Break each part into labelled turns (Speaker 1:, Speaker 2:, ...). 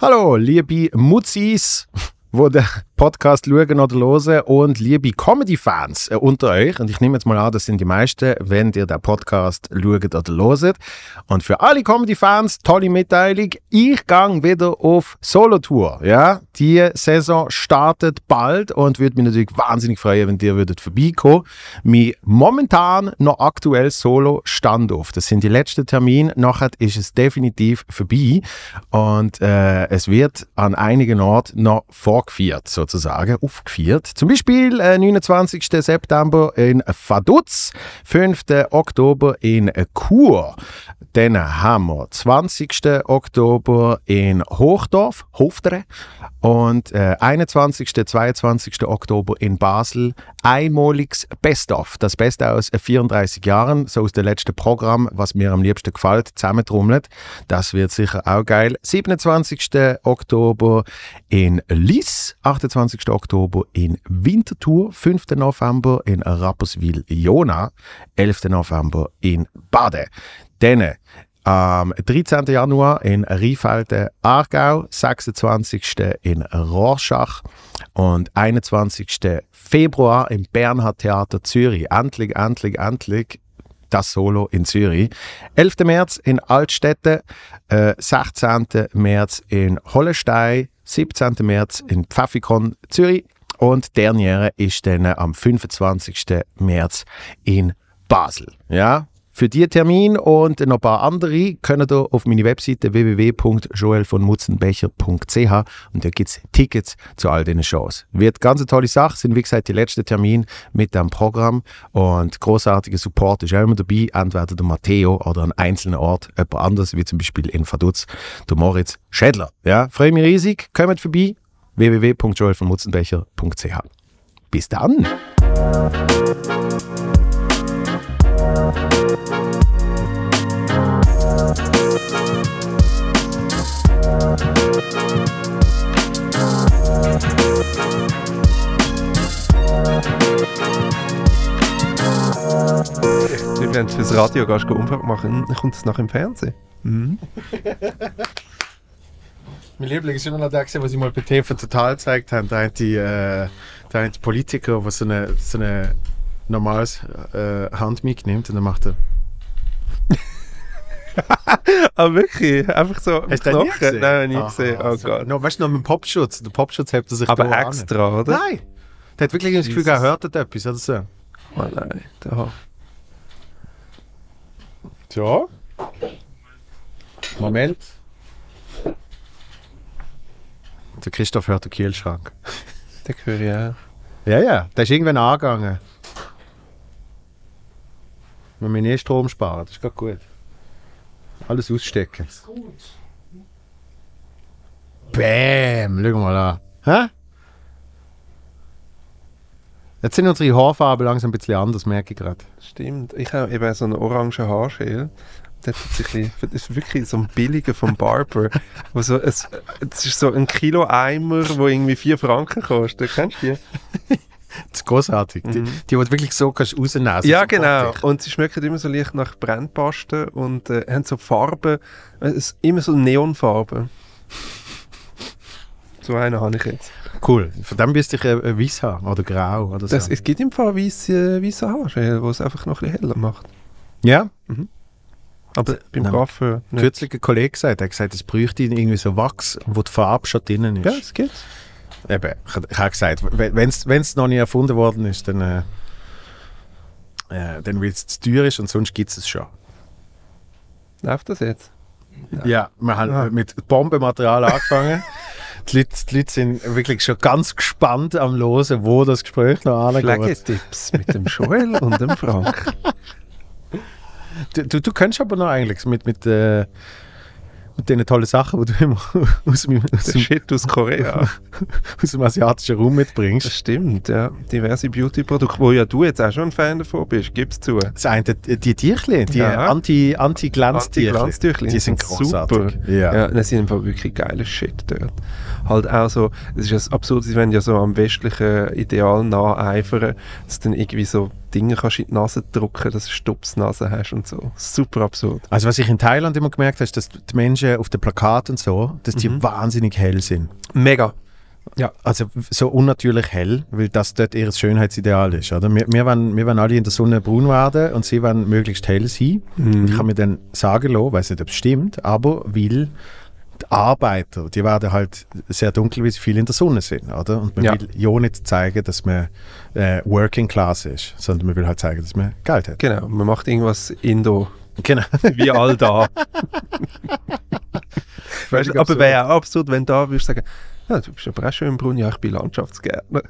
Speaker 1: Hallo, liebe Mutzis, wo den Podcast schauen oder hören und liebe Comedy-Fans äh, unter euch. Und ich nehme jetzt mal an, das sind die meisten, wenn ihr den Podcast schaut oder hört. Und für alle Comedy-Fans, tolle Mitteilung, ich gang wieder auf Solo-Tour. Ja, die Saison startet bald und würde mich natürlich wahnsinnig freuen, wenn ihr würdet vorbeikommen. Mein momentan noch aktuell Solo-Standoff. Das sind die letzten Termine. Nachher ist es definitiv vorbei. Und äh, es wird an einigen Orten noch vorgeführt, sozusagen, aufgeführt. Zum Beispiel äh, 29. September in Vaduz, 5. Oktober in Chur. Dann haben wir 20. Oktober in Hochdorf, Hoftere. Und äh, 21. 22. Oktober in Basel. Einmaliges Best-of. Das Beste aus 34 Jahren, so aus dem letzten Programm, was mir am liebsten gefällt, zusammentrommelt. Das wird sicher auch geil. 27. Oktober in Liss, 28. Oktober in Winterthur, 5. November in Rapperswil-Jona, 11. November in Baden. Dann am 13. Januar in Rheinfelden, Aargau, 26. in Rorschach und 21. Februar im Bernhard Theater Zürich. Endlich, endlich, endlich das Solo in Zürich. 11. März in Altstädte, äh, 16. März in Hollestein, 17. März in Pfaffikon, Zürich und derniere ist dann am 25. März in Basel. Ja? Für diesen Termin und noch ein paar andere könnt ihr auf meine Webseite www.joelvonmutzenbecher.ch und da gibt es Tickets zu all diesen Shows. Wird ganz eine tolle Sache, sind wie gesagt die letzten Termine mit dem Programm und großartiger Support ist auch immer dabei, entweder der Matteo oder an einzelnen Ort jemand anders, wie zum Beispiel in Vaduz, der Moritz Schädler. Ja, freue mich riesig, kommt vorbei, www.joelvonmutzenbecher.ch. Bis dann!
Speaker 2: Wenn du fürs Radio gehst, geh Umfrage machen, dann kommt es nachher im Fernsehen.
Speaker 1: Mein Liebling ist immer noch der, gewesen, was ich mal bei TV total gezeigt habe. Da haben die, äh, da haben die Politiker, was so eine, so eine normales äh, Hand mitnimmt und dann macht er.
Speaker 2: Ah, wirklich? Einfach so am
Speaker 1: du das nie
Speaker 2: Knochen? Nein, hab ich nie
Speaker 1: Aha,
Speaker 2: gesehen. Oh
Speaker 1: so.
Speaker 2: Gott.
Speaker 1: No, weißt du noch mit dem Popschutz? Der Popschutz hebt er sich
Speaker 2: Aber
Speaker 1: da an.
Speaker 2: extra, oder?
Speaker 1: Nein! Der hat wirklich das Gefühl, er hört dort etwas oder so.
Speaker 2: Oh nein, da.
Speaker 1: Ja. Moment. Der Christoph hört den Kühlschrank.
Speaker 2: Den höre ich auch.
Speaker 1: Ja, ja, der ist irgendwann angegangen. Wenn wir nie Strom sparen, das ist gerade gut. Alles ausstecken. Ist gut. Bäm, schau mal an. Hä? Jetzt sind unsere Haarfarben langsam ein bisschen anders, merke ich gerade.
Speaker 2: Stimmt. Ich habe eben so einen orangen Haarschäl. Der tut sich ein bisschen- das ist wirklich so ein billiger vom Barber. Wo so, es, es ist so ein Kilo Eimer, der irgendwie 4 Franken kostet. Kennst du die?
Speaker 1: Das ist großartig. Die, die, die du wirklich so kannst rausnehmen kannst.
Speaker 2: Mhm. Ja, genau. Und sie schmecken immer so leicht nach Brennpaste und äh, haben so Farben, äh, es- immer so Neonfarben. So einen habe ich jetzt.
Speaker 1: Cool. Von dem bist du ein äh, Weisshaar oder grau oder so.
Speaker 2: Das, Es gibt im Fall weiße, weiße Haarschäl, wo es einfach noch ein bisschen heller macht.
Speaker 1: ja?
Speaker 2: Mhm. Aber beim
Speaker 1: Nein.
Speaker 2: Kaffee
Speaker 1: Ja.
Speaker 2: nicht.
Speaker 1: Kürzlich ein Kollege gesagt, er hat gesagt, es bräuchte irgendwie so Wachs, wo die Farbe schon drinnen
Speaker 2: Ja,
Speaker 1: ist.
Speaker 2: es gibt's.
Speaker 1: Eben, ich, hab- ich habe gesagt, wenn es noch nicht erfunden worden ist, dann, äh, äh, dann weil es zu teuer ist und sonst gibt es es schon.
Speaker 2: Läuft das jetzt?
Speaker 1: Ja, wir haben äh, mit Bombenmaterial angefangen. die, Leute, die Leute sind wirklich schon ganz gespannt am Losen, wo das Gespräch noch angeht.
Speaker 2: Flaggetipps mit dem Joel und dem Frank.
Speaker 1: Du, du, du kennst aber noch eigentlich mit, mit, äh, mit den tollen Sachen, die du immer aus, dem, aus,
Speaker 2: Der
Speaker 1: dem,
Speaker 2: Shit aus Korea.
Speaker 1: aus dem asiatischen Raum mitbringst.
Speaker 2: Das stimmt, ja. Diverse Beauty-Produkte, wo ja du jetzt auch schon ein Fan davon bist, gib's zu.
Speaker 1: Das eine, die die Tierchen, die
Speaker 2: Ja.
Speaker 1: Anti- Anti-Glanztierchen.
Speaker 2: Glanztüchli.
Speaker 1: die sind großartig.
Speaker 2: Super. Ja.
Speaker 1: Ja.
Speaker 2: das sind einfach wirklich geiler Shit dort. Halt auch so, es ist ja absurd, sie wenn ja so am westlichen Ideal naheifern, dass dann irgendwie so Dinge kannst du in die Nase drücken, dass du Stupsnase hast und so. Super absurd.
Speaker 3: Also was ich in Thailand immer gemerkt habe, ist, dass die Menschen auf den Plakaten und so, dass die
Speaker 2: Mhm.
Speaker 3: wahnsinnig hell sind.
Speaker 2: Mega.
Speaker 3: Ja, also so unnatürlich hell, weil das dort ihr Schönheitsideal ist. Oder? Wir, wir, wollen, wir wollen alle in der Sonne braun werden und sie wollen möglichst hell sein. Ich habe mir dann sagen lassen, weiß nicht, ob es stimmt, aber weil die Arbeiter, die werden halt sehr dunkel, weil sie viel in der Sonne sind. Oder? Und man
Speaker 2: Ja.
Speaker 3: will ja nicht zeigen, dass man äh, Working Class ist, sondern man will halt zeigen, dass man Geld hat.
Speaker 2: Genau, man macht irgendwas Indo.
Speaker 3: Genau.
Speaker 2: Wie all da. weißt, aber wäre auch absurd, wenn da würdest du sagen, ja, du bist aber auch schön braun, ja, ich bin Landschaftsgärtner.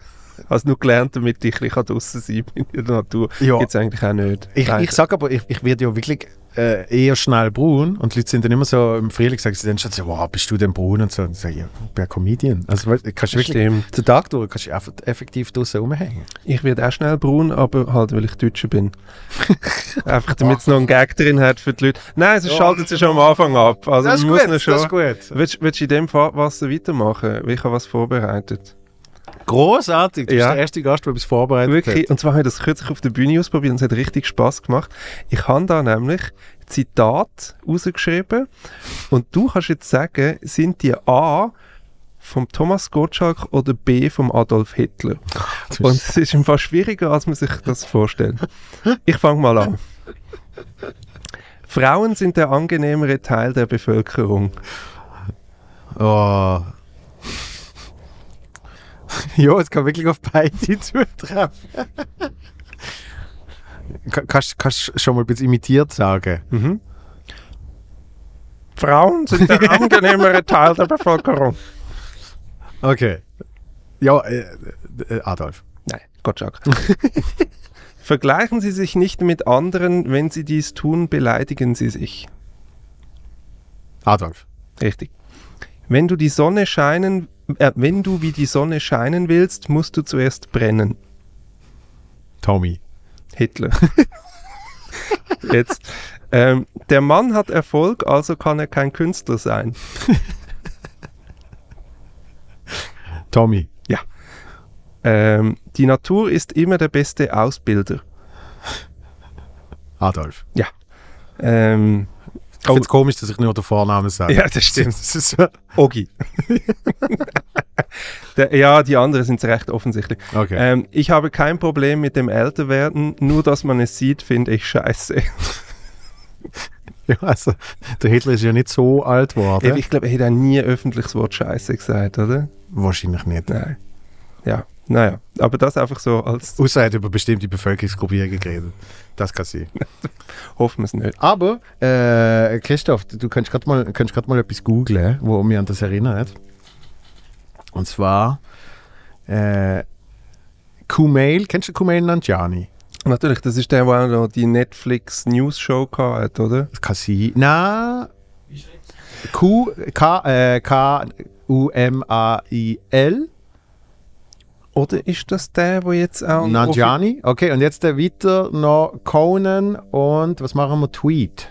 Speaker 2: Hast nur gelernt, damit ich ein bisschen draußen sein kann in der Natur.
Speaker 3: Ja.
Speaker 2: Gibt es eigentlich auch nicht.
Speaker 3: Ich,
Speaker 2: Nein.
Speaker 3: ich sage aber, ich, ich werde ja wirklich äh, eher schnell braun und die Leute sind dann immer so im Frühling, sagen sie dann schon so, wow, bist du denn braun und so. Und ich sage, ja, ich bin ein Comedian. Also weißt, du, kannst du wirklich
Speaker 2: Stimmt.
Speaker 3: den Tag durch, kannst du eff effektiv draußen rumhängen.
Speaker 2: Ich werde auch schnell braun, aber halt, weil ich Deutscher bin. Einfach damit es noch einen Gag drin hat für die Leute. Nein, sonst
Speaker 3: Ja.
Speaker 2: schaltet sie schon am Anfang ab. Also man muss noch schon.
Speaker 3: gut.
Speaker 2: Willst, willst du in dem Fahrwasser weitermachen? Weil ich habe was vorbereitet.
Speaker 3: Großartig, du bist
Speaker 2: Ja.
Speaker 3: der erste Gast, der etwas vorbereitet
Speaker 2: Wirklich, und zwar habe ich das kürzlich auf der Bühne ausprobiert und es hat richtig Spaß gemacht. Ich habe da nämlich Zitat rausgeschrieben und du kannst jetzt sagen, sind die A vom Thomas Gottschalk oder B vom Adolf Hitler?
Speaker 3: hat.
Speaker 2: Und es ist im Fall schwieriger, als man sich das vorstellt. Ich fange mal an. Frauen sind der angenehmere Teil der Bevölkerung.
Speaker 3: Oh. ja, es kann wirklich auf beide zutreffen. Ka- kannst kannst schon mal ein bisschen imitiert sagen?
Speaker 2: Frauen sind der angenehmere Teil der Bevölkerung.
Speaker 3: Okay. Ja, äh, äh, Adolf.
Speaker 2: Nein, Gottschalk. Vergleichen Sie sich nicht mit anderen, wenn Sie dies tun, beleidigen Sie sich.
Speaker 3: Adolf.
Speaker 2: Richtig. Wenn du die Sonne scheinen, äh, wenn du wie die Sonne scheinen willst, musst du zuerst brennen.
Speaker 3: Tommy.
Speaker 2: Hitler. Jetzt. Ähm, der Mann hat Erfolg, also kann er kein Künstler sein.
Speaker 3: Tommy.
Speaker 2: Ähm, die Natur ist immer der beste Ausbilder.
Speaker 3: Adolf.
Speaker 2: Ähm,
Speaker 3: Ich finde es komisch, dass ich nur den Vornamen sage.
Speaker 2: Ja, das stimmt.
Speaker 3: Das ist so-
Speaker 2: Ogi. der, ja, die anderen sind recht offensichtlich.
Speaker 3: Okay.
Speaker 2: Ähm, ich habe kein Problem mit dem Älterwerden, nur dass man es sieht, finde ich scheiße.
Speaker 3: Ja, also, der Hitler ist ja nicht so alt geworden.
Speaker 2: Ich glaube, er hätte auch nie öffentlich das Wort scheiße gesagt, oder?
Speaker 3: Wahrscheinlich nicht.
Speaker 2: Nein. Ja, naja. Aber das einfach so als
Speaker 3: Außer er hat über bestimmte Bevölkerungsgruppen geredet. Das kann sein.
Speaker 2: hoffen wir es nicht.
Speaker 3: Aber, äh, Christoph, du kannst gerade mal, kannst grad mal etwas googlen, wo mich an das erinnert. Und zwar äh, Kumail, kennst du Kumail Nanjiani?
Speaker 2: Natürlich, das ist der, der auch noch die Netflix News Show hat, oder?
Speaker 3: Das kann sein. Na. Q, K, äh, K, U, M, A, I, L.
Speaker 2: Oder ist das der, wo jetzt auch
Speaker 3: Nanjiani. Okay, und jetzt äh, weiter noch Conan und was machen wir? Tweet.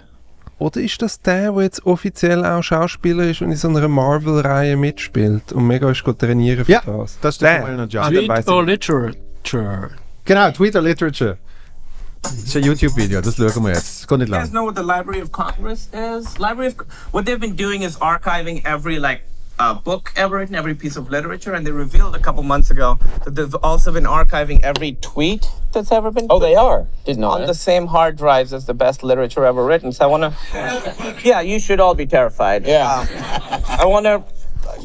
Speaker 2: oder ist das der, wo jetzt offiziell auch Schauspieler ist und in so einer Marvel-Reihe mitspielt und mega ist gut trainieren für
Speaker 3: Ja,
Speaker 2: das?
Speaker 3: Das ist
Speaker 2: Der.
Speaker 3: der Kumail Nanjiani.
Speaker 2: Ah, dann weiß
Speaker 4: Tweet
Speaker 2: ich.
Speaker 4: or literature.
Speaker 3: Genau, Twitter Literature. Das ist ein YouTube-Video, das schauen wir jetzt. Das kommt nicht
Speaker 5: You guys
Speaker 3: lang.
Speaker 5: know what the Library of Congress is? Library of what they've been doing is archiving every like uh, book ever written, every piece of literature, and they revealed a couple months ago that they've also been archiving every tweet that's ever been.
Speaker 6: Oh, they are. Didn't know
Speaker 5: on the
Speaker 6: that.
Speaker 5: same hard drives as the best literature ever written. So I want to. Yeah, you should all be terrified. Um,
Speaker 6: Yeah.
Speaker 5: I want to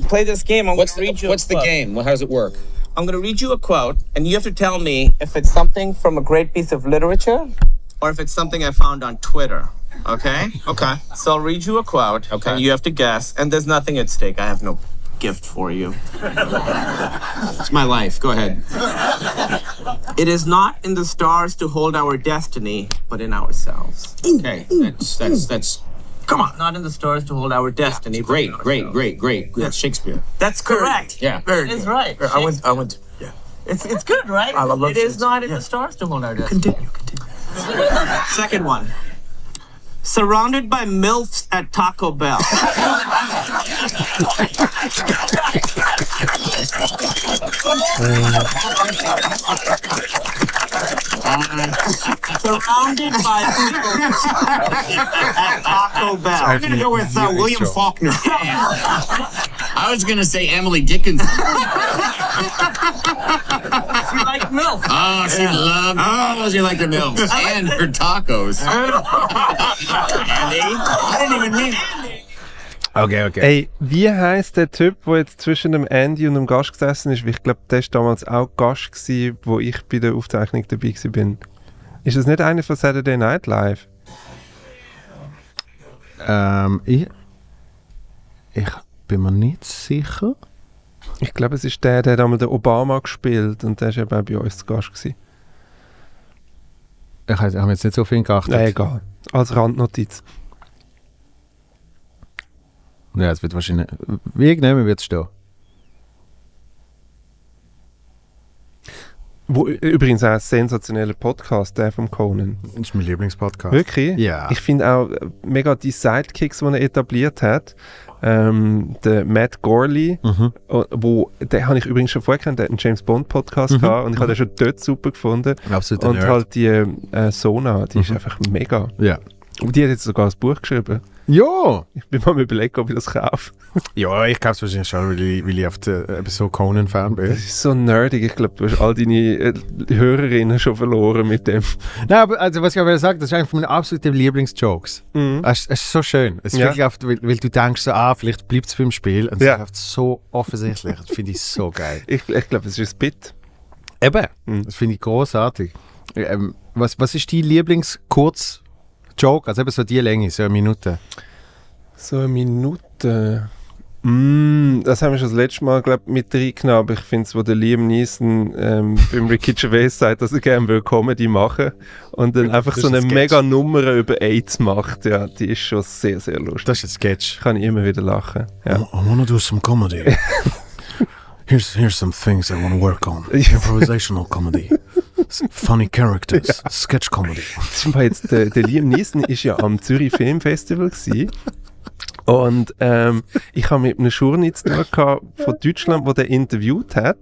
Speaker 5: play this game. I'm
Speaker 6: What's
Speaker 5: gonna
Speaker 6: the,
Speaker 5: read you. a
Speaker 6: what's the
Speaker 5: quote.
Speaker 6: game? How does it work?
Speaker 5: I'm going to read you a quote, and you have to tell me if it's something from a great piece of literature or if it's something I found on Twitter. Okay? Okay. So I'll read you a quote.
Speaker 6: Okay.
Speaker 5: And you have to guess, and there's nothing at stake. I have no gift for you.
Speaker 6: It's my life. Go ahead.
Speaker 5: It is not in the stars to hold our destiny, but in ourselves.
Speaker 6: Okay. That's that's that's
Speaker 5: Come on. Not in the stars to hold our destiny. but
Speaker 6: great,
Speaker 5: in
Speaker 6: great,
Speaker 5: ourselves.
Speaker 6: great, great. Good. Shakespeare.
Speaker 5: That's correct.
Speaker 6: Yeah.
Speaker 5: It is right. I went. I went. Yeah. It's, it's good, right? I love it is not in the stars to hold our destiny. Continue. Continue. Second one. Surrounded by milfs at Taco Bell.
Speaker 6: surrounded by people at Taco Bell.
Speaker 2: I'm gonna go
Speaker 6: with
Speaker 2: uh, William Rachel.
Speaker 6: Faulkner.
Speaker 7: I was gonna say Emily Dickinson.
Speaker 5: She liked milk.
Speaker 7: Oh, she loved. Oh, she liked her milk and her tacos.
Speaker 6: I didn't even mean
Speaker 3: Okay, okay.
Speaker 2: Ey, wie heißt der Typ, der jetzt zwischen dem Andy und dem Gast gesessen ist? Weil Ich glaube, der war damals auch Gast, gewesen, wo ich bei der Aufzeichnung dabei gewesen bin. Ist das nicht einer von Saturday Night Live?
Speaker 3: Ähm, ich, ich bin mir nicht sicher.
Speaker 2: Ich glaube, es ist der, der damals den Obama gespielt und der war eben auch bei uns zu Gast. Gewesen.
Speaker 3: Ich habe hab jetzt nicht so viel geachtet.
Speaker 2: Nein, egal. Als Randnotiz.
Speaker 3: Ja, es wird wahrscheinlich. Irgendjemand wird es stehen.
Speaker 2: Wo, übrigens auch ein sensationeller Podcast, der vom Conan.
Speaker 3: Das ist mein Lieblingspodcast.
Speaker 2: Wirklich?
Speaker 3: Ja.
Speaker 2: Ich finde auch äh, mega die Sidekicks, die er etabliert hat. Ähm, der Matt Gorley,
Speaker 3: Mhm.
Speaker 2: o- wo, den habe ich übrigens schon vorher kennt, der hat einen James Bond Podcast gehabt und ich habe den schon dort super gefunden.
Speaker 3: Ein Mhm. absoluter
Speaker 2: Und
Speaker 3: Nerd. Mhm.
Speaker 2: halt die äh, Sona, die ist einfach mega.
Speaker 3: Ja.
Speaker 2: Und die hat jetzt sogar ein Buch geschrieben.
Speaker 3: Ja!
Speaker 2: Ich bin mal am überlegen, ob ich das kaufe.
Speaker 3: Ja, ich kaufe es wahrscheinlich schon, weil ich, weil ich auf der, eben so Conan-Fan bin.
Speaker 2: Das ist so nerdig. Ich glaube, du hast all deine äh, Hörerinnen schon verloren mit dem.
Speaker 3: Nein, aber also, was ich aber sagen, das ist einer meiner absoluten Lieblingsjokes. Es, ist- es ist so schön. Es ist
Speaker 2: Ja.
Speaker 3: wirklich oft, weil, weil du denkst so, ah, vielleicht bleibt es beim Spiel. Und es
Speaker 2: Ja.
Speaker 3: ist oft so offensichtlich. Das finde ich so geil.
Speaker 2: Ich, ich glaube, es ist ein Bit.
Speaker 3: Eben. Hm, Das finde ich großartig. Ähm, was, was ist dein Lieblings-Kurz-Joke? Also eben so die Länge, so eine Minute.
Speaker 2: So eine Minute. Mm, das haben wir schon das letzte Mal, glaube ich, mit reingenommen. Aber ich finde es, wo der Liam Neeson ähm, beim Ricky Gervais sagt, dass er gerne will Comedy machen und dann einfach
Speaker 3: Das
Speaker 2: so
Speaker 3: ist
Speaker 2: eine
Speaker 3: ein Sketch.
Speaker 2: mega Nummer über AIDS macht. Ja, die ist schon sehr, sehr lustig.
Speaker 3: Das ist ein Sketch.
Speaker 2: Kann ich immer wieder lachen. Ja.
Speaker 8: I want to do some comedy. here's here's some things I want to work on. Improvisational comedy, S- funny characters, sketch comedy.
Speaker 2: Zum Beispiel jetzt, der, der Liam Neeson ist ja am Zürich Film Festival gewesen. Und ähm, ich habe mit einem Schurni zu tun gehabt von Deutschland, wo der interviewt hat.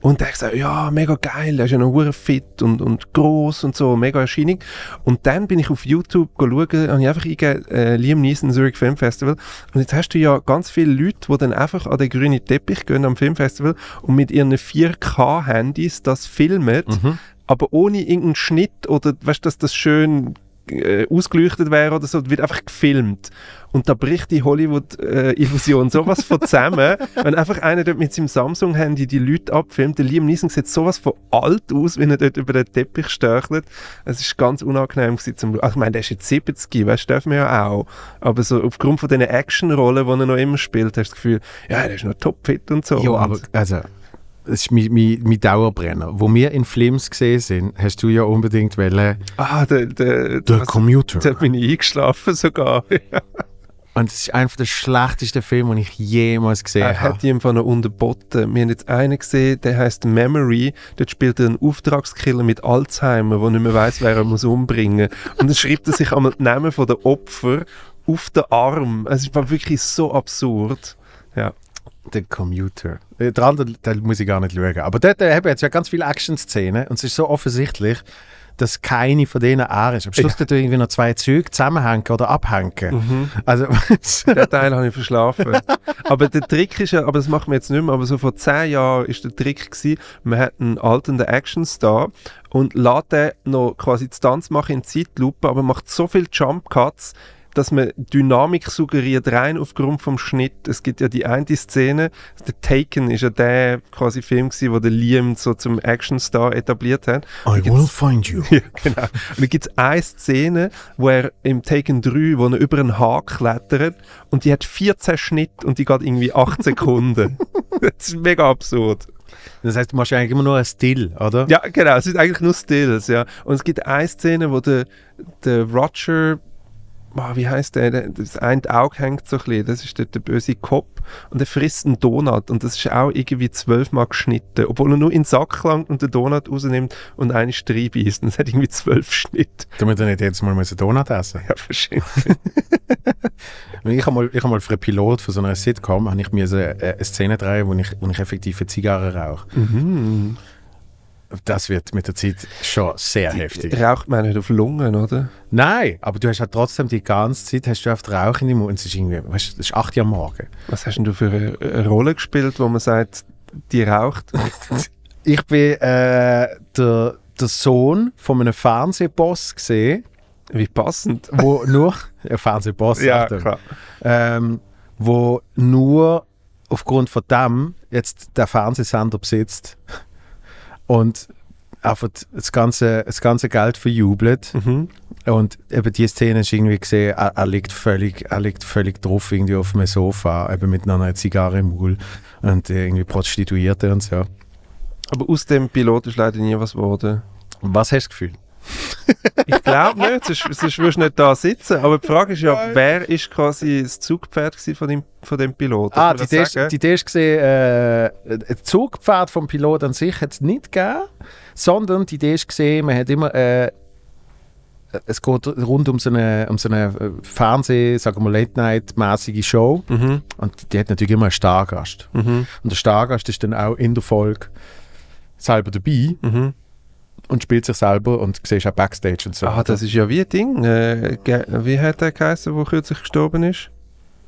Speaker 2: Und der hat gesagt, ja, mega geil, der ist ja noch hure fit und, und gross und so, mega Erscheinung. Und dann bin ich auf YouTube schauen, habe ich einfach eingegeben, äh, Liam Neeson Zurich Film Festival. Und jetzt hast du ja ganz viele Leute, die dann einfach an den grünen Teppich gehen am Filmfestival und mit ihren 4K-Handys das filmen, aber ohne irgendeinen Schnitt oder, weißt du, dass das schön äh, ausgeleuchtet wäre oder so, wird einfach gefilmt. Und da bricht die Hollywood-Illusion sowas von zusammen, wenn einfach einer dort mit seinem Samsung-Handy die Leute abfilmt. Der Liam Neeson sieht sowas von alt aus, wenn er dort über den Teppich stöchelt. Es ist ganz unangenehm gewesen zum Ach, Ich meine, der ist jetzt 70, weißt du, dürfen wir ja auch. Aber so aufgrund von diesen Action-Rollen, die er noch immer spielt, hast du das Gefühl, ja, der ist noch topfit und so.
Speaker 3: Ja,
Speaker 2: Und-
Speaker 3: aber also, das ist mein, mein, mein Dauerbrenner. Wo wir in Films gesehen sind, hast du ja unbedingt wollen.
Speaker 2: Ah, der, der,
Speaker 8: The
Speaker 2: was-
Speaker 8: commuter.
Speaker 2: da bin ich eingeschlafen sogar.
Speaker 3: Und es ist einer der schlechtesten Filme, den ich jemals gesehen
Speaker 2: Er
Speaker 3: habe.
Speaker 2: hat die einfach noch unterboten. Wir haben jetzt einen gesehen, der heißt Memory. Dort spielt er einen Auftragskiller mit Alzheimer, der nicht mehr weiß, wer er muss umbringen muss. Und dann schreibt er sich einmal die Namen der Opfer auf den Arm. Es war wirklich so absurd. Ja.
Speaker 3: Der Commuter. Äh, Der andere, den muss ich gar nicht schauen. Aber dort äh, hat es ja ganz viele Action-Szenen und es ist so offensichtlich, dass keine von denen er ist. Am Schluss ja. irgendwie noch zwei Züge zusammenhängen oder abhängen. Also,
Speaker 2: Den Teil habe ich verschlafen. aber der Trick ist ja, aber das machen wir jetzt nicht mehr, aber so vor zehn Jahren ist der Trick gewesen, man hat einen alternden Actionstar und lässt den noch quasi zu Tanz machen in Zeitlupe, aber macht so viel Jump Cuts, dass man Dynamik suggeriert, rein aufgrund vom Schnitt. Es gibt ja die eine Szene, der Taken ist ja der quasi Film gewesen, wo der Liam so zum Actionstar etabliert hat.
Speaker 8: I will find you.
Speaker 2: Ja, genau. Und dann gibt es eine Szene, wo er im Taken 3, wo er über einen Haar klettert und die hat 14 Schnitt und die geht irgendwie 8 Sekunden. das ist mega absurd.
Speaker 3: das heißt, du machst ja eigentlich immer nur einen Still, oder?
Speaker 2: Ja, genau. Es sind eigentlich nur Stills, ja. Und es gibt eine Szene, wo der, der Roger, ah, wie heißt der, der, das eine Auge hängt so ein bisschen, das ist der, der böse Kopf und der frisst einen Donut und das ist auch irgendwie zwölfmal geschnitten, obwohl er nur in den Sack langt und den Donut rausnimmt und eine Streibe isst. Und es hat irgendwie zwölf Schnitt.
Speaker 3: Damit er nicht jedes Mal einen Donut essen
Speaker 2: Ja, wahrscheinlich.
Speaker 3: Weil Ich habe mal, ich hab mal für einen Pilot von so einer Sitcom
Speaker 8: Mhm.
Speaker 3: habe ich mir eine, eine Szene drehen, wo ich, wo ich effektiv eine Zigarre rauche. das wird mit der Zeit schon sehr heftig.
Speaker 2: Raucht man nicht auf Lungen, oder?
Speaker 3: Nein, aber du hast halt trotzdem die ganze Zeit, hast du oft Rauch in dem Mund. Es ist irgendwie, weißt du, es ist 8 Uhr am Morgen.
Speaker 2: Was hast denn du für eine- eine Rolle gespielt, wo man sagt, die raucht?
Speaker 3: Ich bin äh, der, der Sohn von einem Fernsehboss gesehen,
Speaker 2: Wie passend.
Speaker 3: wo nur ein Fernsehboss, Achtung. ähm, wo nur aufgrund von dem jetzt der Fernsehsender besitzt und einfach das ganze, das ganze Geld verjubelt. Und eben die Szene ist irgendwie gesehen, er, er, liegt völlig, er liegt völlig drauf irgendwie auf einem Sofa, eben mit einer Zigarre im Mund und äh, irgendwie Prostituierte und so.
Speaker 2: Aber aus dem Pilot ist leider nie was geworden.
Speaker 3: Was hast du das Gefühl?
Speaker 2: Ich glaube nicht, sonst, sonst würdest du nicht da sitzen. Aber die Frage ist ja, wer ist quasi das Zugpferd gewesen von dem, von dem Pilot? Darf
Speaker 3: Ah,
Speaker 2: man
Speaker 3: die
Speaker 2: das
Speaker 3: Idee, ist,
Speaker 2: sagen?
Speaker 3: die Idee ist gesehen, äh, ein Zugpferd vom Pilot an sich hat es nicht gegeben, sondern die Idee ist gesehen, man hat immer, äh, es geht rund um so eine, um so eine äh, Fernseh-, sagen wir Late-Night-mäßige Show
Speaker 2: Mhm.
Speaker 3: und die hat natürlich immer einen Stargast. Und der Stargast ist dann auch in der Folge selber dabei
Speaker 2: Mhm.
Speaker 3: und spielt sich selber und siehst auch Backstage und so.
Speaker 2: Ah, das ist ja wie ein Ding. Äh, Ga- wie hat der geheißen, der kürzlich gestorben ist?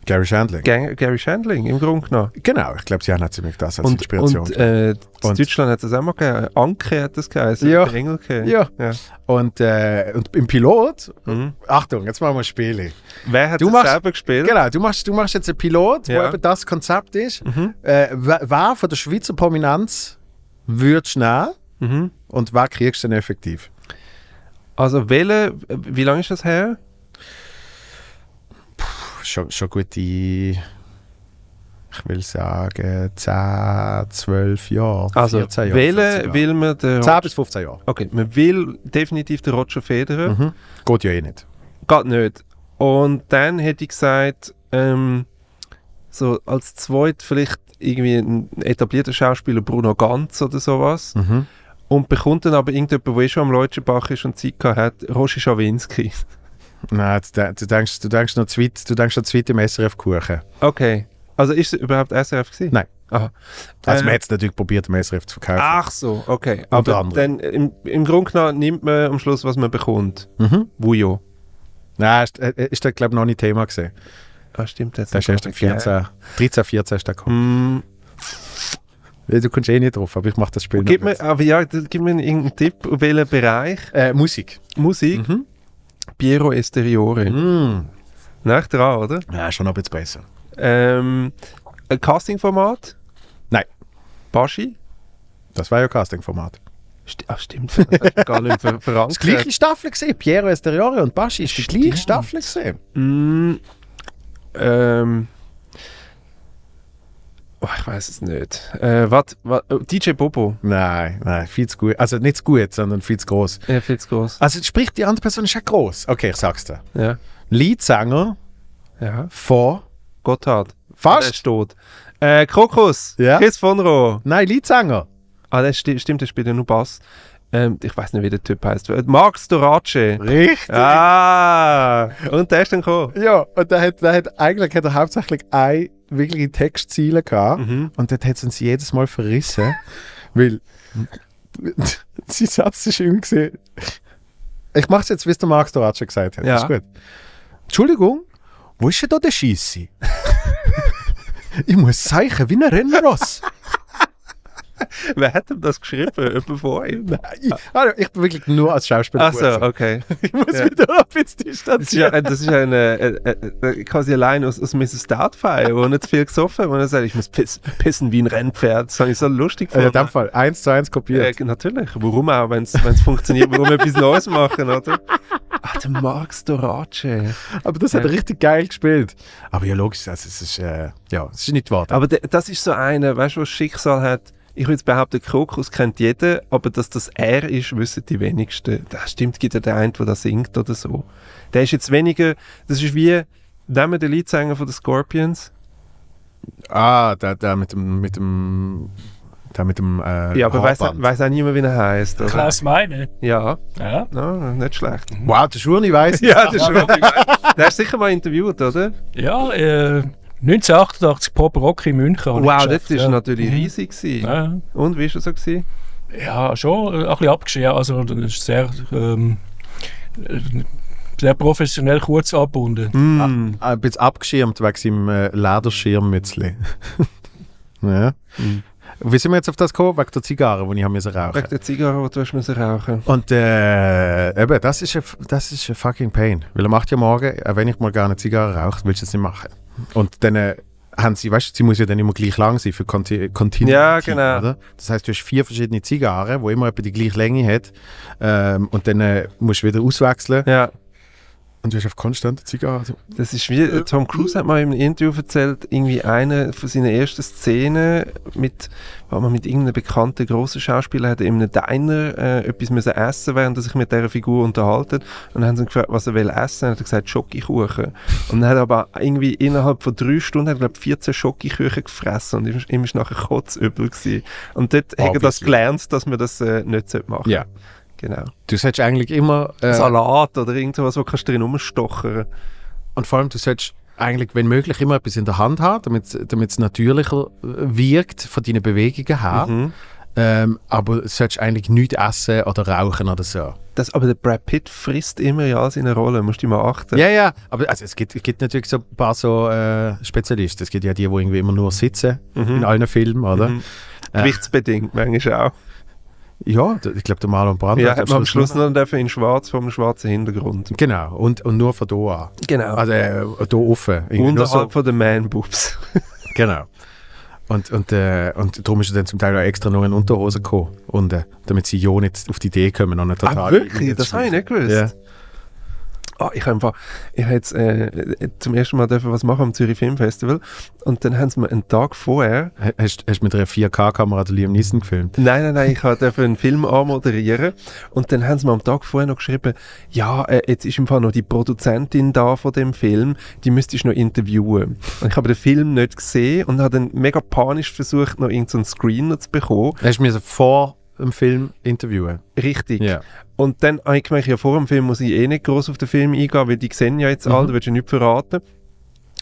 Speaker 3: Gary Shandling.
Speaker 2: Gang Gary Shandling, im Grunde genommen.
Speaker 3: genau, ich glaube, sie haben auch ziemlich das als
Speaker 2: Und,
Speaker 3: Inspiration.
Speaker 2: und, äh, in
Speaker 3: Und-
Speaker 2: Deutschland hat das auch mal gegeben. Anke hat das geheißen.
Speaker 3: Ja.
Speaker 2: Der Engelke.
Speaker 3: Ja.
Speaker 2: ja. Mhm.
Speaker 3: Und, äh, und im Pilot, Achtung, jetzt machen wir Spiele.
Speaker 2: Wer hat
Speaker 3: Du
Speaker 2: das
Speaker 3: machst-
Speaker 2: selber gespielt?
Speaker 3: Genau, du machst, du machst jetzt einen Pilot, wo
Speaker 2: Ja. Mhm.
Speaker 3: eben das Konzept ist. Äh, wer, wer von der Schweizer Prominenz würdest du nehmen und wer kriegst du denn effektiv?
Speaker 2: Also, welche, wie lange ist das her?
Speaker 3: Schon, schon gute, ich will sagen, 10, 12 Jahre.
Speaker 2: Also,
Speaker 3: 14 Jahre. 15
Speaker 2: welche
Speaker 3: Jahre.
Speaker 2: will man den.
Speaker 3: 10 bis 15 Jahre.
Speaker 2: Okay, man will definitiv den Roger Federer.
Speaker 3: Geht ja eh nicht.
Speaker 2: Geht nicht. Und dann hätte ich gesagt, ähm, so als zweit vielleicht irgendwie ein etablierter Schauspieler Bruno Ganz oder sowas. Und bekommt dann aber irgendjemand, der eh schon am Leutschenbach ist und Zeit gehabt hat, Roger Schawinski.
Speaker 3: Nein, du, de- du denkst, du denkst noch zu weit, du denkst noch zu weit im SRF-Kuchen.
Speaker 2: Okay. Also ist es überhaupt SRF gewesen?
Speaker 3: Nein.
Speaker 2: Aha.
Speaker 3: Also,
Speaker 2: Ähm,
Speaker 3: man hat es natürlich probiert, im SRF zu verkaufen.
Speaker 2: Ach so, okay.
Speaker 3: Also Unter
Speaker 2: Aber
Speaker 3: anderem.
Speaker 2: dann im, im Grunde genommen nimmt man am Schluss, was man bekommt.
Speaker 3: Mhm.
Speaker 2: Wujo.
Speaker 3: Nein, ist, äh, ist das, glaube ich, noch nicht Thema gewesen.
Speaker 2: Ah, stimmt. Jetzt
Speaker 3: Das ist erst am 14, 13, 14 ist der
Speaker 2: Mm,
Speaker 3: gekommen. Hm. Ja, Du kommst eh nicht drauf, aber ich mache das Spiel
Speaker 2: gib
Speaker 3: noch.
Speaker 2: mir, aber ja, dann gib mir irgendeinen Tipp, welchen Bereich
Speaker 3: Äh, Musik.
Speaker 2: Musik.
Speaker 3: Mhm.
Speaker 2: Piero Esteriore. Nach dran, oder?
Speaker 3: Ja, schon noch ein bisschen besser.
Speaker 2: Ähm, ein Castingformat?
Speaker 3: Nein.
Speaker 2: Baschi?
Speaker 3: Das war ja Castingformat.
Speaker 2: Sti Ach, stimmt. Das hast du gar nicht ver
Speaker 3: Das
Speaker 2: verankert.
Speaker 3: gleiche Staffel gesehen. Piero Esteriore und Baschi ist die gleiche Staffel gesehen.
Speaker 2: Mm, ähm, oh, ich weiß es nicht. Äh, wat, wat, oh, DJ Bobo.
Speaker 3: Nein, nein, viel zu gut. Also nicht zu gut, sondern viel zu groß.
Speaker 2: Ja, viel zu groß.
Speaker 3: Also sprich, die andere Person ist ja groß. Okay, ich sag's dir.
Speaker 2: Ja.
Speaker 3: Leadsänger
Speaker 2: ja.
Speaker 3: von
Speaker 2: Gotthard. Der
Speaker 3: fast.
Speaker 2: ist tot. Äh, Krokus.
Speaker 3: Ja.
Speaker 2: Chris von Rohr.
Speaker 3: Nein, Leadsänger.
Speaker 2: Ah, das sti stimmt, der spielt ja nur Bass. Ähm, ich weiß nicht, wie der Typ heißt. Äh, Max Dorace.
Speaker 3: Richtig.
Speaker 2: Ah, und der ist dann gekommen.
Speaker 3: Ja, und der hat, der hat eigentlich hat er hauptsächlich ein wirkliche Textziele gehabt
Speaker 2: Mhm.
Speaker 3: und dort hat es uns jedes Mal verrissen, weil sein Satz ist immer gesehen. Ich mach's jetzt, wie es der Max Dorace gesagt hat.
Speaker 2: Ja.
Speaker 3: Ist gut. Entschuldigung, wo ist denn da der Schissi? ich muss zeichnen wie ein Rennross.
Speaker 2: Wer hat ihm das geschrieben? Jemand vor ihm?
Speaker 3: ich, also, ich bin wirklich nur als Schauspieler.
Speaker 2: Ach so,
Speaker 3: gut.
Speaker 2: okay.
Speaker 3: Ich muss
Speaker 2: Ja.
Speaker 3: wieder ein bisschen
Speaker 2: Das ist ja,
Speaker 3: distanzieren.
Speaker 2: äh, das ist ja eine, äh, äh, äh, quasi allein aus, aus Mrs. Doubtfire, wo er nicht zu viel gesoffen hat, wo er sagt, ich muss pissen, pissen wie ein Rennpferd. Das habe ich so lustig
Speaker 3: Äh, in
Speaker 2: gefunden.
Speaker 3: dem Fall, eins zu eins kopiert.
Speaker 2: Äh, natürlich. Warum auch, wenn es funktioniert, warum etwas Neues machen, oder? Ah, der Max Dorace.
Speaker 3: Aber das hat er richtig geil gespielt. Aber ja, logisch, also es ist, äh, ja, es ist nicht wahr.
Speaker 2: Aber de, das ist so einer, weißt du, was Schicksal hat? Ich würde jetzt behaupten, Krokus kennt jeder, aber dass das er ist, wissen die wenigsten. Das stimmt, gibt ja den einen, der das singt oder so. Der ist jetzt weniger, das ist wie, nehmen wir den Leadsänger von den Scorpions.
Speaker 3: Ah, der, der mit dem, mit dem, der mit dem, äh,
Speaker 2: Ja, aber weiß,
Speaker 3: Haarband.
Speaker 2: weiß auch niemand, wie er heißt. oder?
Speaker 9: Klaus Meine.
Speaker 2: Ja,
Speaker 9: Ja.
Speaker 2: no, nicht schlecht.
Speaker 3: Wow, der Schurni weiss es.
Speaker 2: Ja, das ist schon. der ist sicher mal interviewt, oder?
Speaker 9: Ja, äh, 1988 Pop Rock in München. habe ich
Speaker 2: Wow, das
Speaker 9: geschafft,
Speaker 2: war
Speaker 9: ja.
Speaker 2: Mhm. natürlich riesig. Gewesen.
Speaker 9: Ja.
Speaker 2: Und wie war er so? Gewesen?
Speaker 9: Ja, schon äh, ein bisschen abgeschehen. Also, das ist sehr, ähm, äh, sehr professionell kurz abgebunden.
Speaker 2: Hm.
Speaker 1: Ein bisschen abgeschirmt wegen seinem äh, Lederschirmmützli. ja.
Speaker 2: Mhm.
Speaker 1: Wie sind wir jetzt auf das gekommen? Wegen der Zigarre, die ich habe rauchen
Speaker 2: Wegen der Zigarre, die du hast müssen rauchen
Speaker 1: Und äh, eben, das ist, ein, das ist ein fucking Pain. Weil er macht ja morgen, auch wenn ich mal gerne eine Zigarre rauche, willst du es nicht machen. Und dann äh, haben sie, weißt du, sie muss ja dann immer gleich lang sein für Conti Continuity.
Speaker 2: Ja, genau.
Speaker 1: Oder? Das heißt, du hast vier verschiedene Zigarren, die immer etwa die gleiche Länge hat. Ähm, und dann äh, musst du wieder auswechseln.
Speaker 2: Ja,
Speaker 1: Und du hast auf konstant eine Zigarre. Also,
Speaker 2: das ist wie, äh, Tom Cruise hat mal im Interview erzählt, irgendwie eine von seinen ersten Szenen mit, war man mit irgendeinem bekannten grossen Schauspieler hat in einem Diner äh, etwas müssen essen während er sich mit dieser Figur unterhalten und dann haben sie ihn gefragt, was er will essen, und hat er gesagt, Schokokuchen. Und dann hat er aber irgendwie innerhalb von drei Stunden, hat er, glaube 14 Schokokuchen gefressen und ihm, ihm ist nachher kotzübel gewesen. Und dort hat er das
Speaker 1: Obviously.
Speaker 2: gelernt, dass man das äh, nicht sollte machen
Speaker 1: Ja.
Speaker 2: Genau.
Speaker 1: du solltest eigentlich immer. Äh,
Speaker 2: Salat oder irgendwas, wo kannst du drin rumstochern.
Speaker 1: und vor allem, du solltest eigentlich, wenn möglich, immer etwas in der Hand haben, damit damit es natürlicher äh, wirkt von deinen Bewegungen her.
Speaker 3: Mhm.
Speaker 1: Ähm, aber du solltest eigentlich nichts essen oder rauchen oder so.
Speaker 2: Das, aber der Brad Pitt frisst immer ja seine Rolle, musst du mal achten.
Speaker 1: Ja, ja, aber also es, gibt, es gibt natürlich so ein paar so äh, Spezialisten. Es gibt ja die, die irgendwie immer nur sitzen in allen Filmen, oder?
Speaker 2: Gewichtsbedingt manchmal auch.
Speaker 1: Ja, d- ich glaube, der Marlon Brando
Speaker 2: Ja,
Speaker 1: hat
Speaker 2: hat man am Schluss noch dürfen in schwarz vor einem schwarzen Hintergrund.
Speaker 1: Genau, und, und nur von da an.
Speaker 2: Genau.
Speaker 1: Also äh, da offen. Irgendwie nur
Speaker 2: Unterhalb von den Man-Boobs.
Speaker 1: so, genau. Und, und, äh, und darum ist er dann zum Teil auch extra noch in Unterhose gekommen, und, äh, damit sie ja nicht auf die Idee kommen, an einen total...
Speaker 2: Das habe ich nicht gewusst.
Speaker 1: Ja.
Speaker 2: Ah, ich habe einfach, ich habe jetzt äh, äh, zum ersten Mal dürfen was machen am Zürich Film Festival und dann haben sie mir einen Tag vorher
Speaker 1: Ha- Hast hast du mit einer 4K-Kamera den Liam Neeson gefilmt?
Speaker 2: Nein, nein, nein, ich durfte einen Film anmoderieren und dann haben sie mir am Tag vorher noch geschrieben, ja, äh, jetzt ist im Fall noch die Produzentin da von dem Film, die müsstest du noch interviewen. Und ich habe den Film nicht gesehen und habe dann mega panisch versucht, noch irgendeinen Screener zu bekommen.
Speaker 1: Hast du mir vor dem Film interviewen?
Speaker 2: Richtig.
Speaker 1: Ja.
Speaker 2: Und dann habe ich gemerkt, ja, vor dem Film muss ich eh nicht groß auf den Film eingehen, weil die sehen ja jetzt alle, da willst du nicht verraten.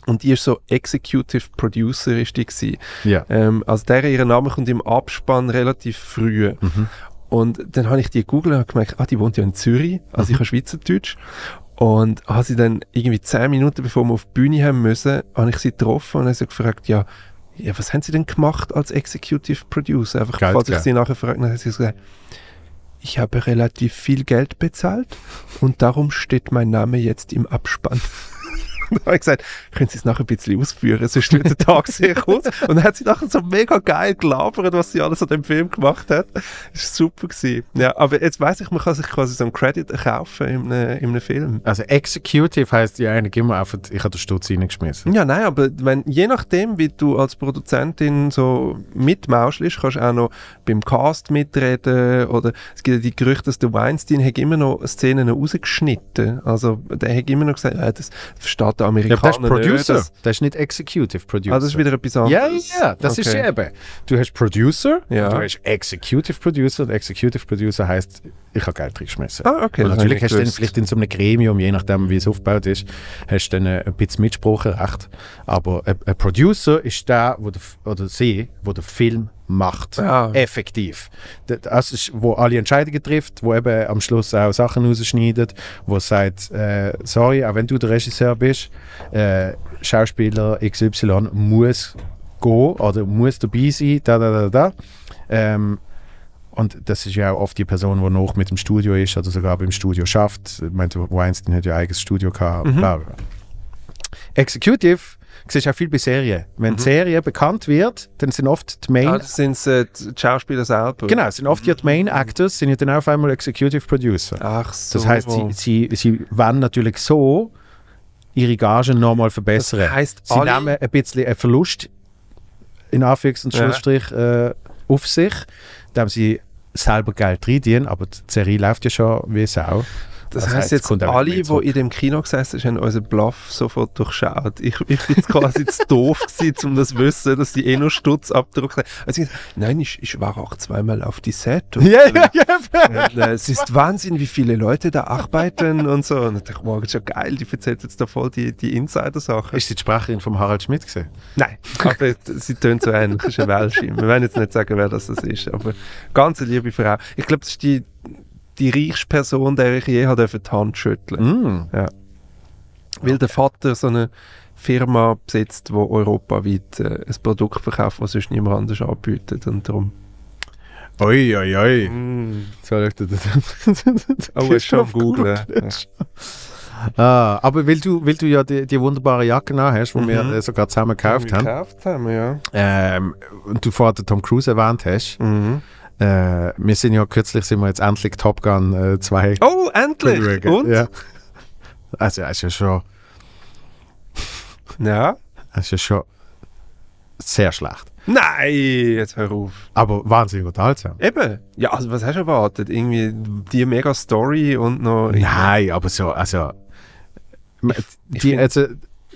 Speaker 2: Und die ist so Executive Producer, ist die gewesen.
Speaker 1: Ja.
Speaker 2: Ähm, also der, ihr Name kommt im Abspann relativ früh.
Speaker 1: Mhm.
Speaker 2: Und dann habe ich die gegoogelt und habe gemerkt, ah, die wohnt ja in Zürich, also
Speaker 1: Mhm.
Speaker 2: ich habe Schweizerdeutsch. Und habe sie dann irgendwie zehn Minuten, bevor wir auf die Bühne haben müssen, habe ich sie getroffen und habe sie gefragt, ja, ja, was haben sie denn gemacht als Executive Producer? Einfach,
Speaker 1: Geld
Speaker 2: falls ich
Speaker 1: gegeben.
Speaker 2: sie nachher frage, dann hat sie gesagt, ich habe relativ viel Geld bezahlt und darum steht mein Name jetzt im Abspann. Und dann habe ich gesagt, können Sie es nachher ein bisschen ausführen, sonst wird der Tag sehr kurz. Und dann hat sie nachher so mega geil gelabert, was sie alles an dem Film gemacht hat. Das war super. Gewesen. Ja, aber jetzt weiss ich, man kann sich quasi so einen Credit kaufen in einem, in einem Film.
Speaker 1: Also Executive heisst ja eigentlich immer einfach, ich habe den Stutz reingeschmissen.
Speaker 2: Ja, nein, aber wenn, je nachdem, wie du als Produzentin so mitmauschelst, kannst du auch noch beim Cast mitreden oder es gibt ja die Gerüchte, dass der Weinstein hat immer noch Szenen rausgeschnitten. Also der hat immer noch gesagt, ja, das versteht der
Speaker 1: Ja, aber
Speaker 2: Amerikaner
Speaker 1: das ist Producer,
Speaker 2: nicht. Das,
Speaker 1: das ist nicht Executive Producer.
Speaker 2: ah, das ist wieder etwas anderes.
Speaker 1: ja, ja, das ist
Speaker 2: Okay.
Speaker 1: eben. Du hast Producer,
Speaker 2: Ja.
Speaker 1: du hast Executive Producer und Executive Producer heißt, ich habe Geld reingeschmissen.
Speaker 2: Ah, okay,
Speaker 1: Und
Speaker 2: das
Speaker 1: natürlich
Speaker 2: habe ich
Speaker 1: hast du dann
Speaker 2: gewusst.
Speaker 1: vielleicht in so einem Gremium, je nachdem wie es aufgebaut ist, hast du dann äh, ein bisschen Mitspracherecht. Aber ein, ein Producer ist der, wo der, F- oder sie, wo der Film macht.
Speaker 2: Ah.
Speaker 1: Effektiv. D- Das ist, wo alle Entscheidungen trifft, wo eben am Schluss auch Sachen rausschneidet, wo sagt, äh, sorry, auch wenn du der Regisseur bist, äh, Schauspieler XY muss gehen oder muss dabei sein, da, da, da, da. Ähm, und das ist ja auch oft die Person, die noch mit dem Studio ist oder sogar beim Studio schafft. Ich meine, Weinstein hat ja eigenes Studio gehabt.
Speaker 2: Mhm.
Speaker 1: Bla, bla. Executive siehst du auch viel bei Serien. Wenn die Serie bekannt wird, dann sind oft die Main...
Speaker 2: Mhm. Ah, das sind äh, die die Schauspieler selber.
Speaker 1: genau, sind oft ja die Main Actors, sind ja dann auf einmal Executive Producer.
Speaker 2: Ach so.
Speaker 1: Das heißt, sie, sie, sie wollen natürlich so ihre Gagen nochmal verbessern.
Speaker 2: Das heisst,
Speaker 1: sie
Speaker 2: alle-
Speaker 1: nehmen ein bisschen einen Verlust in Anführungs- und
Speaker 2: Ja.
Speaker 1: Schlussstrich äh, auf sich, indem sie selber Geld reindienen, aber die Serie läuft ja schon wie Sau.
Speaker 2: Das,
Speaker 1: Das heisst,
Speaker 2: heisst jetzt,
Speaker 1: kommt einfach
Speaker 2: alle,
Speaker 1: mehr
Speaker 2: die
Speaker 1: zurück.
Speaker 2: in dem Kino gesessen sind, haben unseren Bluff sofort durchschaut. Ich, ich bin jetzt quasi zu doof gewesen, um das zu wissen, dass die eh nur Stutz abgedruckt haben. Also ich, nein, ich, ich war auch zweimal auf die Set. Und,
Speaker 1: Ja, ja, ja.
Speaker 2: und, äh, es ist Wahnsinn, wie viele Leute da arbeiten und so. Und ich dachte, morgen ist ja geil, die erzählt jetzt da voll die, die Insider-Sachen.
Speaker 1: Ist sie die Sprecherin von Harald Schmidt gesehen?
Speaker 2: Nein, aber sie tönt so ähnlich. Das ist eine Welsche. Wir wollen jetzt nicht sagen, wer das das ist, aber ganz eine liebe Frau. Ich glaube, das ist die, die reichste Person, der ich je habe dürfen die Hand schütteln Ja. Weil der Vater so eine Firma besitzt, die europaweit äh, ein Produkt verkauft, das sonst niemand anders anbietet. Und darum.
Speaker 1: Oi, oi, oi. Soll ich dir das?
Speaker 2: Oh, ist schon am Googlen. Ja.
Speaker 1: Ah, aber weil du, weil du ja die, die wunderbare Jacke an hast, die wir äh, sogar zusammen gekauft haben,
Speaker 2: Gekauft haben wir, Mhm. ja. Mhm.
Speaker 1: ähm, und du vorher den Tom Cruise erwähnt hast, äh, wir sind ja kürzlich sind wir jetzt endlich Top Gun 2 äh,
Speaker 2: Oh, endlich! Und?
Speaker 1: Ja. Also, er ist ja schon,
Speaker 2: ja.
Speaker 1: er ist ja schon sehr schlecht.
Speaker 2: Nein, jetzt hör auf.
Speaker 1: Aber wahnsinnig unterhaltsam.
Speaker 2: Eben. Ja, also was hast du erwartet? Irgendwie die mega Story und noch.
Speaker 1: Nein, aber so, also. Die,
Speaker 2: find-
Speaker 1: also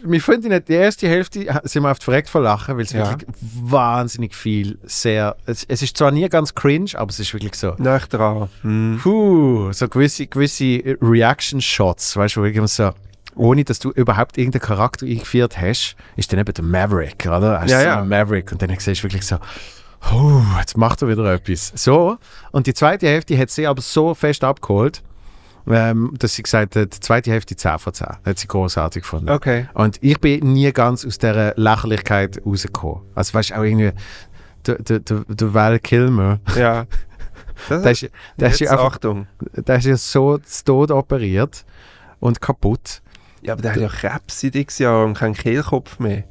Speaker 1: wir finden nicht, die erste Hälfte ha- sind wir oft verreckt vor Lachen, weil es
Speaker 2: Ja.
Speaker 1: wirklich wahnsinnig viel sehr. Es, es ist zwar nie ganz cringe, aber es ist wirklich so.
Speaker 2: Nach dran. Hm.
Speaker 1: Puh, so gewisse, gewisse Reaction-Shots, weißt du, wo irgendwie so. Ohne dass du überhaupt irgendeinen Charakter eingeführt hast, ist dann eben der Maverick, oder? Hast
Speaker 2: Ja,
Speaker 1: so
Speaker 2: ja.
Speaker 1: einen Maverick und dann siehst du wirklich so, oh, jetzt macht er wieder etwas. So. Und die zweite Hälfte hat sie aber so fest abgeholt, ähm, dass sie gesagt hat, die zweite Hälfte 10 von 10. Hat sie großartig gefunden.
Speaker 2: Okay.
Speaker 1: Und ich bin nie ganz aus dieser Lächerlichkeit rausgekommen. Also, weißt du, auch irgendwie, der, der, der, der Val Kilmer,
Speaker 2: Ja. Das
Speaker 1: der ist, der ist
Speaker 2: jetzt
Speaker 1: ja einfach
Speaker 2: Achtung.
Speaker 1: der ist ja so zu Tod operiert und kaputt.
Speaker 2: Ja, aber der hat ja Krebs seit x Jahren und keinen Kehlkopf mehr.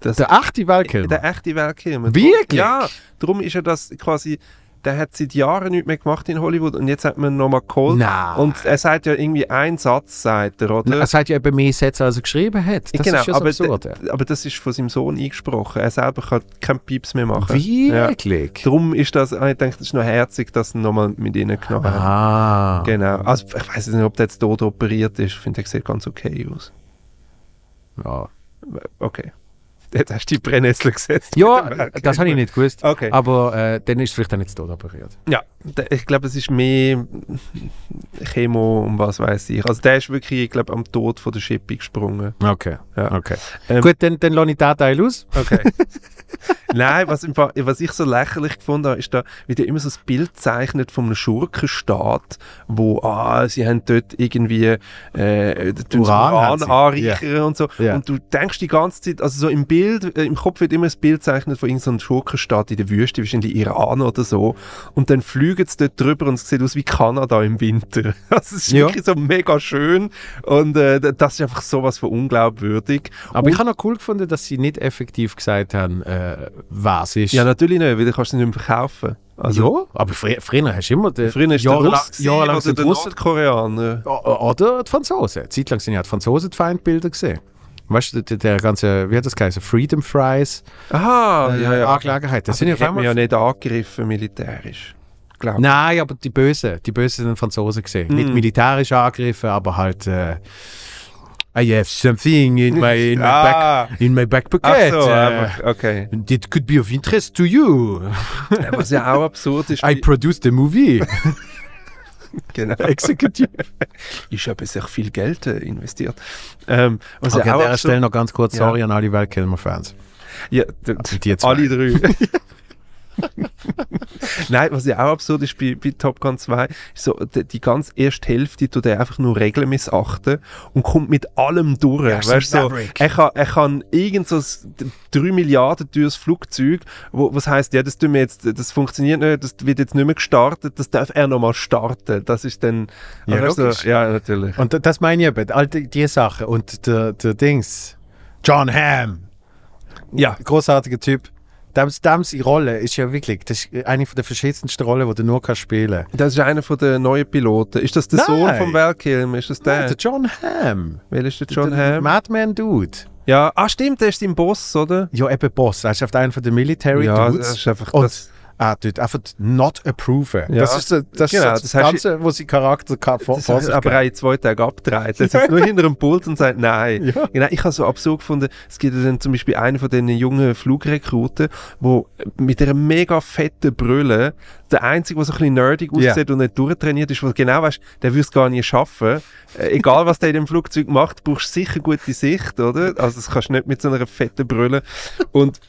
Speaker 2: Das,
Speaker 1: Der achte Weltkilmer.
Speaker 2: der echte Weltkirmer.
Speaker 1: Genau. Wirklich?
Speaker 2: Ja, darum ist er das quasi. Der hat seit Jahren nichts mehr gemacht in Hollywood und jetzt hat man ihn nochmal geholt.
Speaker 1: Nein.
Speaker 2: Und er sagt ja irgendwie einen Satz, sagt er, oder?
Speaker 1: Er sagt Also ja eben mehr Sätze, als er geschrieben hat. Das
Speaker 2: Ne? genau,
Speaker 1: ist ja so
Speaker 2: aber,
Speaker 1: absurd.
Speaker 2: d-
Speaker 1: ja.
Speaker 2: aber das ist von seinem Sohn eingesprochen. Er selber kann keinen Pieps mehr machen. Ja.
Speaker 1: Wirklich?
Speaker 2: Darum ist das, ah, ich denke, das ist noch herzig, dass sie nochmal mit ihnen genommen haben.
Speaker 1: Ah.
Speaker 2: Genau. Also, ich weiß nicht, ob der jetzt tot operiert ist. Ich finde, der sieht ganz okay aus.
Speaker 1: Ja,
Speaker 2: Okay. Jetzt hast du die Brennnessel gesetzt.
Speaker 1: ja
Speaker 2: Mit dem Werk.
Speaker 1: das habe ich nicht gewusst.
Speaker 2: Okay.
Speaker 1: Aber äh, dann ist es vielleicht auch nicht zu Tod operiert.
Speaker 2: Ja, der- ich glaube, es ist mehr Chemo und was weiß ich. Also, der ist wirklich, ich glaube, am Tod von der Schippe gesprungen.
Speaker 1: Okay.
Speaker 2: Ja.
Speaker 1: okay.
Speaker 2: Ähm,
Speaker 1: Gut, dann, dann lasse ich den Teil aus.
Speaker 2: Okay. Nein, was, im Fall- was ich so lächerlich gefunden habe, ist da, wie der immer so das Bild zeichnet von einem Schurkenstaat, wo, ah, sie haben dort irgendwie äh, dort
Speaker 1: Uran haben
Speaker 2: Uran
Speaker 1: sie.
Speaker 2: anreichern und so.
Speaker 1: Ja.
Speaker 2: Und du denkst die ganze Zeit, also so im Bild, äh, im Kopf wird immer das Bild zeichnet von irgendeinem Schurkenstaat in der Wüste, wahrscheinlich Iran oder so. Und dann fliegen sie dort drüber und es sieht aus wie Kanada im Winter. Also es ist
Speaker 1: Ja.
Speaker 2: wirklich so mega schön und äh, das ist einfach sowas von unglaubwürdig.
Speaker 1: Aber ich habe noch cool gefunden, dass sie nicht effektiv gesagt haben, äh, was ist.
Speaker 2: Ja, natürlich nicht, weil dann kannst du nicht mehr verkaufen. Also,
Speaker 1: ja aber frü früher hast du immer den.
Speaker 2: Früher ist
Speaker 1: jahrelang-
Speaker 2: der Russ
Speaker 1: jahrelang
Speaker 2: oder
Speaker 1: sind die
Speaker 2: der
Speaker 1: Russen
Speaker 2: Nordkoreaner.
Speaker 1: O- Oder die Franzosen. Zeitlang sind ja die Franzosen die Feindbilder gesehen. Weißt du, der, der ganze, wie hat das geheißen? Freedom Fries
Speaker 2: Aha,
Speaker 1: äh, Angelegenheit. Das sind ja auf
Speaker 2: die haben
Speaker 1: einmal.
Speaker 2: ja nicht angegriffen militärisch. Glaub.
Speaker 1: Nein, aber die Bösen, die Bösen sind die Franzosen gesehen. Nicht militärisch angegriffen, aber halt. Äh, I have something in my, in my,
Speaker 2: Ah.
Speaker 1: back, in my back
Speaker 2: Ach
Speaker 1: pocket.
Speaker 2: so,
Speaker 1: äh,
Speaker 2: einfach, okay.
Speaker 1: It could be of interest to you.
Speaker 2: Was ja auch absurd ist.
Speaker 1: I produced the movie.
Speaker 2: genau.
Speaker 1: Executive.
Speaker 2: Ich habe sehr viel Geld äh, investiert. Ähm, was
Speaker 1: Okay,
Speaker 2: ja
Speaker 1: an
Speaker 2: auch
Speaker 1: der
Speaker 2: absurd-
Speaker 1: Stelle noch ganz kurz,
Speaker 2: Ja.
Speaker 1: sorry an alle Weltkilmer-Fans.
Speaker 2: Ja, d-
Speaker 1: Also die zwei.
Speaker 2: alle drei. Nein, was ja auch absurd ist bei, bei Top Gun 2, ist so, die, die ganze erste Hälfte tut er einfach nur Regeln missachten und kommt mit allem durch.
Speaker 1: Ja, ist
Speaker 2: weißt,
Speaker 1: ein
Speaker 2: du, so,
Speaker 1: Maverick.
Speaker 2: er kann, er kann irgend so ein 3 Milliarden teures Flugzeug, wo, was heißt ja, das tun wir jetzt, das funktioniert nicht, das wird jetzt nicht mehr gestartet, das darf er nochmal starten. Das ist dann,
Speaker 1: Ja,
Speaker 2: also,
Speaker 1: logisch.
Speaker 2: ja natürlich.
Speaker 1: Und da- das meine ich eben, all die, die Sachen. Und der, der Dings, John Hamm,
Speaker 2: Ja,
Speaker 1: großartiger Typ. Dems, Dems Rolle ist ja wirklich, das ist eine von der verschiedensten Rollen, die du nur kannst spielen.
Speaker 2: das ist einer von den neuen Piloten. Ist das der
Speaker 1: Nein.
Speaker 2: Sohn von Val Kilmer? Ist das
Speaker 1: Nein,
Speaker 2: der?
Speaker 1: der John Hamm.
Speaker 2: Wer ist der John
Speaker 1: der
Speaker 2: Hamm?
Speaker 1: Madman Dude.
Speaker 2: Ja, ah stimmt, der ist dein Boss, oder?
Speaker 1: Ja, eben Boss. Er ist auf einen von den Military
Speaker 2: Ja,
Speaker 1: Dudes.
Speaker 2: das ist einfach
Speaker 1: und,
Speaker 2: das-
Speaker 3: antut. Einfach not approven.
Speaker 2: Ja.
Speaker 3: Das ist, so- das,
Speaker 2: Genau,
Speaker 3: ist so das,
Speaker 2: das hast
Speaker 3: Ganze, wo sie Charakter ka- vor,
Speaker 2: Das
Speaker 3: vor
Speaker 2: hat
Speaker 3: sich
Speaker 2: aber
Speaker 3: gab.
Speaker 2: auch in zwei Tagen abgedreht. Er sitzt nur hinter dem Pult und sagt Nein. Genau, ich habe so absurd gefunden, es gibt ja dann zum Beispiel einen von diesen jungen Flugrekruten, wo mit einer mega fetten Brille der Einzige, der so ein bisschen nerdig
Speaker 3: Ja.
Speaker 2: aussieht und nicht durchtrainiert ist, wo du genau weißt, der würde es gar nicht schaffen. Äh, egal, was der in dem Flugzeug macht, brauchst du sicher gute Sicht, oder? Also das kannst du nicht mit so einer fetten Brille. Und,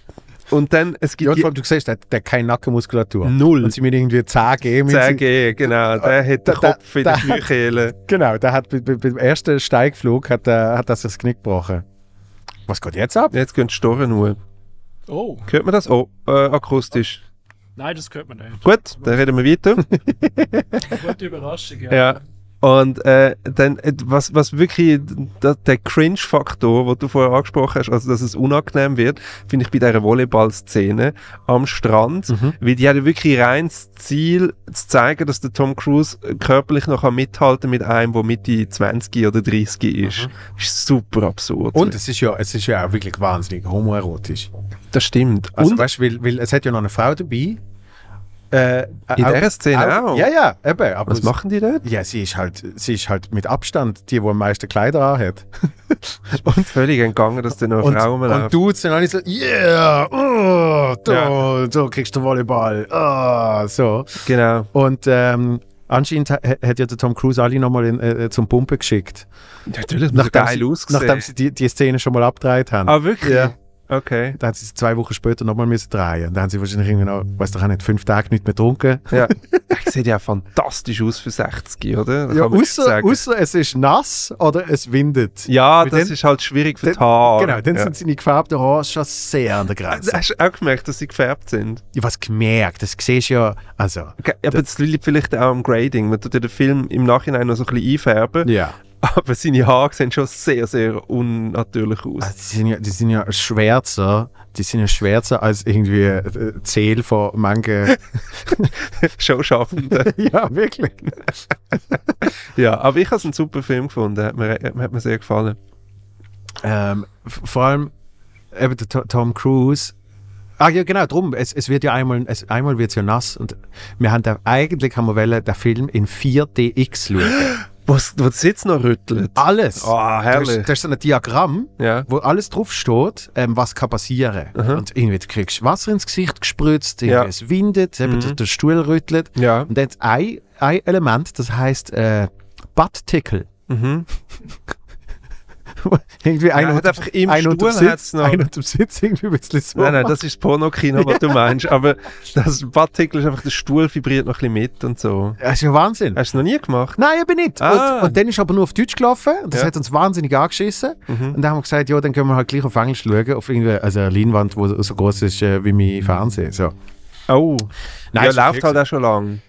Speaker 2: und dann, es
Speaker 3: Ja,
Speaker 2: gibt...
Speaker 3: und vor allem, du siehst, der hat der hat keine Nackenmuskulatur.
Speaker 2: Null.
Speaker 3: Und sie mir irgendwie 10 geben.
Speaker 2: die 10G, genau, der hat den
Speaker 3: Ah, Da- da-
Speaker 2: Kopf in der
Speaker 3: da-
Speaker 2: Kniekehle.
Speaker 3: Genau, der hat bei- bei- beim ersten Steigflug hat, er- hat er sich das Knick gebrochen. Was geht jetzt ab?
Speaker 2: Jetzt gehen die Storren hoch.
Speaker 9: Oh,
Speaker 2: Hört man das? Oh, äh, akustisch.
Speaker 9: nein, das hört man nicht.
Speaker 2: Gut, dann reden wir weiter.
Speaker 9: Gute Überraschung, ja.
Speaker 2: ja. Und äh, dann, äh, was, was wirklich da, der Cringe-Faktor, den du vorher angesprochen hast, also dass es unangenehm wird, finde ich bei dieser Volleyball-Szene am Strand, weil die hatten wirklich rein das Ziel, zu zeigen, dass der Tom Cruise körperlich noch kann mithalten mit einem, der Mitte 20 oder 30 ist. Ist super absurd.
Speaker 3: Und es ist ja, es ist ja auch wirklich wahnsinnig homoerotisch.
Speaker 2: das stimmt.
Speaker 3: Also,
Speaker 2: Und
Speaker 3: weißt du, weil, weil es hat ja noch eine Frau dabei. Äh,
Speaker 2: in
Speaker 3: auch-
Speaker 2: dieser Szene auch.
Speaker 3: Ja, ja, eben. Aber
Speaker 2: Was
Speaker 3: es-
Speaker 2: machen die dort?
Speaker 3: Ja, sie ist halt, sie ist halt mit Abstand die, die am meisten Kleider anhat.
Speaker 2: Und völlig entgangen, dass da noch
Speaker 3: Und,
Speaker 2: Frauen
Speaker 3: und du sind alle so, yeah, oh, da, da kriegst du Volleyball, ah, so.
Speaker 2: Genau.
Speaker 3: Und ähm, anscheinend ha- hat ja der Tom Cruise alle nochmal äh, zum Pumpen geschickt.
Speaker 2: Natürlich,
Speaker 3: sie, nachdem sie die, die Szene schon mal abgedreht haben.
Speaker 2: Ah, wirklich?
Speaker 3: Ja.
Speaker 2: Okay.
Speaker 3: Dann haben sie es zwei Wochen später nochmal müssen drehen. Und dann haben sie wahrscheinlich irgendwie noch, weiß doch auch nicht, fünf Tage nicht mehr getrunken.
Speaker 2: Ja. Er sieht ja fantastisch aus für 60, oder?
Speaker 3: Ja,
Speaker 2: Kann man echt
Speaker 3: außer,
Speaker 2: sagen.
Speaker 3: außer es ist nass oder es windet.
Speaker 2: ja
Speaker 3: Mit
Speaker 2: das
Speaker 3: den-
Speaker 2: ist halt schwierig für
Speaker 3: Dann-
Speaker 2: die Haare.
Speaker 3: Genau, dann
Speaker 2: ja.
Speaker 3: sind seine gefärbten Haare schon sehr an der Grenze.
Speaker 2: Hast du auch gemerkt, dass sie gefärbt sind?
Speaker 3: Ich habe es gemerkt, das siehst du ja, also...
Speaker 2: Okay, aber das liegt vielleicht auch am Grading. Man tut ja den Film im Nachhinein noch so ein bisschen einfärben,
Speaker 3: Ja.
Speaker 2: aber seine Haare sehen schon sehr, sehr unnatürlich aus.
Speaker 3: Also, die, sind ja, die sind ja schwärzer, die sind ja schwärzer als irgendwie äh, Zähl von manchen...
Speaker 2: Showschaffende.
Speaker 3: ja, wirklich.
Speaker 2: ja, aber ich habe es einen super Film gefunden. Hat mir, hat mir sehr gefallen.
Speaker 3: Ähm, v- vor allem eben der To- Tom Cruise. Ah ja, genau, drum. Es, es wird ja einmal, es, einmal wird's ja nass und wir haben da, eigentlich haben wir wollen, den Film in 4DX schauen.
Speaker 2: Was, was jetzt noch rüttelt?
Speaker 3: Alles.
Speaker 2: Ah, herrlich.
Speaker 3: Da ist, da ist so ein Diagramm,
Speaker 2: Ja.
Speaker 3: wo alles draufsteht, ähm, was kann passieren. Und irgendwie du kriegst Wasser ins Gesicht gespritzt, irgendwie
Speaker 2: Ja. Mhm.
Speaker 3: es windet, eben der, der Stuhl rüttelt.
Speaker 2: Ja.
Speaker 3: Und dann hat's ein, ein Element, das heißt äh, Butt-Tickle. irgendwie einer
Speaker 2: Mhm. Ja, hat
Speaker 3: unter-
Speaker 2: einfach im
Speaker 3: einer unter dem
Speaker 2: Stuhl hat's
Speaker 3: Sitz,
Speaker 2: noch-
Speaker 3: einer unter dem Sitz irgendwie ein bisschen so.
Speaker 2: Nein, nein, das ist das Pornokino, was du meinst. Aber das Badtickel ist einfach, der Stuhl vibriert noch ein bisschen mit und so.
Speaker 3: das ist ja Wahnsinn.
Speaker 2: Hast du es noch nie gemacht?
Speaker 3: Nein, eben nicht.
Speaker 2: Ah.
Speaker 3: Und, und dann ist aber nur auf Deutsch gelaufen und das
Speaker 2: Ja. Mhm.
Speaker 3: hat uns wahnsinnig angeschissen. Und dann haben wir gesagt, ja, dann können wir halt gleich auf Englisch schauen, auf irgendwie, also eine Leinwand, die so groß ist äh, wie mein Fernseher. So.
Speaker 2: Oh.
Speaker 3: Nein,
Speaker 2: ja,
Speaker 3: ist okay
Speaker 2: läuft halt auch schon lange.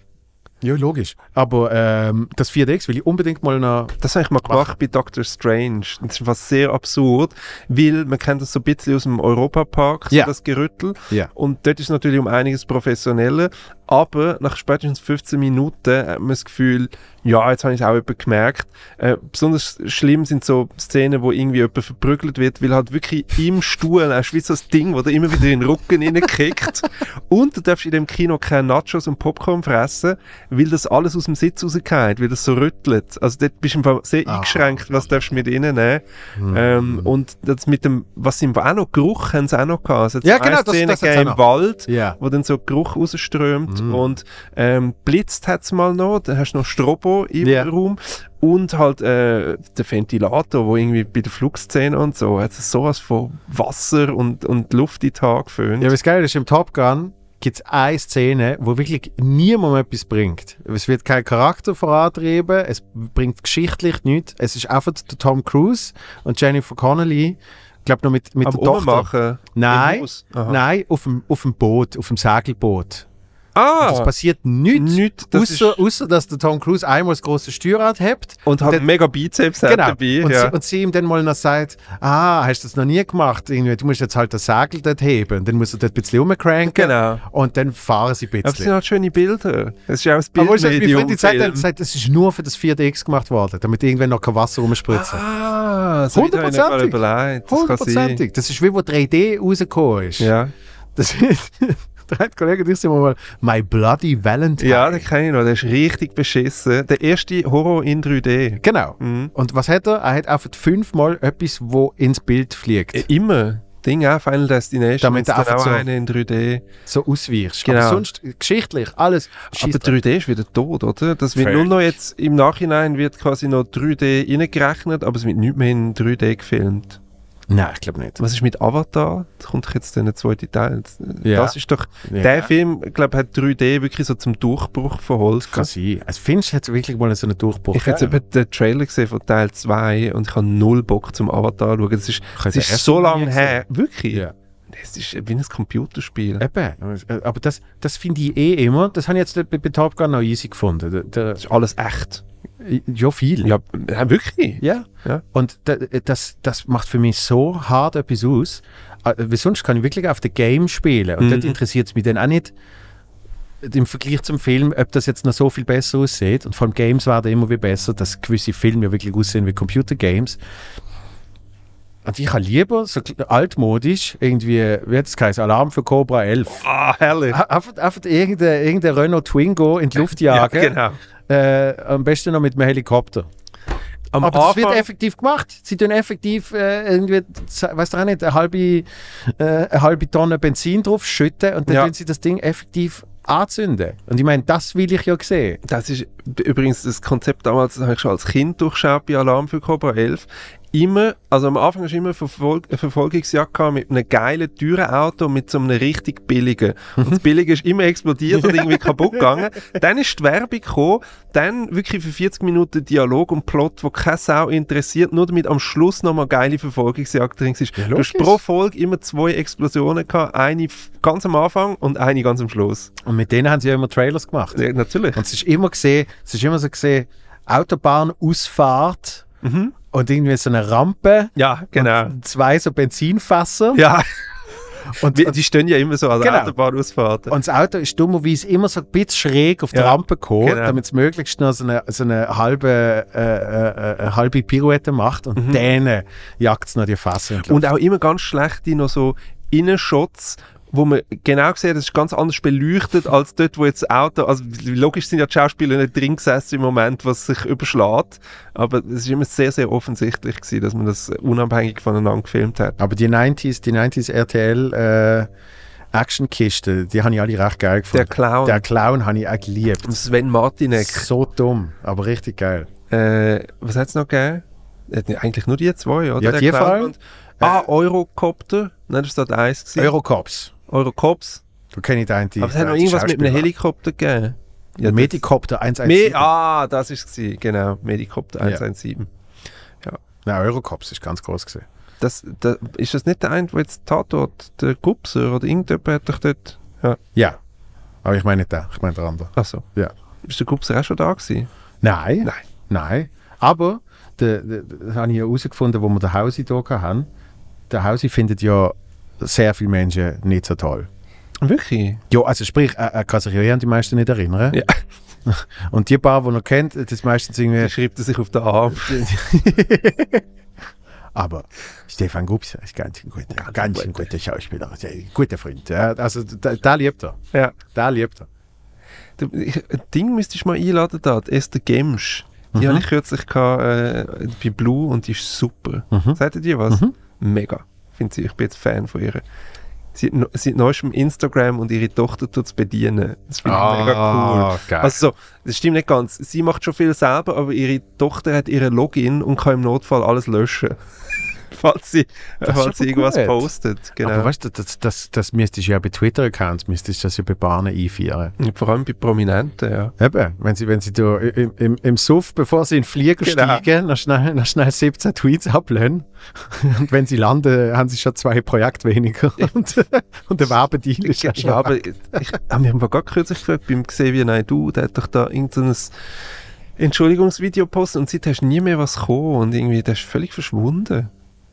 Speaker 3: Ja, logisch. Aber ähm, das 4DX will ich unbedingt mal noch...
Speaker 2: Das habe ich mal gemacht bei Doctor Strange. Das ist was sehr absurd, weil man kennt das so ein bisschen aus dem Europapark, so
Speaker 3: Ja.
Speaker 2: das Gerüttel.
Speaker 3: Ja.
Speaker 2: Und dort ist es natürlich um einiges professioneller. Aber nach spätestens 15 Minuten hat man das Gefühl, ja, jetzt habe ich es auch jemand gemerkt. Äh, besonders schlimm sind so Szenen, wo irgendwie jemand verprügelt wird, weil halt wirklich im Stuhl, auch wie so das Ding, wo der immer wieder in den Rücken reinkickt. Und du darfst in dem Kino keine Nachos und Popcorn fressen, weil das alles aus dem Sitz rausgeht, weil das so rüttelt. Also dort bist du im Fall sehr eingeschränkt, was darfst du mit innen nehmen.
Speaker 3: Hm.
Speaker 2: Ähm, und das mit dem, was sind auch noch, Geruch haben sie auch noch gehabt. Also Es hat
Speaker 3: Ja,
Speaker 2: so eine
Speaker 3: genau, das-
Speaker 2: Szene
Speaker 3: das hat's
Speaker 2: gegeben
Speaker 3: auch
Speaker 2: im
Speaker 3: noch.
Speaker 2: Wald,
Speaker 3: Ja. Hm.
Speaker 2: wo dann so Geruch rausströmt und ähm, blitzt hat's mal noch, dann hast du noch Strobo im
Speaker 3: Ja.
Speaker 2: Raum und halt äh, der Ventilator, wo irgendwie bei der Flugszene und so, hat es sowas von Wasser und, und Luft in den Tag geföhnt.
Speaker 3: Ja, aber das Geile ist, im Top Gun gibt es eine Szene, wo wirklich niemandem etwas bringt. Es wird kein Charakter vorantrieben, es bringt geschichtlich nichts. Es ist einfach der Tom Cruise und Jennifer Connelly, ich glaube noch mit, mit
Speaker 2: Am
Speaker 3: der Tochter.
Speaker 2: Ummachen? Im
Speaker 3: Nein,
Speaker 2: Haus? Aha.
Speaker 3: nein auf, dem, auf dem Boot, auf dem Segelboot.
Speaker 2: Ah!
Speaker 3: Es passiert nichts,
Speaker 2: Nichts, das
Speaker 3: außer, außer dass der Tom Cruise einmal das große Steuerrad hebt
Speaker 2: und hat
Speaker 3: der-
Speaker 2: mega Bizeps hat
Speaker 3: Genau.
Speaker 2: dabei.
Speaker 3: und,
Speaker 2: ja.
Speaker 3: sie, und sie ihm dann mal noch sagt, ah, hast du das noch nie gemacht? Irgendwie, du musst jetzt halt das Segel dort heben. Und dann musst du dort ein bisschen rumcranken.
Speaker 2: Genau.
Speaker 3: Und dann fahren sie ein
Speaker 2: aber es sind
Speaker 3: bisschen.
Speaker 2: halt schöne Bilder. Es ist ja auch ein
Speaker 3: Aber ich habe mir die Zeit
Speaker 2: Bildmedium.
Speaker 3: gesagt, es ist nur für das 4DX gemacht worden, damit irgendwann noch kein Wasser rumspritzen.
Speaker 2: Ah, so weit habe ich nicht mal
Speaker 3: Hundertprozentig.
Speaker 2: überlegt. Das kann sein.
Speaker 3: Hundertprozentig. Das ist wie wo 3D rausgekommen ist.
Speaker 2: Ja.
Speaker 3: Das ist der eine Kollege und ich sind wir mal My Bloody Valentine.
Speaker 2: Ja, den kenne ich noch. Der ist richtig beschissen. Der erste Horror in 3D.
Speaker 3: Genau.
Speaker 2: Mhm.
Speaker 3: Und was hat er? Er hat einfach fünfmal etwas, wo ins Bild fliegt.
Speaker 2: Äh, Immer. Ding auch Final Destination.
Speaker 3: Damit
Speaker 2: jetzt
Speaker 3: der
Speaker 2: dann auch
Speaker 3: einfach so-
Speaker 2: einen in 3D.
Speaker 3: so ausweichst.
Speaker 2: Genau.
Speaker 3: Aber sonst äh, geschichtlich, alles.
Speaker 2: Aber
Speaker 3: Scheissdreck.
Speaker 2: 3D ist wieder tot, oder? Das wird nur noch jetzt im Nachhinein wird quasi noch 3D reingerechnet, aber es wird nicht mehr in 3D gefilmt.
Speaker 3: Nein, ich glaube nicht.
Speaker 2: Was ist mit Avatar? Da kommt doch jetzt dann der zweite Teil.
Speaker 3: Ja.
Speaker 2: Das ist doch.
Speaker 3: Ja.
Speaker 2: Der Film, glaube hat 3D wirklich so zum Durchbruch verholfen.
Speaker 3: Kann sein. Also findest du jetzt wirklich mal so einen Durchbruch?
Speaker 2: Ich habe jetzt eben den Trailer gesehen von Teil 2 und ich habe null Bock zum Avatar zu schauen. Das ist,
Speaker 3: habe
Speaker 2: das
Speaker 3: den
Speaker 2: ist
Speaker 3: ersten
Speaker 2: so
Speaker 3: noch
Speaker 2: lange
Speaker 3: nie
Speaker 2: her. Wirklich?
Speaker 3: Ja.
Speaker 2: Das ist wie ein Computerspiel.
Speaker 3: Eben. Aber das, das finde ich eh immer. Das habe ich jetzt bei, bei Top Gun noch easy gefunden. Der, der,
Speaker 2: Das ist alles echt.
Speaker 3: ja, viel.
Speaker 2: Ja, ja wirklich?
Speaker 3: Ja.
Speaker 2: Ja.
Speaker 3: Und da- das, das macht für mich so hart etwas aus. Äh, Weil sonst kann ich wirklich auf den Game spielen. Und
Speaker 2: Mhm.
Speaker 3: dort interessiert es mich dann auch nicht im Vergleich zum Film, ob das jetzt noch so viel besser aussieht. Und vor allem Games werden immer wie besser, dass gewisse Filme ja wirklich aussehen wie Computergames. Und ich habe lieber so kl- altmodisch irgendwie, wie hat es geheißen, Alarm für Cobra 11.
Speaker 2: Ah, herrlich.
Speaker 3: Ha- Einfach, einfach irgendein, irgendein Renault Twingo in die Luft jagen.
Speaker 2: genau.
Speaker 3: äh, am besten noch mit einem Helikopter.
Speaker 2: Am
Speaker 3: Aber das wird
Speaker 2: Anfang-
Speaker 3: effektiv gemacht. Sie tun effektiv äh, irgendwie, weißt du auch nicht, eine halbe, äh, eine halbe Tonne Benzin drauf schütten und dann
Speaker 2: Ja.
Speaker 3: tun sie das Ding effektiv anzünden. Und ich meine, das will ich ja sehen.
Speaker 2: Das ist übrigens das Konzept damals, das habe ich schon als Kind durchschaut bei Alarm für Cobra 11. Immer, also am Anfang hast du immer Verfolg eine Verfolgungsjagd gehabt mit einem geilen, teuren Auto und mit so einem richtig billigen. Und das billige ist immer explodiert und irgendwie kaputt gegangen. Dann ist die Werbung gekommen, dann wirklich für 40 Minuten Dialog und Plot, wo keine Sau interessiert, nur damit am Schluss nochmal geile Verfolgungsjagd drin ist. du hast
Speaker 3: logisch.
Speaker 2: pro Folge immer zwei Explosionen gehabt, eine f- ganz am Anfang und eine ganz am Schluss.
Speaker 3: Und mit denen haben sie ja immer Trailers gemacht.
Speaker 2: Ja, natürlich.
Speaker 3: Und es ist immer gesehen, es ist immer so gesehen, Autobahnausfahrt
Speaker 2: Mhm.
Speaker 3: und irgendwie so eine Rampe,
Speaker 2: Ja, genau.
Speaker 3: zwei so Benzinfässer.
Speaker 2: Ja.
Speaker 3: Und,
Speaker 2: Wie- die stehen ja immer so an der
Speaker 3: Genau.
Speaker 2: Autobahnausfahrten.
Speaker 3: Und das Auto ist dummerweise immer so ein bisschen schräg auf die
Speaker 2: Ja,
Speaker 3: Rampe gekommen,
Speaker 2: genau.
Speaker 3: damit es möglichst noch so eine, so eine halbe, äh, äh, äh, eine halbe Pirouette macht und denen jagt es noch die Fassung. entlang.
Speaker 2: Mhm. Und auch immer ganz schlechte noch so Innenshots, wo man genau sieht, das ist ganz anders beleuchtet als dort, wo jetzt das Auto, also logisch sind ja die Schauspieler nicht drin gesessen im Moment, was sich überschlägt, aber es ist immer sehr, sehr offensichtlich gewesen, dass man das unabhängig voneinander gefilmt hat.
Speaker 3: Aber die 90s, die 90s RTL äh, Action-Kiste, die habe ich alle recht geil
Speaker 2: Der
Speaker 3: gefunden.
Speaker 2: Clown.
Speaker 3: Der Clown habe ich auch geliebt.
Speaker 2: Sven Martinek,
Speaker 3: So dumm, aber richtig geil.
Speaker 2: äh, was hat es noch gegeben? Äh, Eigentlich nur die zwei, oder?
Speaker 3: Ja,
Speaker 2: Der
Speaker 3: die
Speaker 2: Clown
Speaker 3: vor allem.
Speaker 2: und- Ah, Eurocopter, nein, das war dort eins. gewesen.
Speaker 3: Eurocops.
Speaker 2: Eurocops.
Speaker 3: Da kenne ich den einen.
Speaker 2: Aber es hat noch irgendwas mit einem Helikopter gegeben. Ja, das-
Speaker 3: Medikopter 117.
Speaker 2: Me ah, das ist es, genau. Medikopter 117.
Speaker 3: Nein, Eurocops ist ganz groß gesehen.
Speaker 2: Das, da, ist das nicht der eine, der jetzt Tatort, der Gubser oder irgendjemand hat doch dort. Ja,
Speaker 3: Ja. Aber ich meine nicht den, ich meine den anderen.
Speaker 2: achso.
Speaker 3: Ja.
Speaker 2: Ist der Gubser auch schon da gewesen?
Speaker 3: Nein.
Speaker 2: Nein.
Speaker 3: Nein. Aber, de, de, das habe ich ja herausgefunden, wo wir den Hausi hier haben. Der Hausi findet ja sehr viele Menschen nicht so toll.
Speaker 2: Wirklich?
Speaker 3: Ja, also sprich, er, er kann sich ja eh an die meisten nicht erinnern.
Speaker 2: Ja.
Speaker 3: Und die paar, die er kennt, das ist meistens irgendwie...
Speaker 2: Er schreibt er sich auf den Arm.
Speaker 3: Aber Stefan Gups ist ganz ein guter, ganz ein guter Schauspieler, sehr guter Freund. Ja, also da, da liebt er,
Speaker 2: ja.
Speaker 3: da liebt er.
Speaker 2: Du, ich, ein Ding müsstest du mal einladen da, die Esther Gemsch. Die
Speaker 3: Mhm.
Speaker 2: habe ich kürzlich gehabt, äh, bei Blue und die ist super.
Speaker 3: Mhm.
Speaker 2: Sagt ihr die was? Mega. Finde sie, ich bin jetzt Fan von ihr. Sie hat neu- sie hat neues im Instagram und ihre Tochter tut es bedienen. Das finde ich
Speaker 3: Ah,
Speaker 2: mega cool.
Speaker 3: geil.
Speaker 2: Also so, das stimmt nicht ganz. Sie macht schon viel selber, aber ihre Tochter hat ihre Login und kann im Notfall alles löschen. falls sie,
Speaker 3: ist
Speaker 2: falls sie
Speaker 3: aber
Speaker 2: irgendwas
Speaker 3: gut.
Speaker 2: postet. Genau.
Speaker 3: Aber weißt du, das, das, das müsstest du ja bei Twitter-Accounts, müsstest du das ja bei Bahnen einführen.
Speaker 2: Vor allem bei Prominenten, ja.
Speaker 3: Eben, wenn sie, wenn sie da im, im, im Suff, bevor sie in den Flieger
Speaker 2: Genau.
Speaker 3: steigen, noch schnell, noch schnell 17 Tweets ablehnen. Und wenn sie landen, haben sie schon zwei Projekte weniger. Und, und der Werbedeal ist ja schon.
Speaker 2: Ja, aber ich, ich ah, habe mich gerade kürzlich gefragt, beim Xavier Naidoo, der hat doch da irgendein Entschuldigungsvideo gepostet und seitdem hast du nie mehr was gekommen und irgendwie, der ist völlig verschwunden.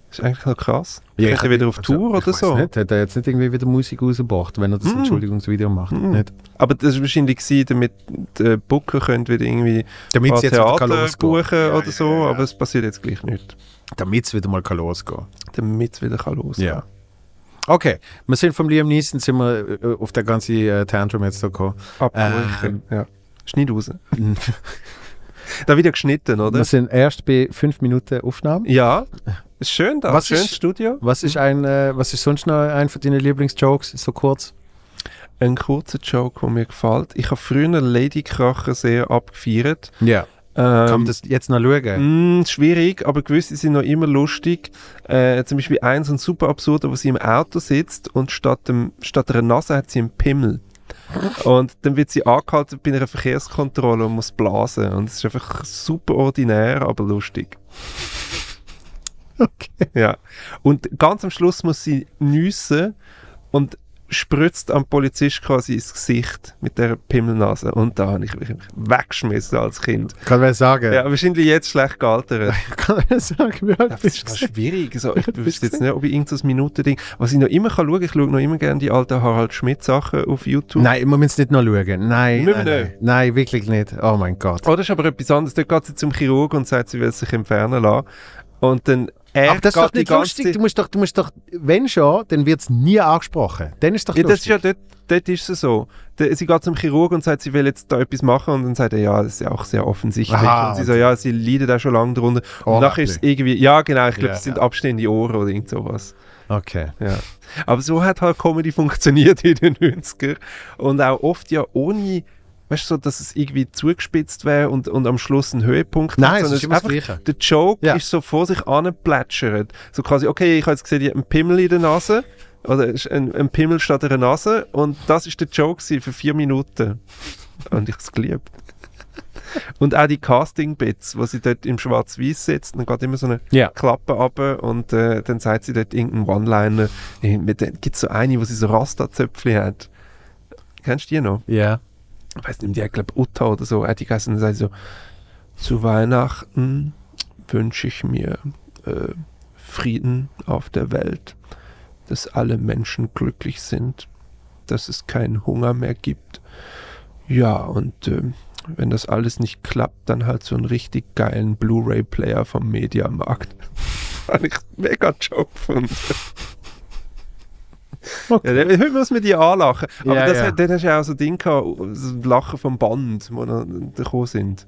Speaker 2: Das ist eigentlich noch krass. Ja, ich wieder auf Tour
Speaker 3: ich
Speaker 2: oder
Speaker 3: weiss
Speaker 2: so.
Speaker 3: Nicht, hat er jetzt nicht irgendwie wieder Musik rausgebracht, wenn er
Speaker 2: Mhm.
Speaker 3: das Entschuldigungsvideo macht? Nicht.
Speaker 2: Aber das war wahrscheinlich, gewesen, damit die Booker können wieder irgendwie
Speaker 3: Damit
Speaker 2: an
Speaker 3: sie jetzt wieder kann losgehen.
Speaker 2: buchen
Speaker 3: Ja,
Speaker 2: oder
Speaker 3: ja,
Speaker 2: so,
Speaker 3: ja, ja.
Speaker 2: aber es passiert jetzt gleich nicht.
Speaker 3: Damit es wieder mal kann losgehen
Speaker 2: Damit es wieder kann losgehen
Speaker 3: Ja. Okay, wir sind vom Liam Neeson sind wir äh, auf der ganzen äh, Tantrum jetzt da gekommen. Ähm.
Speaker 2: Abbrüche. ja. Schneid raus. da wieder geschnitten, oder?
Speaker 3: Wir sind erst bei 5 Minuten Aufnahme.
Speaker 2: ja. Ist schön da.
Speaker 3: Was
Speaker 2: Schönes
Speaker 3: ist-
Speaker 2: Studio.
Speaker 3: Was ist, ein, äh, was ist sonst noch ein von deinen Lieblingsjokes, so kurz?
Speaker 2: Ein kurzer Joke, der mir gefällt. Ich habe früher Lady Kracher sehr abgefeiert.
Speaker 3: Ja.
Speaker 2: Ähm,
Speaker 3: Kann man das jetzt noch schauen?
Speaker 2: Mm, schwierig, aber gewisse sind noch immer lustig. Äh, zum Beispiel eins und super absurd, wo sie im Auto sitzt und statt, dem, statt einer Nase hat sie einen Pimmel. Und dann wird sie angehalten bei einer Verkehrskontrolle und muss blasen. Und es ist einfach super ordinär, aber lustig. Okay. Ja. Und ganz am Schluss muss sie nüssen und spritzt am Polizist quasi ins Gesicht mit der Pimmelnase. Und da habe ich mich weggeschmissen als Kind.
Speaker 3: Kann man sagen?
Speaker 2: Ja, wahrscheinlich jetzt schlecht gealtert.
Speaker 3: Kann man sagen, wie alt
Speaker 2: Ja, das
Speaker 3: bist
Speaker 2: ist
Speaker 3: du?
Speaker 2: schwierig. Also, ich wüsste jetzt nicht, ob ich irgendein Minuten-Ding. Was ich noch immer kann schauen kann, ich schaue noch immer gerne die alten Harald Schmidt-Sachen auf YouTube.
Speaker 3: Nein, wir müssen es nicht noch schauen. Nein,
Speaker 2: Müssen wir
Speaker 3: nein, nein.
Speaker 2: nicht?
Speaker 3: nein, wirklich nicht. Oh mein Gott.
Speaker 2: Oder ist aber etwas anderes. Dort geht sie zum Chirurg und sagt, sie will sich entfernen lassen. Und dann er
Speaker 3: Aber das ist
Speaker 2: geht
Speaker 3: doch
Speaker 2: die
Speaker 3: nicht
Speaker 2: ganze
Speaker 3: lustig.
Speaker 2: Zeit-
Speaker 3: Du musst doch, du musst doch, wenn schon, dann wird es nie angesprochen. Dann ist doch
Speaker 2: Ja, das ist
Speaker 3: lustig.
Speaker 2: ja dort, dort ist es so. Da- Sie geht zum Chirurg und sagt, sie will jetzt da etwas machen und dann sagt er, ja, das ist ja auch sehr offensichtlich.
Speaker 3: Aha.
Speaker 2: und sie so, ja, sie leidet da schon lange drunter.
Speaker 3: Oh,
Speaker 2: und nachher ist es irgendwie, ja genau, ich glaube,
Speaker 3: Ja,
Speaker 2: es sind
Speaker 3: ja.
Speaker 2: abstehende Ohren oder irgend sowas.
Speaker 3: Okay.
Speaker 2: Ja. Aber so hat halt Comedy funktioniert in den 90er. Und auch oft ja ohne, weißt du, so, dass es irgendwie zugespitzt wäre und, und am Schluss einen Höhepunkt
Speaker 3: Nein, es
Speaker 2: sondern
Speaker 3: ist immer das
Speaker 2: einfach-
Speaker 3: Gleiche.
Speaker 2: Der Joke
Speaker 3: Ja.
Speaker 2: ist so vor sich angeplätschert. So quasi, okay, ich habe jetzt gesehen, die hat einen Pimmel in der Nase. Oder ist ein, ein Pimmel statt einer Nase. Und das ist der Joke gewesen für vier Minuten. Und ich habe es geliebt. Und auch die Casting-Bits, wo sie dort im Schwarz-Weiß sitzt, dann geht immer so eine
Speaker 3: Ja.
Speaker 2: Klappe ab und äh, dann sagt sie dort irgendeinen One-Liner. Äh, mit- Dann gibt es so eine, wo sie so Rasta-Zöpfli hat. Kennst du die noch?
Speaker 3: Ja.
Speaker 2: Ich weiß nicht, die hat, glaube Uta oder so, hat die geheißen, dann sagt sie so, zu Weihnachten wünsche ich mir äh, Frieden auf der Welt, dass alle Menschen glücklich sind, dass es keinen Hunger mehr gibt. Ja, und ähm, wenn das alles nicht klappt, dann halt so einen richtig geilen Blu-ray-Player vom Mediamarkt. Fand ich mega Job von. Ja, dann heute muss man die anlachen. Aber
Speaker 3: Ja,
Speaker 2: das,
Speaker 3: ja.
Speaker 2: dann hast du ja auch so ein Ding gehabt, so ein Lachen vom Band, wo wir da gekommen sind.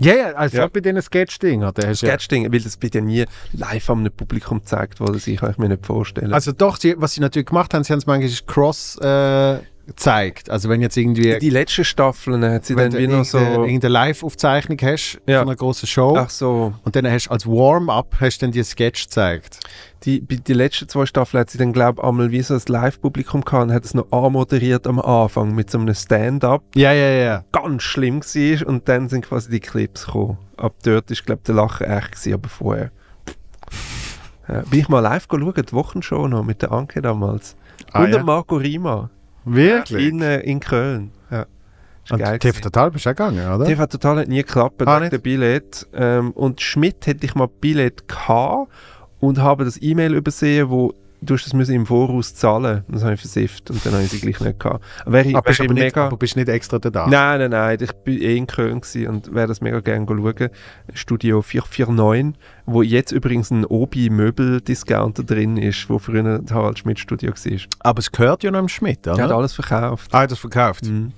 Speaker 3: Ja, ja, also
Speaker 2: Ja.
Speaker 3: bei diesen Sketch-Dingen. oder? Hast du ja-
Speaker 2: Sketch-Ding, weil das wird ja nie live am Publikum gezeigt worden, das kann ich mir nicht vorstellen.
Speaker 3: Also doch, sie, was sie natürlich gemacht haben, sie haben es manchmal cross äh, gezeigt. Also wenn jetzt irgendwie...
Speaker 2: die letzten Staffeln hat sie dann
Speaker 3: wenn du
Speaker 2: wie noch so.
Speaker 3: irgendeine, irgendeine Live-Aufzeichnung hast
Speaker 2: Ja.
Speaker 3: von einer großen Show
Speaker 2: Ach so,
Speaker 3: und dann hast du als Warm-up hast du dann die Sketch gezeigt.
Speaker 2: die, bei- die letzten zwei Staffeln hat sie dann, glaube ich, einmal wie so ein Live-Publikum gehabt und hat es noch anmoderiert am Anfang mit so einem Stand-up.
Speaker 3: Ja, ja, ja.
Speaker 2: Ganz schlimm war und dann sind quasi die Clips gekommen. Ab dort ist, glaube ich, der Lachen echt, gewesen, aber vorher. Ja, bin ich mal live schauen, die Wochenshow noch mit der Anke damals.
Speaker 3: Ah,
Speaker 2: und
Speaker 3: ja?
Speaker 2: der Marco Rima
Speaker 3: Wirklich?
Speaker 2: in, äh, in Köln. Ja. Ist
Speaker 3: Und
Speaker 2: geil
Speaker 3: TV
Speaker 2: gewesen.
Speaker 3: Total bist du auch gegangen, oder?
Speaker 2: TV Total hat nie geklappt,
Speaker 3: Ah,
Speaker 2: ah, der Billett. Ähm, und Schmidt hätte ich mal Billett gehabt und habe das E-Mail übersehen, wo du hast das müssen im Voraus zahlen. Das habe ich versifft und dann habe ich sie gleich nicht gehabt. Wäre ich,
Speaker 3: aber, Ah, bist
Speaker 2: wäre ich
Speaker 3: aber, nicht,
Speaker 2: mega...
Speaker 3: aber bist nicht extra da.
Speaker 2: Nein, nein, nein, ich bin eh in Köln gewesen und wäre das mega gerne schauen. Studio 449, wo jetzt übrigens ein Obi-Möbel-Discounter drin ist, wo früher das Harald Schmidt-Studio war.
Speaker 3: Aber es gehört ja noch im Schmidt,
Speaker 2: Er hat
Speaker 3: oder?
Speaker 2: alles verkauft.
Speaker 3: Ah, er hat das verkauft.
Speaker 2: Mhm.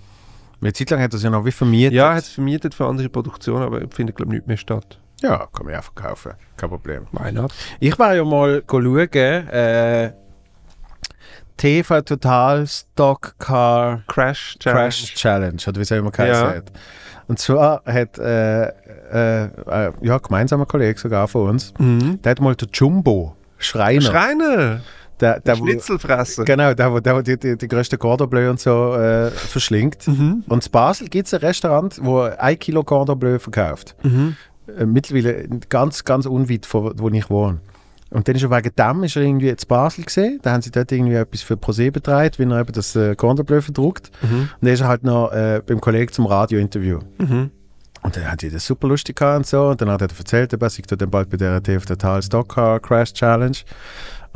Speaker 3: Eine Zeit lang hat das ja noch wie vermietet.
Speaker 2: Ja, er hat es vermietet für andere Produktionen, aber findet, glaube ich, nicht mehr statt.
Speaker 3: ja kann man ja verkaufen. Kein Problem.
Speaker 2: Why not?
Speaker 3: Ich war ja mal schauen, äh, TV Total Stock Car
Speaker 2: Crash Challenge.
Speaker 3: Crash Challenge, oder wie es auch immer geheißen
Speaker 2: Ja.
Speaker 3: hat. Und zwar hat äh, äh, äh, ja, ein gemeinsamer Kollege sogar von uns,
Speaker 2: Mhm.
Speaker 3: der hat mal den Jumbo Schreiner.
Speaker 2: Schreiner,
Speaker 3: der, der, wo-
Speaker 2: Schnitzelfresser.
Speaker 3: Genau, der, wo- der, wo die, die, die grössten Cordon Bleu und so äh, verschlingt.
Speaker 2: Mhm.
Speaker 3: Und in Basel gibt es ein Restaurant, wo ein Kilo Cordon Bleu verkauft.
Speaker 2: Mhm.
Speaker 3: Äh, mittlerweile ganz, ganz unweit von wo ich wohne. Und dann ist er wegen dem ist er irgendwie in Basel gesehen. Da haben sie dort irgendwie etwas für Prosé betreut, wenn er eben das äh, Cordon Bleu verdruckt.
Speaker 2: Mhm.
Speaker 3: Und dann ist er halt noch äh, beim Kollegen zum Radiointerview.
Speaker 2: Mhm.
Speaker 3: Und dann hat die das super lustig gehabt und so. Und dann hat er erzählt, eben, ich dann bald bei der TF Total Stock Car Crash Challenge.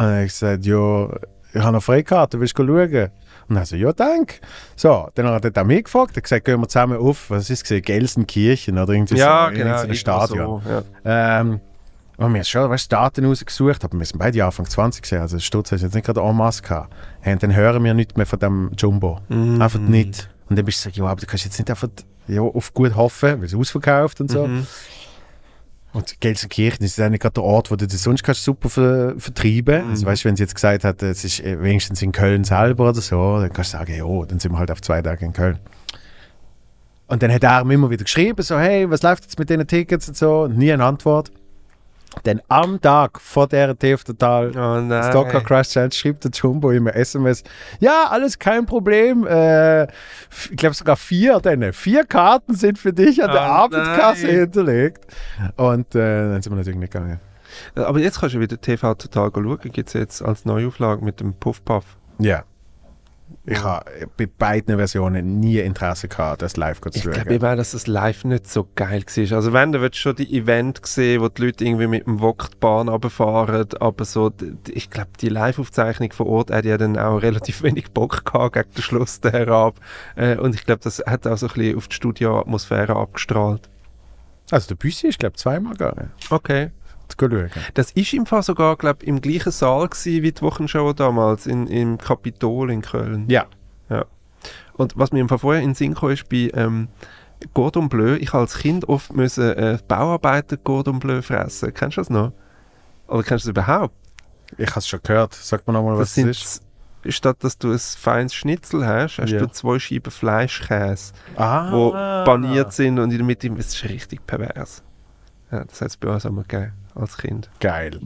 Speaker 3: Und dann habe ich gesagt, ja, ich habe noch Freikarte, willst du schauen? Und dann so, ja, danke. So, dann hat er dann mich gefragt, er hat gesagt, gehen wir zusammen auf, was ist es, gewesen? Gelsenkirchen oder irgendwie
Speaker 2: Ja,
Speaker 3: so,
Speaker 2: genau.
Speaker 3: so ein
Speaker 2: irgendwo
Speaker 3: Stadion.
Speaker 2: So, ja.
Speaker 3: Ähm, Wir haben schon weißt, Daten rausgesucht, aber wir sind beide Anfang 20 gewesen, also Stutz hast du jetzt nicht gerade en masse gehabt. Hey, und dann hören wir nichts mehr von dem Jumbo. Einfach nicht. Und dann bist du so, ja, aber du kannst jetzt nicht einfach ja, auf gut hoffen, weil es ausverkauft und so. Und Gelsenkirchen ist eigentlich gerade der Ort, wo du das sonst kannst super ver vertreiben Also weißt du, wenn sie jetzt gesagt hat, es ist äh, wenigstens in Köln selber oder so, dann kannst du sagen, ja, dann sind wir halt auf zwei Tage in Köln. Und dann hat er mir immer wieder geschrieben, so, hey, was läuft jetzt mit den Tickets und so, und nie eine Antwort. Denn am Tag vor der TF Total
Speaker 2: Oh nein.
Speaker 3: Stalker Crash Challenge schrieb der Jumbo immer SMS, ja, alles kein Problem, äh, f- ich glaube sogar vier, deine vier Karten sind für dich an der
Speaker 2: Oh
Speaker 3: Abendkasse
Speaker 2: nein.
Speaker 3: hinterlegt. Und äh, dann sind wir natürlich nicht gegangen.
Speaker 2: Aber jetzt kannst du wieder TV total schauen. Gibt es jetzt als Neuauflage mit dem Puff Puff.
Speaker 3: Ja. Ich habe bei beiden Versionen nie Interesse gehabt, das live zu
Speaker 2: Ich
Speaker 3: schauen.
Speaker 2: glaube eben auch, dass das live nicht so geil war. Also wenn, dann würdest du schon die Event sehen, wo die Leute irgendwie mit dem Wok die Bahn runterfahren, aber so, d- d- ich glaube, die Live-Aufzeichnung vor Ort hat ja dann auch relativ wenig Bock gehabt gegen den Schluss da herab. Äh, und ich glaube, das hat auch so ein bisschen auf die Studioatmosphäre abgestrahlt.
Speaker 3: also der Büssi ist, glaube ich, zweimal gegangen.
Speaker 2: Okay.
Speaker 3: Zu schauen.
Speaker 2: Das ist im Fall sogar, glaube ich, im gleichen Saal gewesen wie die Wochenshow damals, in, im Kapitol in Köln.
Speaker 3: Ja.
Speaker 2: Und was mir im Fall vorher in den Sinn kam, ist bei ähm, Gordon Bleu, ich habe als Kind oft müssen, äh, Bauarbeiter Gordon Bleu fressen. Kennst du das noch? Oder kennst du das überhaupt?
Speaker 3: Ich habe es schon gehört. Sag mir nochmal, was
Speaker 2: das
Speaker 3: es
Speaker 2: sind,
Speaker 3: ist.
Speaker 2: z- Statt dass du ein feines Schnitzel hast, hast
Speaker 3: Ja.
Speaker 2: du zwei Scheiben Fleischkäse,
Speaker 3: Ah.
Speaker 2: die paniert sind und in der Mitte, es ist richtig pervers. Ja, das hat es bei uns auch mal gegeben, als Kind.
Speaker 3: Geil.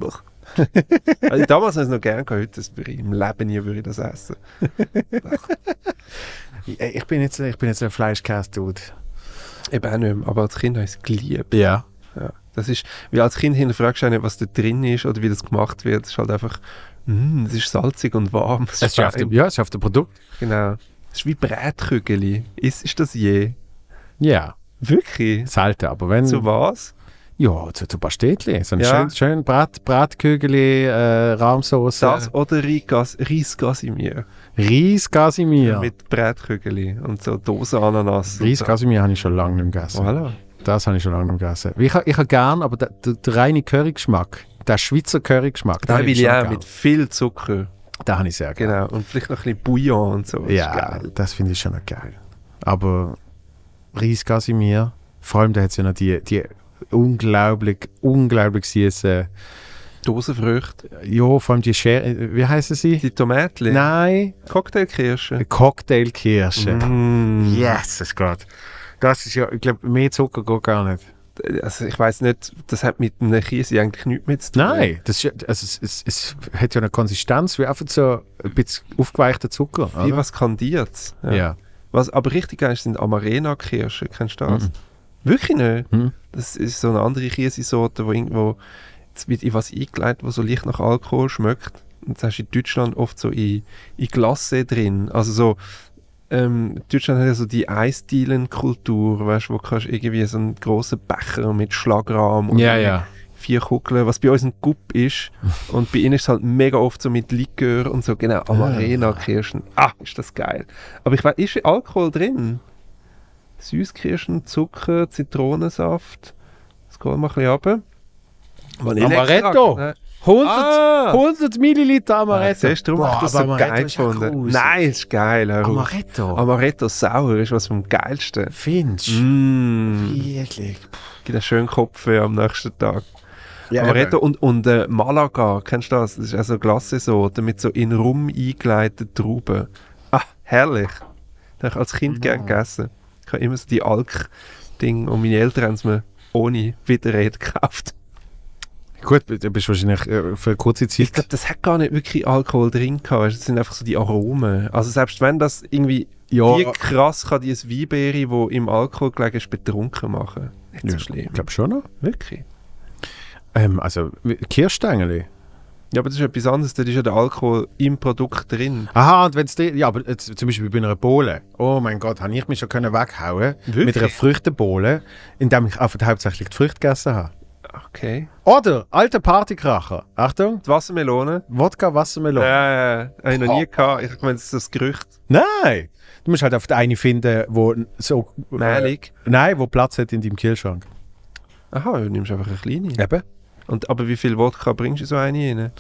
Speaker 2: Also damals habe ich es noch gerne gehabt, heute das würde ich im Leben nie würde ich das essen.
Speaker 3: Ich, ich bin jetzt, ich bin jetzt ein Fleischkäse-Dude.
Speaker 2: Eben auch nicht mehr, aber als Kind habe ich es geliebt.
Speaker 3: Ja.
Speaker 2: Ja, das ist, wie als Kind hinterfragst du auch nicht, was da drin ist oder wie das gemacht wird. Es ist halt einfach, mm, es ist salzig und warm. Es
Speaker 3: Es ist auf
Speaker 2: fein.
Speaker 3: dem, ja, es ist auf dem Produkt.
Speaker 2: Genau. Es ist wie Brätkügeli. Ist, ist das je?
Speaker 3: Ja.
Speaker 2: Wirklich?
Speaker 3: Selten, aber wenn...
Speaker 2: Zu was?
Speaker 3: ja, zu, zu ein paar Städtchen. So ein
Speaker 2: Ja.
Speaker 3: schön, schön Brat, Bratkügeli, äh, Rahmsauce.
Speaker 2: Das oder Reisgas, Reisgas in mir.
Speaker 3: Reis Casimir.
Speaker 2: Mit Brätkügeli und so Dose Ananas. und
Speaker 3: Reis
Speaker 2: so.
Speaker 3: Casimir habe ich schon lange nicht mehr gegessen.
Speaker 2: Voilà.
Speaker 3: Das habe ich schon lange nicht mehr gegessen. Ich, ha- ich habe gern, aber der, der, der reine Currygeschmack, der Schweizer Currygeschmack, den
Speaker 2: Da
Speaker 3: habe
Speaker 2: will ich
Speaker 3: schon
Speaker 2: auch
Speaker 3: gern.
Speaker 2: mit viel Zucker.
Speaker 3: Den habe ich sehr gerne.
Speaker 2: Genau. Und vielleicht noch ein bisschen Bouillon und so. Das ist
Speaker 3: Ja,
Speaker 2: geil.
Speaker 3: das finde ich schon noch geil. Aber Reis Casimir, vor allem, da hat es ja noch die, die unglaublich, unglaublich süße,
Speaker 2: Dosenfrüchte.
Speaker 3: ja, vor allem die Schere, wie heißen sie?
Speaker 2: Die Tomätchen.
Speaker 3: Nein,
Speaker 2: Cocktailkirsche.
Speaker 3: Cocktailkirsche.
Speaker 2: Mm.
Speaker 3: Yes, ist Gott. Das ist ja, ich glaube, mehr Zucker geht gar nicht.
Speaker 2: also ich weiß nicht, das hat mit einem Käse eigentlich nichts mehr zu tun.
Speaker 3: Nein, das ist, ja- also es, es, es hat ja eine Konsistenz wie einfach so ein bisschen aufgeweichter Zucker.
Speaker 2: Wie
Speaker 3: oder?
Speaker 2: was kandiert
Speaker 3: Ja.
Speaker 2: Was aber richtig geil ist, sind Amarena-Kirschen. Kennst du
Speaker 3: Mhm.
Speaker 2: das? Wirklich nicht?
Speaker 3: Hm.
Speaker 2: Das ist so eine andere Käsesorte, wo irgendwo jetzt wird in was eingeleitet, wo so leicht nach Alkohol schmeckt. Und das hast du in Deutschland oft so in, in Glasse drin. Also so, ähm, Deutschland hat ja so die Eisdielen-Kultur, weißt du, wo kannst irgendwie so einen grossen Becher mit Schlagrahm und
Speaker 3: Ja, ja.
Speaker 2: vier Kugeln, was bei uns ein Gupp ist. Und bei ihnen ist es halt mega oft so mit Likör und so, genau, Amarena-Kirschen. Ah, ist das geil. Aber ich weiß, ist Alkohol drin? Süßkirschen, Zucker, Zitronensaft. Das geht mal ein bisschen runter.
Speaker 3: Amaretto. 100,
Speaker 2: Ah.
Speaker 3: 100 Milliliter Amaretto.
Speaker 2: Siehst du, darum habe ich das so geil gefunden. Nein, ist geil. hör auf.
Speaker 3: Amaretto.
Speaker 2: Amaretto sauer ist was vom Geilsten.
Speaker 3: Finch. Mmh.
Speaker 2: Mm,
Speaker 3: Wirklich.
Speaker 2: gibt einen schönen Kopfweh am nächsten Tag.
Speaker 3: Ja,
Speaker 2: Amaretto und, und äh, Malaga, kennst du das? Das ist also Glassesorte mit so in Rum eingeleiteten Trauben. Ah, herrlich. Das habe ich als Kind
Speaker 3: Mmh.
Speaker 2: gern gegessen. Ich habe immer so die Alk-Ding und meine Eltern haben es mir ohne Widerrede gekauft.
Speaker 3: Gut, du bist wahrscheinlich äh, für eine kurze
Speaker 2: Ich
Speaker 3: Zeit.
Speaker 2: glaube, das hat gar nicht wirklich Alkohol drin gehabt. weißt du, Das sind einfach so die Aromen. Also selbst wenn das irgendwie
Speaker 3: Ja.
Speaker 2: wie krass kann dieses Weinbeere, wo im Alkohol gelegen ist, betrunken machen. Nicht so schlimm.
Speaker 3: Ich glaube schon noch.
Speaker 2: Wirklich.
Speaker 3: Ähm, also, wie- Kirschstängeli.
Speaker 2: Ja, aber das ist etwas anderes. Da ist ja der Alkohol im Produkt drin.
Speaker 3: Aha, und wenn es Ja, aber jetzt, zum Beispiel bei einer Bohle. Oh mein Gott, habe ich mich schon können weghauen mit einer
Speaker 2: Wirklich?
Speaker 3: Früchtebohle, indem ich einfach hauptsächlich die Früchte gegessen habe.
Speaker 2: Okay.
Speaker 3: Oder, alter Partykracher. Achtung.
Speaker 2: Die Wassermelone?
Speaker 3: Wodka, Wassermelone.
Speaker 2: Äh, habe ich noch nie gehabt. Ich meine, das ist das Gerücht.
Speaker 3: Nein! Du musst halt auf die eine finden, wo so.
Speaker 2: Mehlig.
Speaker 3: Äh, nein, wo Platz hat in deinem Kühlschrank.
Speaker 2: Aha, du nimmst einfach eine kleine.
Speaker 3: Eben.
Speaker 2: Und, aber wie viel Wodka bringst du so eine rein?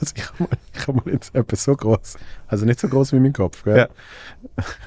Speaker 3: Also ich habe mal, ich hab mal jetzt etwas so groß. Also nicht so groß wie mein Kopf, gell?
Speaker 2: Ja.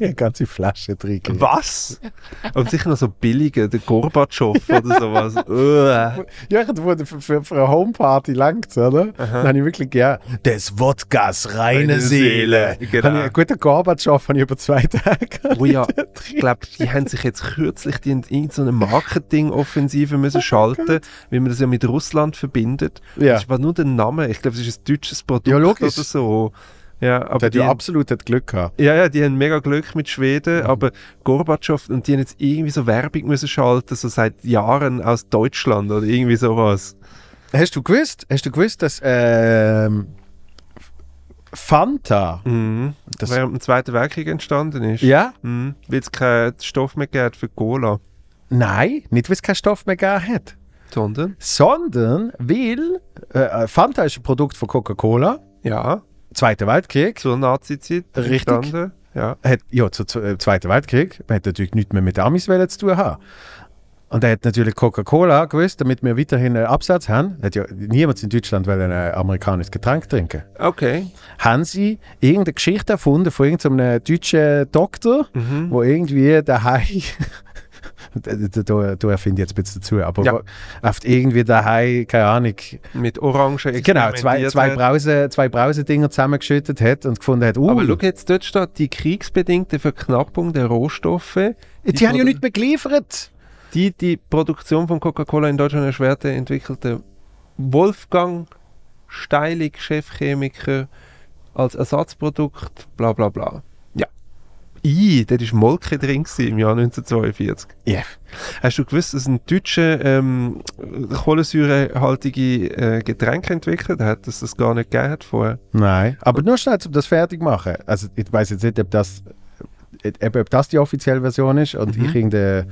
Speaker 3: Eine ganze Flasche drin. gehabt.
Speaker 2: Was? Aber sicher noch so billige, der Gorbatschow oder sowas. Uah.
Speaker 3: Ja, ich hatte für, für, für eine Homeparty langt, oder? Dann habe ich wirklich gern des Wodkas reine
Speaker 2: Reine
Speaker 3: Seele.
Speaker 2: Seele, genau.
Speaker 3: Habe ich einen guten Gorbatschow habe ich über zwei Tage gehabt.
Speaker 2: Wo ja, ich glaube, die haben sich jetzt kürzlich die in irgendeine Marketing-Offensive müssen schalten, wie man das ja mit Russland verbindet.
Speaker 3: Oh Ja.
Speaker 2: Das war nur der Name. Ich glaube, es ist ein deutsches Produkt
Speaker 3: Ja,
Speaker 2: oder
Speaker 3: logisch.
Speaker 2: so. Ja,
Speaker 3: Der
Speaker 2: aber
Speaker 3: hat
Speaker 2: die,
Speaker 3: ja absolut das Glück gehabt.
Speaker 2: ja, ja, die haben mega Glück mit Schweden,
Speaker 3: Mhm.
Speaker 2: aber Gorbatschow und die haben jetzt irgendwie so Werbung müssen schalten, so seit Jahren aus Deutschland oder irgendwie sowas.
Speaker 3: Hast du gewusst, hast du gewusst, dass ähm, Fanta,
Speaker 2: Mhm.
Speaker 3: Das-
Speaker 2: Während dem Zweiten Weltkrieg entstanden ist.
Speaker 3: ja?
Speaker 2: Mhm. Weil es keinen Stoff mehr gibt für Cola.
Speaker 3: Nein, nicht, weil es keinen Stoff mehr gegeben hat.
Speaker 2: Sondern?
Speaker 3: Sondern weil äh, Fanta ist ein Produkt von Coca-Cola,
Speaker 2: Ja,
Speaker 3: Zweiter Weltkrieg.
Speaker 2: zur Nazi-Zeit
Speaker 3: Richtig.
Speaker 2: entstanden. Ja.
Speaker 3: hat, ja, zu- zu- äh, Zweiten Weltkrieg, man hat natürlich nichts mehr mit Amis wollen zu tun haben. Und er hat natürlich Coca-Cola gewusst, damit wir weiterhin einen Absatz haben. Hat ja niemand in Deutschland wollen ein amerikanisches Getränk trinken.
Speaker 2: Okay.
Speaker 3: Haben sie irgendeine Geschichte erfunden von irgendeinem deutschen Doktor, wo irgendwie daheim. da, da, da, da erfinde ich jetzt ein bisschen dazu, aber
Speaker 2: Ja.
Speaker 3: wo- oft irgendwie daheim, keine Ahnung,
Speaker 2: Mit Orangen
Speaker 3: genau, zwei,
Speaker 2: experimentiert
Speaker 3: zwei,
Speaker 2: hat.
Speaker 3: Brause, zwei Brausedinger zusammengeschüttet hat und gefunden hat, uh,
Speaker 2: Aber schau jetzt, dort steht, die kriegsbedingte Verknappung der Rohstoffe,
Speaker 3: die, haben ja
Speaker 2: Produ-
Speaker 3: nicht mehr geliefert.
Speaker 2: die die Produktion von Coca-Cola in Deutschland erschwerte, entwickelte Wolfgang Steilig, Chefchemiker, als Ersatzprodukt, bla bla bla. Ja. I, dort war Molke drin gewesen im Jahr 1942.
Speaker 3: Ja.
Speaker 2: Hast du gewusst, dass ein deutscher ähm, kohlensäurehaltige äh, Getränke entwickelt hat, dass das gar nicht gegeben hat vorher?
Speaker 3: Nein, aber nur schnell, um das fertig zu machen. Also ich weiß jetzt nicht, ob das, eben, ob das die offizielle Version ist und
Speaker 2: Mhm.
Speaker 3: ich irgendein,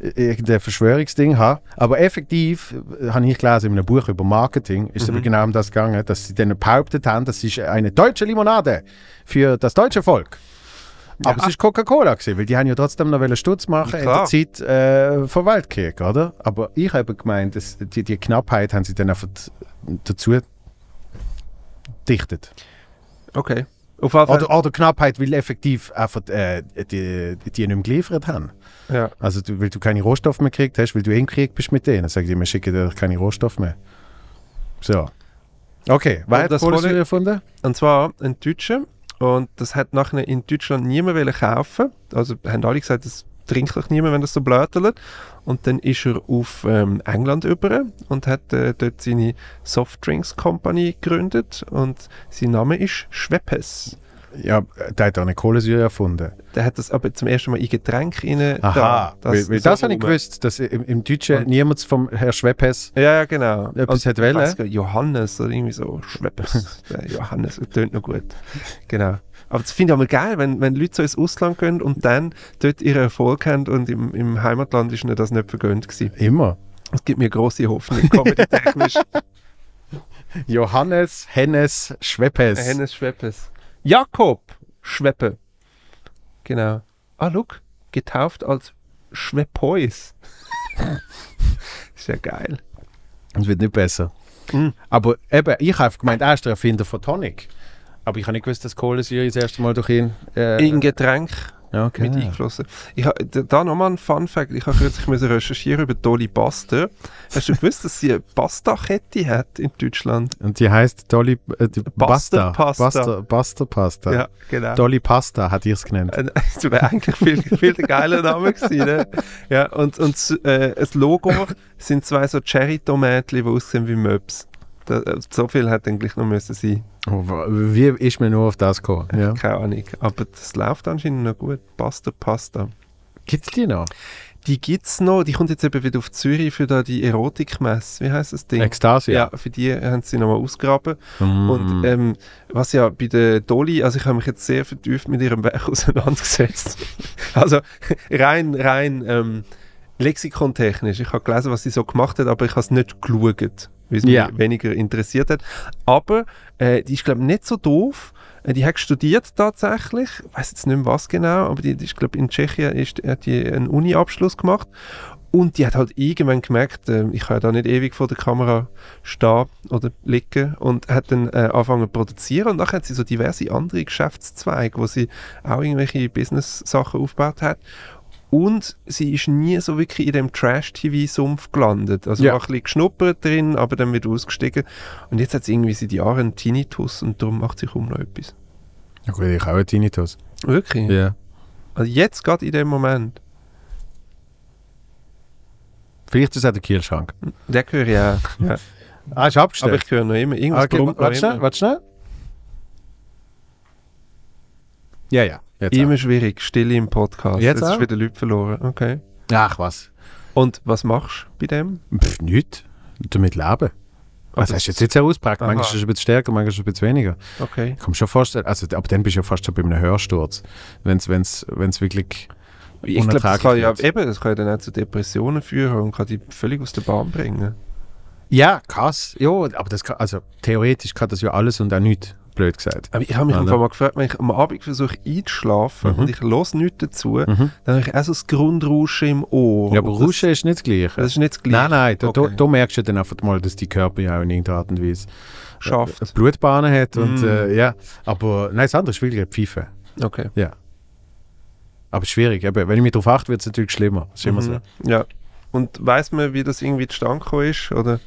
Speaker 3: äh, irgendein Verschwörungsding habe. Aber effektiv, äh, habe ich gelesen in einem Buch über Marketing,
Speaker 2: Mhm.
Speaker 3: ist es aber genau um das gegangen, dass sie dann behauptet haben, das ist eine deutsche Limonade für das deutsche Volk. Aber es ist Coca-Cola gewesen, weil die haben ja trotzdem noch wollen Stutz machen
Speaker 2: ah. Ja,
Speaker 3: in der
Speaker 2: klar.
Speaker 3: Zeit äh, von Weltkrieg, oder? Aber ich habe gemeint, dass die, die Knappheit haben sie dann einfach dazu dichtet.
Speaker 2: Okay. Auf jeden Fall.
Speaker 3: Oder, oder Knappheit, weil effektiv einfach äh, die, die nicht mehr geliefert haben.
Speaker 2: ja.
Speaker 3: Also du, weil du keine Rohstoffe mehr gekriegt hast, weil du im Krieg bist mit denen. Sagen die, wir schicken dir keine Rohstoffe mehr. So. Okay, wer
Speaker 2: Und
Speaker 3: hat
Speaker 2: das
Speaker 3: Kohlensäure
Speaker 2: Kohle-
Speaker 3: erfunden?
Speaker 2: Und zwar ein Deutscher. Und das hat nachher in Deutschland niemand wollen kaufen. Also haben alle gesagt, das trinkt doch niemand, wenn das so blötelt. Und dann ist er auf ähm, England über und hat äh, dort seine Softdrinks Company gegründet. Und sein Name ist Schweppes.
Speaker 3: Ja, der hat auch eine Kohlensäure erfunden.
Speaker 2: Der hat das aber zum ersten Mal in Getränk rein.
Speaker 3: Aha,
Speaker 2: da,
Speaker 3: weil, weil
Speaker 2: so
Speaker 3: das habe ich
Speaker 2: rum.
Speaker 3: gewusst, dass im, im Deutschen
Speaker 2: Und-
Speaker 3: niemand vom Herr Schweppes
Speaker 2: Ja, ja, genau.
Speaker 3: Etwas hat
Speaker 2: ich
Speaker 3: wollen.
Speaker 2: weiss gar nicht, Johannes oder irgendwie so. Schweppes. Der Johannes, das tönt noch gut. Genau. Aber das finde ich auch mal geil, wenn, wenn Leute so ins Ausland gehen und dann dort ihren Erfolg haben und im, im Heimatland ist ihnen das nicht vergönnt gewesen.
Speaker 3: immer.
Speaker 2: Das gibt mir große Hoffnung, comedy-technisch.
Speaker 3: Johannes Hennes Schweppes.
Speaker 2: Hennes Schweppes. Jakob Schweppe. Genau. Ah, look, getauft als Schweppois. ist ja geil.
Speaker 3: Es wird nicht besser. Aber eben, ich habe gemeint, er ist der Erfinder von Tonic. Aber ich habe nicht gewusst, dass Kohlensäure das erste Mal durch ihn. Äh,
Speaker 2: In Getränk
Speaker 3: Ja, genau. okay.
Speaker 2: mit eingeflossen. Ich ha, da- da nochmal ein Fun Fact. Ich habe kürzlich müssen recherchieren über Dolly Buster. Hast du gewusst, dass sie eine Pasta-Kette hat in Deutschland?
Speaker 3: Und die heißt Dolly äh, die Basta.
Speaker 2: Bastard Pasta.
Speaker 3: Basta, Basta Pasta.
Speaker 2: genau.
Speaker 3: Dolly Pasta hat ich es genannt.
Speaker 2: Äh, Das wäre eigentlich viel, viel der geile Name gewesen. Ne? Ja, und, und s- äh, das Logo sind zwei so Cherry-Tomätchen, die aussehen wie Möps. Da, äh, so viel hätte eigentlich noch müssen sein.
Speaker 3: Oh, wa- wie ist mir nur auf das gekommen? Ja.
Speaker 2: Keine Ahnung. Aber das läuft anscheinend noch gut. Pasta, Pasta.
Speaker 3: Gibt es die noch?
Speaker 2: Die gibt's noch. Die kommt jetzt eben wieder auf Zürich für da die Erotikmesse. Wie heißt das Ding?
Speaker 3: Ekstase.
Speaker 2: Ja, für die haben sie nochmal ausgraben. Und ähm, was ja bei der Dolly, also ich habe mich jetzt sehr vertieft mit ihrem Werk auseinandergesetzt. also rein, rein ähm, lexikontechnisch. Ich habe gelesen, was sie so gemacht hat, aber ich habe es nicht geschaut, weil es
Speaker 3: Ja.
Speaker 2: mich weniger interessiert hat. Aber äh, die ist, glaube ich, nicht so doof. Äh, Die hat studiert tatsächlich, ich weiß jetzt nicht mehr was genau, aber die, die ist, glaube in Tschechien ist, hat die einen Uni-Abschluss gemacht Und die hat halt irgendwann gemerkt, äh, ich kann ja da nicht ewig vor der Kamera stehen oder liegen und hat dann äh, angefangen zu produzieren und nachher hat sie so diverse andere Geschäftszweige, wo sie auch irgendwelche Business-Sachen aufgebaut hat. Und sie ist nie so wirklich in dem Trash-TV-Sumpf gelandet. Also
Speaker 3: Ja.
Speaker 2: war ein bisschen geschnuppert drin, aber dann wieder ausgestiegen. Und jetzt hat sie irgendwie seit Jahren einen Tinnitus und darum macht sie kaum noch etwas.
Speaker 3: Ja gut, ich auch einen Tinnitus.
Speaker 2: Wirklich?
Speaker 3: Ja.
Speaker 2: Also jetzt gerade in dem Moment.
Speaker 3: Vielleicht ist es auch der Kühlschrank.
Speaker 2: Der höre ich auch. Ja.
Speaker 3: Ah, ist
Speaker 2: Aber
Speaker 3: abgestellt.
Speaker 2: ich höre noch immer irgendwas
Speaker 3: Ah, okay,
Speaker 2: brummt noch
Speaker 3: warte schnell,
Speaker 2: immer.
Speaker 3: warte schnell. Ja, ja. Jetzt
Speaker 2: Immer schwierig, Stille im Podcast.
Speaker 3: Jetzt
Speaker 2: Jetzt, ist
Speaker 3: auch?
Speaker 2: wieder Leute verloren. Okay.
Speaker 3: auch. Ach was.
Speaker 2: Und was machst du bei dem?
Speaker 3: Pff, nichts. Damit leben. Also, das ist jetzt nicht sehr ausprägt. Manchmal ist es ein bisschen stärker, manchmal ist es ein bisschen weniger.
Speaker 2: Okay.
Speaker 3: Ich kann mir schon vorstellen, also ab dann bist du ja fast schon bei einem Hörsturz. Wenn es wenn's, wenn's wirklich
Speaker 2: Ich glaube, das kann ja
Speaker 3: wird.
Speaker 2: eben, das kann ja dann auch zu Depressionen führen und kann die völlig aus der Bahn bringen.
Speaker 3: Ja, krass. Ja, aber das kann, also theoretisch kann das ja alles und auch nichts, blöd gesagt.
Speaker 2: Aber Ähm, ich habe mich
Speaker 3: Ah,
Speaker 2: einfach
Speaker 3: ne? Mhm.
Speaker 2: mal gefragt, wenn ich am Abend versuche einzuschlafen und ich höre nichts dazu, dann habe ich auch so das Grundrauschen im Ohr.
Speaker 3: Ja, aber
Speaker 2: Und das-
Speaker 3: Rauschen ist nicht das Gleiche.
Speaker 2: Das ist nicht das Gleiche.
Speaker 3: Nein, nein, da, da,
Speaker 2: Okay.
Speaker 3: da merkst du dann einfach mal, dass die Körper ja auch in irgendeiner Art und Weise
Speaker 2: Schafft.
Speaker 3: Blutbahnen hat und äh, ja, aber nein, das andere ist wirklich Pfeife.
Speaker 2: Okay.
Speaker 3: Ja. Aber schwierig. Eben, wenn ich mich darauf achte, wird es natürlich schlimmer. Das ist immer so.
Speaker 2: Ja. Und weiß man, wie das irgendwie zustande gekommen ist? Oder?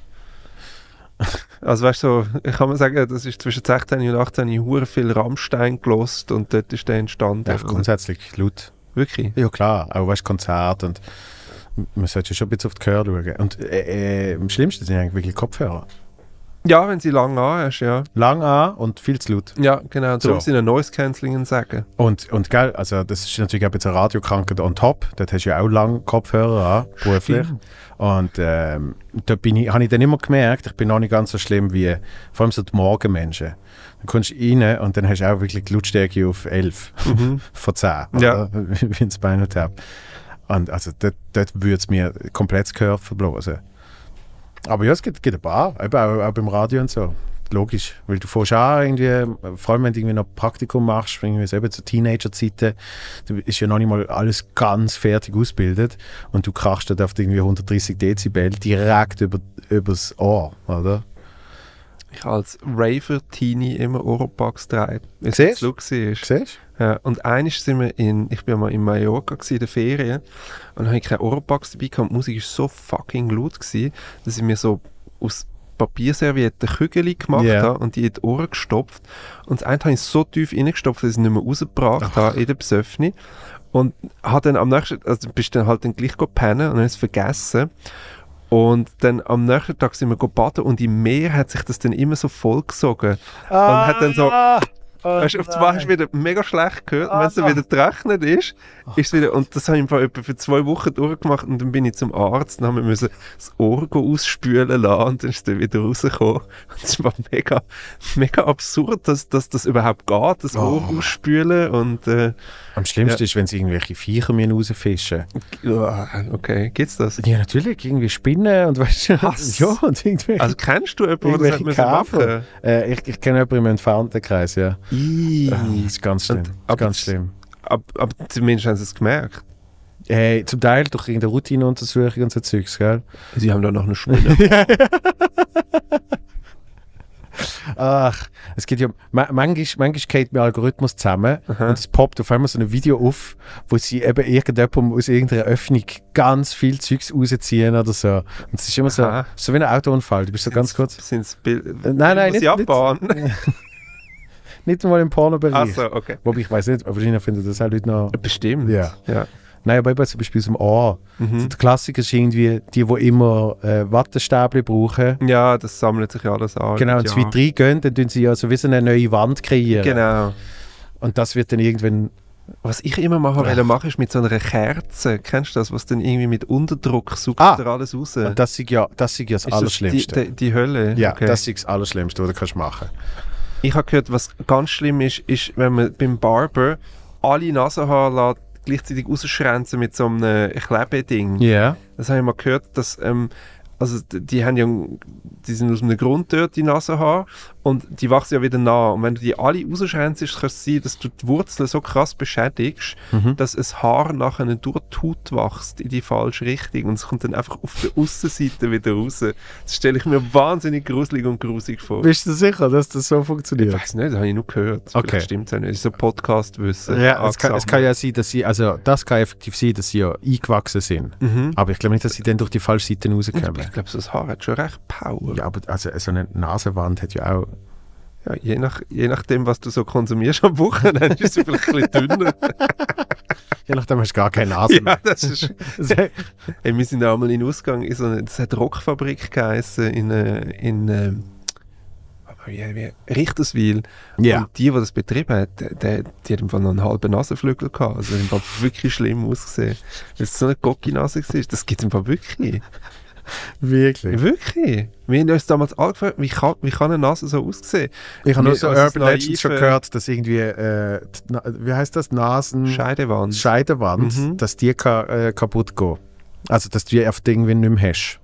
Speaker 2: Also weißt du, so, ich kann mal sagen, das ist zwischen 16 und 18 hure viel Rammstein gelost und dort ist der entstanden.
Speaker 3: Ja, grundsätzlich laut.
Speaker 2: Wirklich?
Speaker 3: Ja, klar. Aber weißt du, Konzert und man sollte ja schon ein bisschen auf die Gehör schauen. Und äh, äh, am schlimmsten sind eigentlich wirklich Kopfhörer.
Speaker 2: Ja, wenn sie lange an hast, ja.
Speaker 3: Lang an und viel zu laut.
Speaker 2: Ja, genau. Darum
Speaker 3: So.
Speaker 2: sind ja Noise Cancelling sagen.
Speaker 3: Und, und gell, also das ist natürlich auch ein bisschen Radiokrankheit on top. Dort hast du ja auch lange Kopfhörer an, beruflich. Und ähm, da bin ich, habe ich dann immer gemerkt, ich bin noch nicht ganz so schlimm wie vor allem so die Morgenmenschen. Dann kommst du rein und dann hast du auch wirklich die Lautstärke auf 11 von 10,
Speaker 2: Ja.
Speaker 3: oder? wie ins Bein Tap. Und also dort, dort würde es mir komplett das Gehör verblasen. Aber ja, es gibt, gibt ein paar, eben auch, auch beim Radio und so. Logisch, weil du fährst an, irgendwie, äh, vor allem wenn du irgendwie noch Praktikum machst, irgendwie so eben zu Teenager-Zeiten, da ist ja noch nicht mal alles ganz fertig ausgebildet und du krachst dort auf irgendwie 130 Dezibel direkt über, übers Ohr, oder?
Speaker 2: Ich habe als Raver-Teenie immer Oropax getragen. Weil es
Speaker 3: Siehst?
Speaker 2: zu laut war.
Speaker 3: Siehst
Speaker 2: Ja, Äh, und eines sind wir in, ich bin mal in Mallorca gewesen, in den Ferien und habe keine Ohrenbugs dabei gehabt. Die Musik war so fucking laut, gewesen, dass ich mir so aus Papierservietten Kügel gemacht
Speaker 3: Ja.
Speaker 2: habe und die in die Ohren gestopft. Und das eine habe ich so tief reingestopft, dass ich es nicht mehr rausgebracht habe in der Psöffni. Und habe dann am nächsten, also bist dann halt dann gleich go pennen und habe es vergessen. Und dann am nächsten Tag sind wir go baden und im Meer hat sich das dann immer so vollgesogen. und hat dann so Weißt du, auf einmal hast du wieder mega schlecht gehört. und wenn
Speaker 3: Ah,
Speaker 2: es dann wieder gerechnet ist, ist es wieder. Und das habe ich im Fall etwa für zwei Wochen durchgemacht. Und dann bin ich zum Arzt und haben wir müssen das Ohr go ausspülen lassen. Und dann ist es dann wieder rausgekommen. Und es war mega, mega absurd, dass, dass das überhaupt geht, das Ohr
Speaker 3: Oh.
Speaker 2: ausspülen. Und. Äh,
Speaker 3: Am schlimmsten ist, wenn sie irgendwelche Viecher mir rausfischen. Ah.
Speaker 2: ja, okay, geht's das?
Speaker 3: Ja, natürlich, irgendwie Spinnen und weißt du,
Speaker 2: Was?
Speaker 3: ja, und irgendwelche,
Speaker 2: Also kennst du jemanden, der das
Speaker 3: irgendwelche
Speaker 2: hat müssen
Speaker 3: Käfer.
Speaker 2: machen
Speaker 3: Äh, ich, ich kenne jemanden im entfernten Kreis, ja. Ah,
Speaker 2: musste?
Speaker 3: Das ist ganz schlimm.
Speaker 2: Und-
Speaker 3: das ist
Speaker 2: aber
Speaker 3: ganz
Speaker 2: das-
Speaker 3: schlimm.
Speaker 2: Aber, aber zumindest haben sie es gemerkt.
Speaker 3: Hey, zum Teil durch irgendeine Routineuntersuchung und so Zeugs, gell?
Speaker 2: Sie haben da noch eine Spinne.
Speaker 3: Ach, es geht ja. Ma manchmal, manchmal geht mein Algorithmus zusammen und es poppt auf einmal so ein Video auf, wo sie eben irgendjemandem aus irgendeiner Öffnung ganz viel Zeugs rausziehen oder so. Und es ist immer so,
Speaker 2: Aha.
Speaker 3: so wie ein Autounfall. Du bist so ganz kurz. Äh,
Speaker 2: Sind's Bild,
Speaker 3: nein, nein,
Speaker 2: muss ich
Speaker 3: nicht- nicht-
Speaker 2: abbauen. Also.
Speaker 3: Nicht mal im Pornobereich.
Speaker 2: Achso, okay.
Speaker 3: Wobei ich weiß nicht, aber wahrscheinlich finden das auch Leute noch.
Speaker 2: Bestimmt.
Speaker 3: Ja.
Speaker 2: ja.
Speaker 3: Nein, aber eben zum Beispiel aus dem Ohr.
Speaker 2: Mhm.
Speaker 3: So der Klassiker ist irgendwie die, die immer äh, Wattestäbchen brauchen.
Speaker 2: Ja, das sammelt sich ja alles an.
Speaker 3: Genau, und
Speaker 2: ja.
Speaker 3: es weit reingehen, dann tun sie ja so wie so eine neue Wand kreieren.
Speaker 2: Genau.
Speaker 3: Und das wird dann irgendwann.
Speaker 2: Was ich immer mal wollte machen, ist mit so einer Kerze. Kennst du das? Was dann irgendwie mit Unterdruck sucht
Speaker 3: Ah.
Speaker 2: dir alles raus.
Speaker 3: Und das ist ja das, ist ja das
Speaker 2: Ist
Speaker 3: Allerschlimmste.
Speaker 2: Die, die, die Hölle.
Speaker 3: ja,
Speaker 2: Okay.
Speaker 3: das ist das Allerschlimmste, was du kannst machen
Speaker 2: ich habe gehört, was ganz schlimm ist, ist, wenn man beim Barber alle Nasenhaare lässt, gleichzeitig rausschränzen mit so einem Klebeding.
Speaker 3: Ja.
Speaker 2: Das habe ich mal gehört, dass ähm, also d- die haben ja, die sind aus einem Grund dort, die Nasenhaare. Und die wachsen ja wieder nach. Und wenn du die alle rausschränzt, kann es sein, dass du die Wurzeln so krass beschädigst,
Speaker 3: Mhm.
Speaker 2: dass ein Haar nachher durch die Haut wächst in die falsche Richtung. Und es kommt dann einfach auf der Außenseite wieder raus. Das stelle ich mir wahnsinnig gruselig und grusig vor.
Speaker 3: Bist du sicher, dass das so funktioniert?
Speaker 2: Ich weiß nicht, das habe ich nur gehört.
Speaker 3: Okay.
Speaker 2: Vielleicht stimmt es ja nicht. Das ist so Podcast-Wissen.
Speaker 3: Ja, es kann, es
Speaker 2: angesammelt.
Speaker 3: kann ja sein, dass sie, also das kann effektiv sein, dass sie ja eingewachsen sind. Aber ich glaube nicht, dass sie dann durch die falsche Seite rauskommen.
Speaker 2: Mhm. Ich glaube, so das Haar hat schon recht Power.
Speaker 3: Ja, aber also so eine Nasenwand hat ja auch.
Speaker 2: Ja, je, nach, je nachdem, was du so konsumierst am Wochenende, ist sie vielleicht ein bisschen dünner.
Speaker 3: Je nachdem hast du gar keine Nase
Speaker 2: ja,
Speaker 3: mehr.
Speaker 2: das ist... Ey, wir sind einmal in Ausgang, in so eine, das hat Rockfabrik geheißen, in, äh, in ähm, aber wie, wie, Richterswil.
Speaker 3: Ja.
Speaker 2: Und die, die das betrieben hat, der, der, die hat im Fall noch einen halben Nasenflügel gehabt. Also im Fall wirklich schlimm ausgesehen. Weil es so eine Gocki-Nase war. Das gibt es im Fall wirklich.
Speaker 3: Wirklich.
Speaker 2: Wirklich. Wir haben uns damals angefragt, wie kann, wie kann eine Nase so aussehen?
Speaker 3: Ich habe nur
Speaker 2: Wir-
Speaker 3: so
Speaker 2: als das
Speaker 3: Urban Legends schon
Speaker 2: naive
Speaker 3: gehört, dass irgendwie, äh, die Na- wie heißt das, Nasen...
Speaker 2: Scheidewand.
Speaker 3: Scheidewand,
Speaker 2: Mhm.
Speaker 3: dass die ka äh, kaputt gehen. Also, dass du die auf irgendwie nicht mehr hast.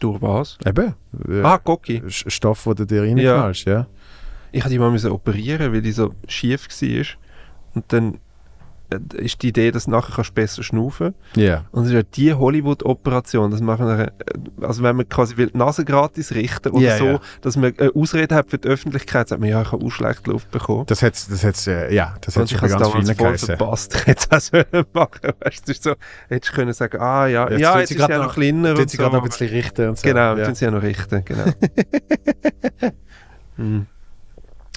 Speaker 2: Durch was?
Speaker 3: Eben. Äh,
Speaker 2: Ah, Gocki.
Speaker 3: S- Stoff, den du dir reinknallst, ja.
Speaker 2: Ich hatte die mal müssen operieren, weil die so schief war. Und dann äh, ist die Idee, dass du nachher kannst besser schnaufen
Speaker 3: Ja.
Speaker 2: Und es ist ja die Hollywood-Operation, dass man nachher, äh, also wenn man quasi will, die Nase gratis richten oder
Speaker 3: Ja,
Speaker 2: so,
Speaker 3: ja.
Speaker 2: dass man eine Ausrede hat für die Öffentlichkeit, sagt man, ja, ich habe auch schlecht Luft bekommen.
Speaker 3: Das hat's, das hat's, äh, ja, das
Speaker 2: Und
Speaker 3: hat's
Speaker 2: ich
Speaker 3: schon
Speaker 2: habe es
Speaker 3: bei ganz
Speaker 2: damals
Speaker 3: vielen
Speaker 2: voll
Speaker 3: geheißen.
Speaker 2: verpasst, jetzt auch sollen machen. Weißt du, es ist so, hättest du können sagen, ah ja,
Speaker 3: Jetzt
Speaker 2: ja,
Speaker 3: tut
Speaker 2: jetzt
Speaker 3: sie
Speaker 2: ist
Speaker 3: grad
Speaker 2: ja noch
Speaker 3: noch-
Speaker 2: kleiner
Speaker 3: Tut
Speaker 2: und
Speaker 3: sie
Speaker 2: so.
Speaker 3: gerade noch ein bisschen richten und so.
Speaker 2: Genau,
Speaker 3: ja.
Speaker 2: tun sie ja noch richten, genau. Hm.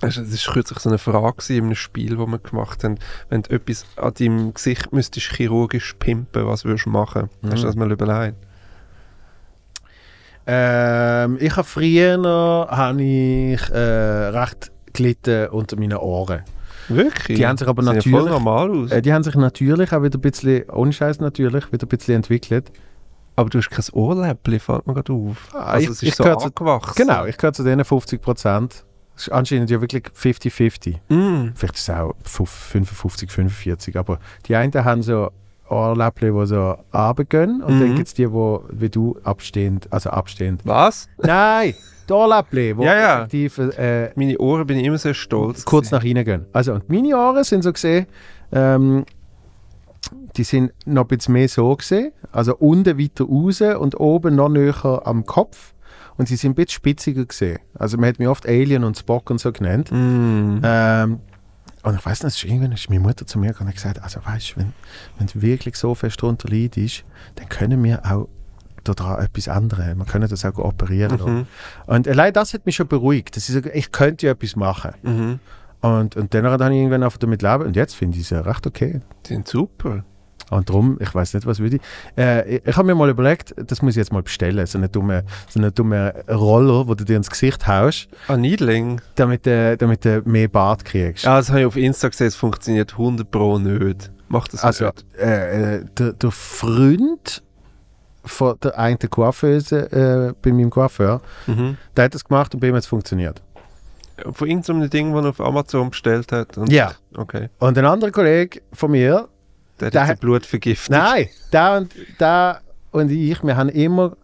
Speaker 2: Also, Das war- das war kürzlich so eine Frage gewesen in einem Spiel, das wir gemacht haben. Wenn du etwas an deinem Gesicht müsstest chirurgisch pimpen, was würdest du machen? Hast du das mal überlegt?
Speaker 3: Ähm, ich habe früher noch, habe ich äh, recht gelitten unter meinen Ohren.
Speaker 2: Wirklich?
Speaker 3: Die haben sich aber
Speaker 2: Sehen ja
Speaker 3: natürlich-
Speaker 2: voll normal aus.
Speaker 3: Äh, die haben sich natürlich auch wieder ein bisschen, ohne Scheiß natürlich, wieder ein bisschen entwickelt.
Speaker 2: aber du hast kein Ohrläppchen, fällt mir gerade auf.
Speaker 3: Ah,
Speaker 2: also
Speaker 3: ich-
Speaker 2: es ist
Speaker 3: ich
Speaker 2: so
Speaker 3: gehör zu-
Speaker 2: angewachsen.
Speaker 3: Genau, ich gehöre zu denen 50 Prozent. Ist anscheinend ja wirklich 50-50.
Speaker 2: Mm.
Speaker 3: Vielleicht ist es auch 55, 45, aber die einen haben so Ohrläppchen, die so runtergehen und dann
Speaker 2: Mhm.
Speaker 3: gibt es die, die wie du abstehend, also abstehend.
Speaker 2: Was?
Speaker 3: Nein, die Ohrläppchen, die
Speaker 2: Ja, ja.
Speaker 3: effektiv äh,
Speaker 2: Meine Ohren bin ich immer sehr stolz.
Speaker 3: kurz nach hinten gehen. Also, und meine Ohren sind so gesehen, ähm, die sind noch ein bisschen mehr so gesehen. Also unten weiter raus und oben noch näher am Kopf. Und sie sind ein bisschen spitziger gesehen. Also man hat mich oft Alien und Spock und so genannt.
Speaker 2: Mm.
Speaker 3: Ähm, und ich weiß nicht, es ist irgendwann ist meine Mutter zu mir gegangen und hat gesagt, also weißt du, wenn, wenn du wirklich so fest darunter leidest, dann können wir auch daran etwas ändern. Wir können das auch
Speaker 2: Mhm.
Speaker 3: operieren. lassen. Und allein das hat mich schon beruhigt. Das ist, ich könnte ja etwas machen.
Speaker 2: Mhm.
Speaker 3: Und, und dann habe ich irgendwann einfach damit leben. Und jetzt finde ich es ja recht okay.
Speaker 2: Die sind super.
Speaker 3: Und darum, ich weiß nicht, was würde ich. Äh, ich ich habe mir mal überlegt, das muss ich jetzt mal bestellen. So einen dummen, so einen dummen Roller, wo du dir ins Gesicht haust,
Speaker 2: Ah, Niedling.
Speaker 3: damit, äh, damit du mehr Bart kriegst.
Speaker 2: Ah, das habe ich auf Insta gesehen, es funktioniert 100 Pro nicht. Mach das
Speaker 3: Also,
Speaker 2: nicht.
Speaker 3: äh, äh, der, der Freund von der einen Coiffeuse äh, bei meinem Coiffeur,
Speaker 2: Mhm.
Speaker 3: der hat das gemacht und bei ihm hat es funktioniert.
Speaker 2: Von irgendeinem Ding, das er auf Amazon bestellt hat. Und
Speaker 3: Ja.
Speaker 2: Okay.
Speaker 3: Und ein anderer Kollege von mir,
Speaker 2: Der hat
Speaker 3: Der
Speaker 2: jetzt
Speaker 3: hat-
Speaker 2: ein Blutvergiftung.
Speaker 3: Nein, da und, da und ich, wir haben immer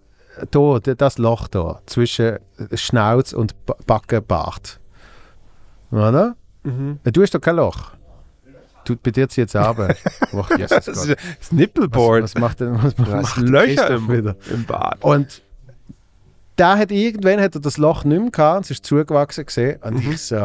Speaker 3: da, da- das Loch da zwischen Schnauz und Ba- Backenbart. Oder?
Speaker 2: Mhm.
Speaker 3: Du hast doch kein Loch. Du, bei dir zieht es ab. Oh, Jesus
Speaker 2: Das, ist
Speaker 3: Gott.
Speaker 2: das Nippelboard.
Speaker 3: Was, was macht denn was macht denn
Speaker 2: Löcher
Speaker 3: Christoph
Speaker 2: im,
Speaker 3: wieder?
Speaker 2: im Bad.
Speaker 3: Und da hat irgendwann hat er das Loch nicht mehr gehabt und es ist zugewachsen gesehen. Und ich so,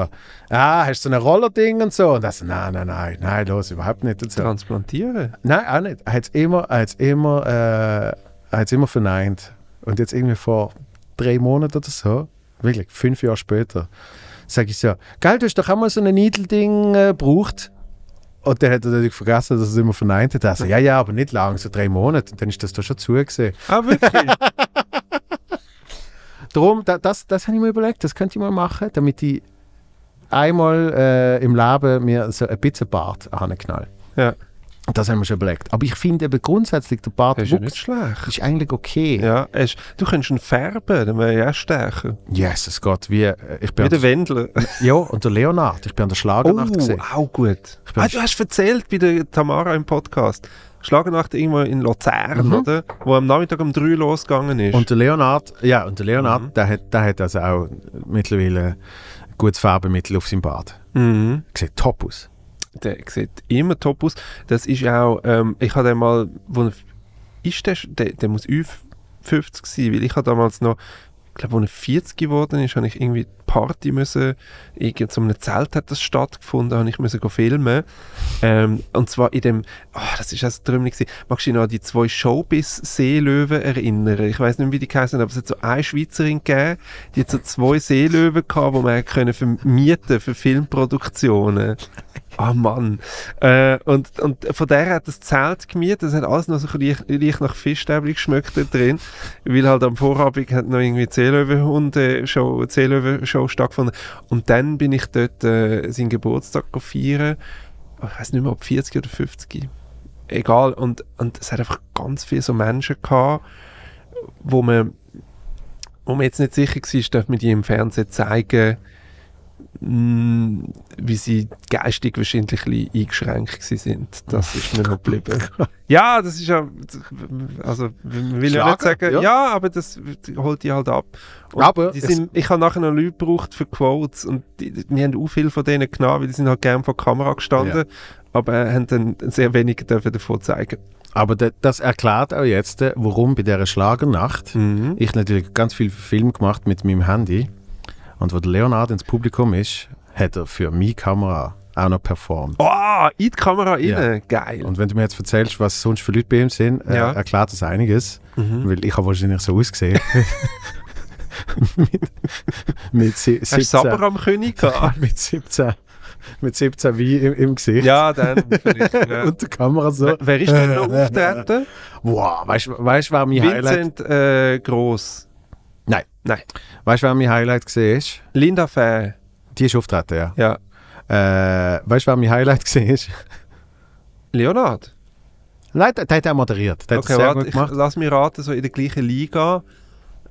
Speaker 3: ah, hast du so ein Rollerding und so? Und er so, nein, nein, nein, nein, los, überhaupt nicht. Und so.
Speaker 2: Transplantieren.
Speaker 3: Nein, auch nicht. Er hat es immer, er hat's immer, äh, er hat's immer verneint. Und jetzt irgendwie vor drei Monaten oder so, wirklich fünf Jahre später, sage ich so, geil, du hast doch einmal so ein Niedelding äh, gebraucht. Und dann hat er natürlich vergessen, dass er es immer verneint hat. Also, ja, ja, aber nicht lang, so drei Monate. Und dann ist das da schon zugesehen.
Speaker 2: Ah, wirklich?
Speaker 3: Darum, da, das, das habe ich mir überlegt, das könnte ich mal machen, damit ich einmal äh, im Leben mir so ein bisschen Bart anknall.
Speaker 2: ja.
Speaker 3: Das haben wir schon überlegt. Aber ich finde eben grundsätzlich, der Bart
Speaker 2: Das ist ja nicht
Speaker 3: Wuchs
Speaker 2: schlecht.
Speaker 3: ist eigentlich okay.
Speaker 2: Ja, es- du könntest ihn färben, dann wäre ja auch stärker.
Speaker 3: Jesus Gott, wie, äh, ich bin
Speaker 2: Wie der
Speaker 3: an der,
Speaker 2: Wendler.
Speaker 3: ja, und der Leonard, ich bin an der Schlagernacht
Speaker 2: Oh,
Speaker 3: gesehen.
Speaker 2: auch gut.
Speaker 3: bin-
Speaker 2: Ah, du hast erzählt bei der Tamara im Podcast. Schlagernacht irgendwo in Luzern,
Speaker 3: Mhm.
Speaker 2: oder? Wo am Nachmittag um 3 losgegangen ist.
Speaker 3: Und der Leonard, ja, und der Leonard,
Speaker 2: Mhm.
Speaker 3: der, hat, der hat also auch mittlerweile ein gutes Farbemittel auf seinem Bart.
Speaker 2: mhm.
Speaker 3: Sieht top aus.
Speaker 2: Der sieht immer top aus. Das ist auch, ähm, ich hatte mal, wo er- ist der, sch- der, der muss 50 sein, weil ich habe damals noch, ich glaube, als er 40 geworden ist, habe ich irgendwie die Party müssen, irgendwie zu einem Zelt hat das stattgefunden, habe ich müssen go filmen. Ähm, und zwar in dem, oh, das ist also träumlich gewesen. Magst du dich noch an die zwei Showbiz-Seelöwen erinnern? Ich weiß nicht mehr, wie die heißen, aber es hat so eine Schweizerin gegeben, die hat so zwei Seelöwen gehabt, die man hat können vermieten für Filmproduktionen. Ah Mann. Äh, und, und von der hat das Zelt gemietet, das hat alles noch so leicht, leicht nach Fischstäbli geschmeckt da drin, weil halt am Vorabend hat noch irgendwie Seelöwenhunde-Show, Seelöwen-Show stattgefunden. Und dann bin ich dort äh, seinen Geburtstag feiern, Oh, ich weiß nicht mehr, ob 40 oder 50. Egal, und, und es hat einfach ganz viele so Menschen gehabt, wo man, wo man jetzt nicht sicher war, darf man die im Fernsehen zeigen, Mm, wie sie geistig wahrscheinlich ein bisschen eingeschränkt gewesen sind. Das ist mir noch geblieben. Ja, das ist ja. Also, man will ja nicht
Speaker 3: Schlager,
Speaker 2: sagen,
Speaker 3: ja.
Speaker 2: ja. aber das holt die halt ab. Und
Speaker 3: Aber
Speaker 2: die
Speaker 3: es-
Speaker 2: sind, ich habe nachher noch Leute gebraucht für Quotes und die, die, wir haben auch viel von denen genommen, weil die sind halt gern vor der Kamera gestanden, aber äh, haben dann sehr wenig dürfen davon zeigen.
Speaker 3: Aber da- das erklärt auch jetzt, äh, warum bei dieser Schlagernacht
Speaker 2: Mhm.
Speaker 3: ich natürlich ganz viel Film gemacht mit meinem Handy. Und wo der Leonard ins Publikum ist, hat er für meine Kamera auch noch performt.
Speaker 2: Oh, in die Kamera rein,
Speaker 3: Ja.
Speaker 2: geil.
Speaker 3: Und wenn du mir jetzt erzählst, was sonst für Leute bei ihm sind, äh,
Speaker 2: Ja. Mhm.
Speaker 3: erklärt das einiges. Weil ich habe wahrscheinlich so ausgesehen. mit, mit, sie-
Speaker 2: Hast du
Speaker 3: 17,
Speaker 2: Sabber am König gehabt?
Speaker 3: mit 17. Mit 17 Wein im, im Gesicht.
Speaker 2: ja, dann. vielleicht, ja.
Speaker 3: Und der Kamera so.
Speaker 2: Wer- Wer ist denn noch auftreten?
Speaker 3: Wow, weißt du, weißt, du, wer mein Highlight.
Speaker 2: Vincent äh, Gross.
Speaker 3: Nein.
Speaker 2: Nein.
Speaker 3: Weißt du, wer mein Highlight gesehen ist?
Speaker 2: Linda Fair.
Speaker 3: Die ist auftreten, ja.
Speaker 2: Ja.
Speaker 3: Äh, weißt du, wer mein Highlight gesehen ist?
Speaker 2: Leonard.
Speaker 3: Nein, der, der hat auch moderiert. Der hat
Speaker 2: Okay,
Speaker 3: das sehr
Speaker 2: warte,
Speaker 3: gut
Speaker 2: ich
Speaker 3: gemacht.
Speaker 2: lass mich raten, so in der gleichen Liga.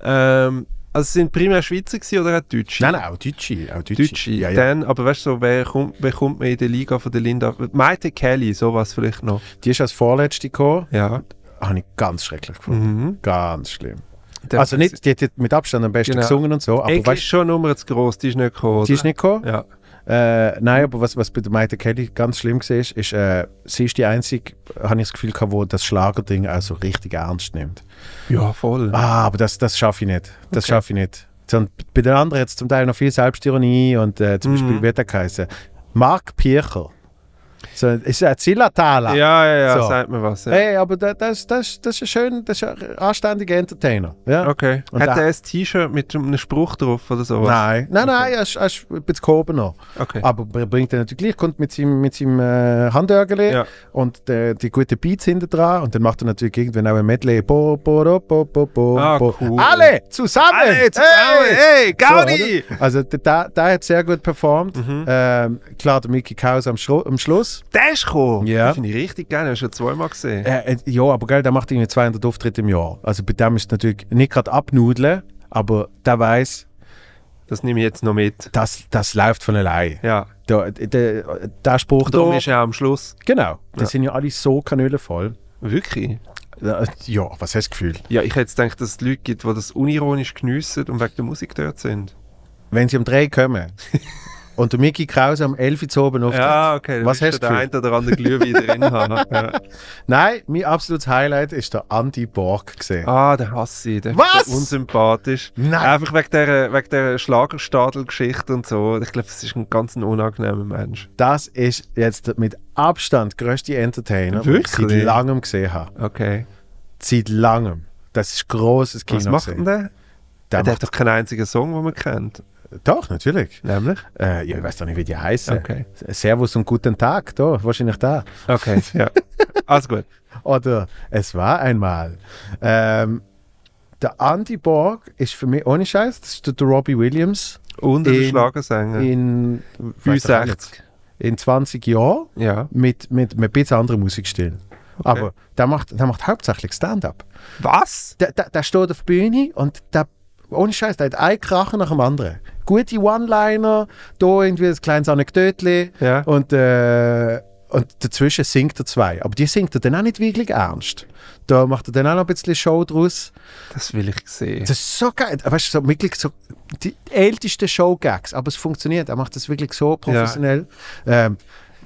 Speaker 2: Ähm, also es sind primär Schweizer gewesen oder auch Deutsche?
Speaker 3: nein, nein, auch Deutsche. Auch Deutsche.
Speaker 2: Deutsche.
Speaker 3: Ja, ja.
Speaker 2: Dann, aber weißt du, so, wer kommt, wer kommt mir in der Liga von der Linda? Maite Kelly, sowas vielleicht noch.
Speaker 3: Die ist als Vorletzte gekommen. Ah,
Speaker 2: Ja.
Speaker 3: Habe ich ganz schrecklich gefunden. Ganz schlimm.
Speaker 2: Mhm. Der-
Speaker 3: also nicht, die hat jetzt mit Abstand am besten
Speaker 2: Genau.
Speaker 3: gesungen und so, aber
Speaker 2: Egg ist
Speaker 3: weißt
Speaker 2: schon Nummer zu gross, die ist nicht gekommen.
Speaker 3: du, die ist nicht gekommen.
Speaker 2: Ja.
Speaker 3: Äh, nein, aber was, was bei der Maite Kelly ganz schlimm war, ist, ist äh, sie ist die einzige, habe ich das Gefühl, gehabt, wo das Schlagerding auch so richtig ernst nimmt.
Speaker 2: ja, voll.
Speaker 3: Ah, aber das, das schaffe ich nicht. Das schaffe ich nicht. Sondern bei den anderen hat es zum Teil noch viel Selbstironie und äh, zum
Speaker 2: Mhm.
Speaker 3: Beispiel, wie hat er geheißen? Mark Pircher. So, ist ein Zillertaler.
Speaker 2: Ja, ja, ja,
Speaker 3: So.
Speaker 2: sagt mir was. Ja.
Speaker 3: Hey, aber da- das, das, das ist ein schön, das ist ein anständiger Entertainer. Ja?
Speaker 2: Okay.
Speaker 3: Und
Speaker 2: Hat
Speaker 3: da-
Speaker 2: er ein T-Shirt mit einem Spruch drauf oder sowas?
Speaker 3: Nein, nein, nein, er ist, er ist ein bisschen gehobener.
Speaker 2: Okay.
Speaker 3: Aber er bringt er natürlich gleich, kommt mit seinem, mit seinem äh, Handörgeli
Speaker 2: Ja.
Speaker 3: und der, die guten Beats hinten dran und dann macht er natürlich irgendwann auch ein Medley. Bo, bo, do, bo, bo, bo,
Speaker 2: Ah,
Speaker 3: bo.
Speaker 2: cool.
Speaker 3: Alle zusammen!
Speaker 2: Alle zusammen! Hey, Gaudi! Mhm.
Speaker 3: So, oder? also der- der, der hat sehr gut performt. Ähm, klar, der Mickey Kaus am, Schru- am Schluss.
Speaker 2: Der ist gekommen.
Speaker 3: Ja.
Speaker 2: Den finde ich richtig geil. Den hast du ja zweimal gesehen.
Speaker 3: Äh, äh, ja, aber gell, der macht irgendwie 200 Auftritte im Jahr. Also bei dem ist natürlich nicht gerade abnudeln, aber der weiß,
Speaker 2: Das nehme ich jetzt noch mit.
Speaker 3: das, das läuft von allein.
Speaker 2: Ja.
Speaker 3: Der, der, der Spruch
Speaker 2: Darum
Speaker 3: da.
Speaker 2: ist er am Schluss.
Speaker 3: Genau, die sind ja alle so kanölenvoll.
Speaker 2: Wirklich?
Speaker 3: Äh, Ja, was hast du Gefühl?
Speaker 2: Ja, ich hätte jetzt gedacht, dass es Leute gibt, die das unironisch geniessen und wegen der Musik dort sind.
Speaker 3: Wenn sie um drei kommen und der Mickey Krause am 11 Uhr zu oben auftritt,
Speaker 2: Ja, okay.
Speaker 3: was hast du
Speaker 2: der
Speaker 3: Gefühl?
Speaker 2: ein oder andere Glühwein drin haben. Ja.
Speaker 3: Nein, mein absolutes Highlight ist der Andy Borg gesehen.
Speaker 2: Ah, der hasse ich. Der
Speaker 3: Was?
Speaker 2: ist so unsympathisch.
Speaker 3: Nein.
Speaker 2: Einfach wegen der, wegen der Schlagerstadel-Geschichte und so. Ich glaube, das ist ein ganz ein unangenehmer Mensch.
Speaker 3: Das ist jetzt mit Abstand größte Entertainer, den ich seit
Speaker 2: Wirklich?
Speaker 3: langem gesehen habe.
Speaker 2: Okay.
Speaker 3: Seit langem. Das ist grosses Kino.
Speaker 2: Was macht denn
Speaker 3: gewesen.
Speaker 2: der?
Speaker 3: Der
Speaker 2: der
Speaker 3: macht,
Speaker 2: hat doch keinen einzigen Song, den man kennt.
Speaker 3: doch, natürlich.
Speaker 2: Nämlich?
Speaker 3: Äh, ja, ich weiß doch nicht, wie die heißen.
Speaker 2: Okay.
Speaker 3: Servus und guten Tag, da, wahrscheinlich da.
Speaker 2: Okay, ja. Alles gut.
Speaker 3: Oder es war einmal. Ähm, der Andy Borg ist für mich ohne Scheiß, das ist der, der Robbie Williams
Speaker 2: Und der
Speaker 3: In-
Speaker 2: Schlagersänger.
Speaker 3: in weiss ich auch
Speaker 2: 65.
Speaker 3: nicht. in 20 Jahren
Speaker 2: Ja.
Speaker 3: mit, mit einem bisschen anderen Musikstil. Aber der macht, der macht hauptsächlich Stand-up.
Speaker 2: Was?
Speaker 3: Der, der, der steht auf der Bühne und der, ohne Scheiß, der hat einen Krachen nach dem anderen. Gute One-Liner, da irgendwie ein kleines Anekdötchen
Speaker 2: Ja.
Speaker 3: und, äh, und dazwischen singt er zwei. Aber die singt er dann auch nicht wirklich ernst. Da macht er dann auch noch ein bisschen Show draus.
Speaker 2: Das will ich sehen.
Speaker 3: Das ist so geil. Weißt du, so, wirklich so die ältesten Showgags, aber es funktioniert. Er macht das wirklich so professionell. Ähm,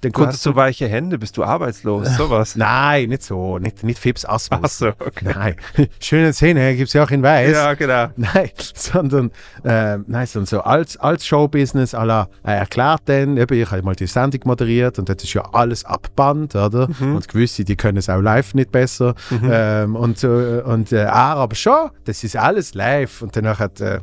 Speaker 3: dann
Speaker 2: Du
Speaker 3: kommt er
Speaker 2: hast so weiche Hände, bist du arbeitslos, sowas.
Speaker 3: Nein, nicht so. Nicht, nicht Fips
Speaker 2: Ach
Speaker 3: Asmus.
Speaker 2: so, okay.
Speaker 3: Nein. Schöne Szene, gibt es ja auch in Weiß.
Speaker 2: Ja, genau.
Speaker 3: Nein, sondern, äh, nein, sondern so als, als Showbusiness, à la, er erklärt dann, eben, ich habe mal die Sendung moderiert und das ist ja alles abband, oder?
Speaker 2: Mhm.
Speaker 3: Und gewisse, die können es auch live nicht besser. Ähm, und so, äh, und äh, er aber schon, das ist alles live. Und danach hat, äh,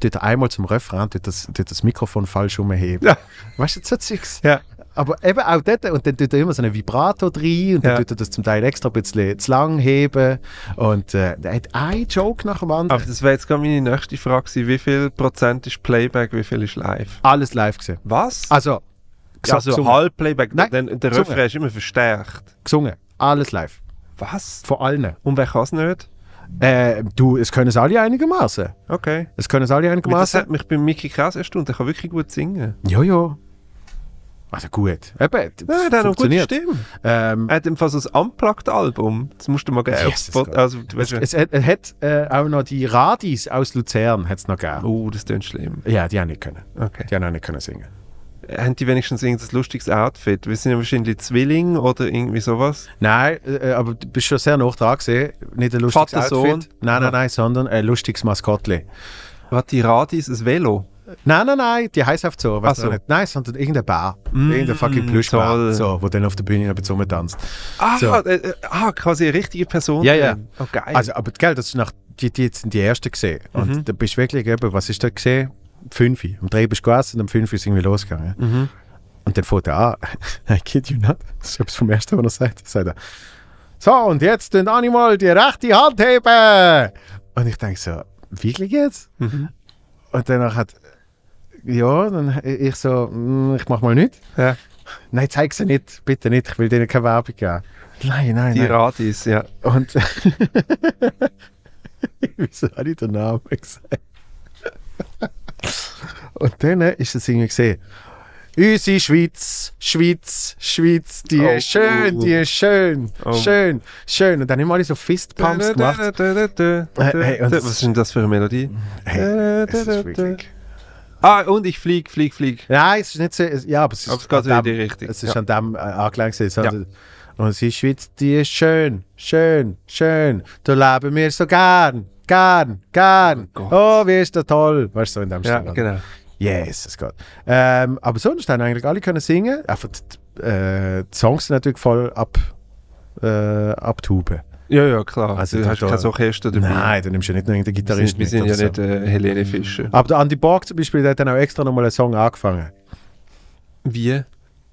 Speaker 3: tut er einmal zum Refrain, tut das, tut das Mikrofon falsch umheben.
Speaker 2: Ja.
Speaker 3: Weißt du, so Zeugs.
Speaker 2: Ja.
Speaker 3: Aber eben auch dort, und dann tut er immer so einen Vibrator rein und dann
Speaker 2: Ja.
Speaker 3: tut er das zum Teil extra ein bisschen zu lang heben. Und äh, er hat einen Joke nach dem anderen.
Speaker 2: Aber das wäre jetzt gerade meine nächste Frage gewesen. Wie viel Prozent ist Playback, wie viel ist live?
Speaker 3: Alles live gesehen.
Speaker 2: Was?
Speaker 3: Also, gesagt,
Speaker 2: also
Speaker 3: gesungen.
Speaker 2: halb Playback,
Speaker 3: Nein,
Speaker 2: denn der
Speaker 3: gesungen.
Speaker 2: Refrain ist immer verstärkt.
Speaker 3: gesungen. Alles live.
Speaker 2: Was?
Speaker 3: Von allen.
Speaker 2: Und wer kann es nicht?
Speaker 3: Äh, du, es können es alle einigermaßen.
Speaker 2: Okay.
Speaker 3: Es können es alle
Speaker 2: Weil Das
Speaker 3: einigermaßen.
Speaker 2: hat mich bei Mickey Kraus erstaunt, er kann wirklich gut singen.
Speaker 3: Jojo. Also gut. Eben,
Speaker 2: Nein,
Speaker 3: das
Speaker 2: der hat eine gute
Speaker 3: funktioniert.
Speaker 2: Stimme.
Speaker 3: Ähm,
Speaker 2: Er hat im Fall so ein Unplugged-Album. Das musst du mal geben.
Speaker 3: Jesus
Speaker 2: Spot-
Speaker 3: Gott.
Speaker 2: also, du weißt,
Speaker 3: es, es, es hat äh, auch noch die Radis aus Luzern hat's noch gegeben.
Speaker 2: oh, das tönt schlimm.
Speaker 3: Ja, die haben nicht können.
Speaker 2: Okay.
Speaker 3: Die haben auch nicht können singen.
Speaker 2: Haben die wenigstens irgendein lustiges Outfit? Wir sind ja wahrscheinlich Zwilling oder irgendwie sowas.
Speaker 3: Nein, äh, aber du bist schon sehr nah dran gesehen. Nicht ein lustiges
Speaker 2: Vater, Sohn.
Speaker 3: Outfit. Nein, nein, nein, sondern ein lustiges Maskottli.
Speaker 2: Was die Radis, ein Velo.
Speaker 3: Nein, nein, nein, die heißt oft so.
Speaker 2: Ach
Speaker 3: Weißt
Speaker 2: so. Mm,
Speaker 3: du nicht? Nein, sondern irgendein Bär. irgendein fucking Plüschbär.
Speaker 2: toll.
Speaker 3: So, wo dann auf der Bühne ein bisschen tanzt.
Speaker 2: Ah,
Speaker 3: So.
Speaker 2: äh, äh, ah, quasi eine richtige Person.
Speaker 3: Ja, ja.
Speaker 2: drin. Oh, geil.
Speaker 3: Also, aber gell, das ist nach, die, die jetzt sind die ersten gesehen. Und da bist du wirklich eben, was ist da gesehen? Fünf. Am drei bist du gegessen und am fünf ist irgendwie losgegangen. Und dann fängt er an. I kid you not. Das ist etwas vom ersten, was er sagt. sagt er, so, und jetzt den Animal die rechte Hand heben. Und ich denke so, wirklich jetzt? Und danach hat, ja, dann ich so, «Mm, ich mach mal nicht.
Speaker 2: ja.
Speaker 3: Nein, zeig sie nicht, bitte nicht, ich will denen keine Werbung geben. Nein, nein,
Speaker 2: Die
Speaker 3: nein.
Speaker 2: Radis, ja.
Speaker 3: Und wieso habe ich den Namen gesagt? Und dann äh, ist es irgendwie gesehen. Unsere Schweiz, Schweiz, Schweiz, die
Speaker 2: Oh.
Speaker 3: ist schön, die ist schön,
Speaker 2: Oh.
Speaker 3: schön, schön. Und dann haben wir alle so Fistpumps gemacht. hey, und
Speaker 2: Was
Speaker 3: das-
Speaker 2: ist denn das Mhm. für eine Melodie?
Speaker 3: Hey, es ist wirklich.
Speaker 2: Ah, und ich flieg, flieg, flieg.
Speaker 3: Nein, es ist nicht so. Es, ja, aber es ist,
Speaker 2: Aber es geht
Speaker 3: an
Speaker 2: in die
Speaker 3: dem-
Speaker 2: Richtung,
Speaker 3: Es ist
Speaker 2: ja.
Speaker 3: an dem äh, angelegt. gewesen, sondern- Und sie Schweiz, die ist schön, schön, schön. Da leben wir so gern, gern, gern.
Speaker 2: Gott.
Speaker 3: Oh, wie ist das toll. Weißt du, so in dem
Speaker 2: Ja,
Speaker 3: Stil.
Speaker 2: genau.
Speaker 3: Yes, es geht. Ähm, aber sonst haben eigentlich alle können singen. Einfach die, äh, die Songs sind natürlich voll ab, äh, abtuben.
Speaker 2: Ja, ja, klar.
Speaker 3: Also,
Speaker 2: Also, du
Speaker 3: da-
Speaker 2: hast
Speaker 3: da-
Speaker 2: kein Orchester dabei.
Speaker 3: Nein, du nimmst ja nicht nur irgendeinen
Speaker 2: wir sind,
Speaker 3: Gitarristen
Speaker 2: wir sind
Speaker 3: mit
Speaker 2: ja
Speaker 3: oder
Speaker 2: nicht
Speaker 3: so.
Speaker 2: äh, Helene Fischer.
Speaker 3: Aber der Andy Borg zum Beispiel, der hat dann auch extra nochmal einen Song angefangen.
Speaker 2: Wie?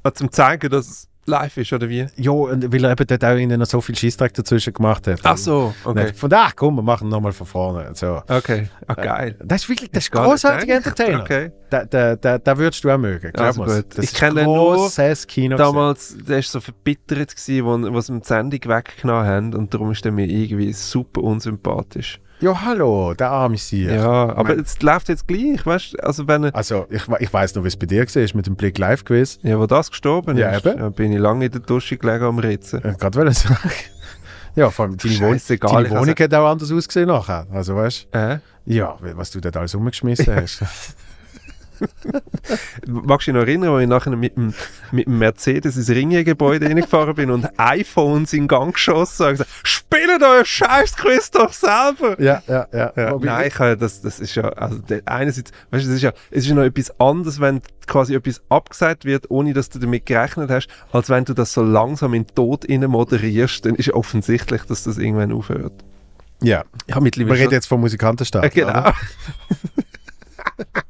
Speaker 2: Ah, zum zeigen, dass es live ist, oder wie?
Speaker 3: Ja, und weil er eben dort auch ihnen noch so viel Scheißdreck dazwischen gemacht hat.
Speaker 2: Ach so, okay.
Speaker 3: Nicht Von da, komm, wir machen nochmal von vorne. und So.
Speaker 2: Okay, ah, geil.
Speaker 3: Das ist wirklich das ist
Speaker 2: gar nicht
Speaker 3: großartiger
Speaker 2: gedacht.
Speaker 3: Entertainer.
Speaker 2: Okay.
Speaker 3: Da, da, da, da würdest du auch mögen. glaub
Speaker 2: Also
Speaker 3: mir's.
Speaker 2: gut.
Speaker 3: Das
Speaker 2: Ich
Speaker 3: ist
Speaker 2: kenne nur
Speaker 3: grosses Kino.
Speaker 2: Damals, der war so verbittert, gewesen, wo, wo sie ihm die Sendung weggenommen haben und darum ist er mir irgendwie super unsympathisch.
Speaker 3: gewesen. Ja, hallo, der arme Sieg.
Speaker 2: Ja, aber es läuft jetzt gleich, weißt du? Also wenn er,
Speaker 3: Also, ich, we- ich weiß noch, wie es bei dir war, mit dem Blick live gewesen.
Speaker 2: ja, wo das gestorben
Speaker 3: Ja,
Speaker 2: ist,
Speaker 3: eben.
Speaker 2: ja, bin ich lange in der Dusche gelegen am Ritzen.
Speaker 3: Ich gerade Äh, wollte sagen. Ja, vor allem deine, Wohn
Speaker 2: Scheissegal,
Speaker 3: deine
Speaker 2: ich hab's-
Speaker 3: Wohnung hat auch anders ausgesehen nachher. Also, weißt
Speaker 2: Äh?
Speaker 3: du, ja, was du dort alles umgeschmissen hast.
Speaker 2: Magst du dich noch erinnern, wo ich nachher mit dem, mit dem Mercedes ins Ringier-Gebäude reingefahren bin und iPhones in Gang geschossen habe und gesagt, spielt euer scheiß Quiz doch selber!
Speaker 3: ja, ja, ja.
Speaker 2: Ja,
Speaker 3: Wobei-
Speaker 2: nein, ich, kann ja das, das ist ja, also der, einerseits, weißt du, das ist ja, es ist ja noch etwas anderes, wenn quasi etwas abgesagt wird, ohne dass du damit gerechnet hast, als wenn du das so langsam in den Tod innen moderierst, dann ist ja offensichtlich, dass das irgendwann aufhört.
Speaker 3: Ja.
Speaker 2: Ja, mittlerweile
Speaker 3: Wir reden jetzt vom Musikantenstart.
Speaker 2: äh,
Speaker 3: oder?
Speaker 2: genau.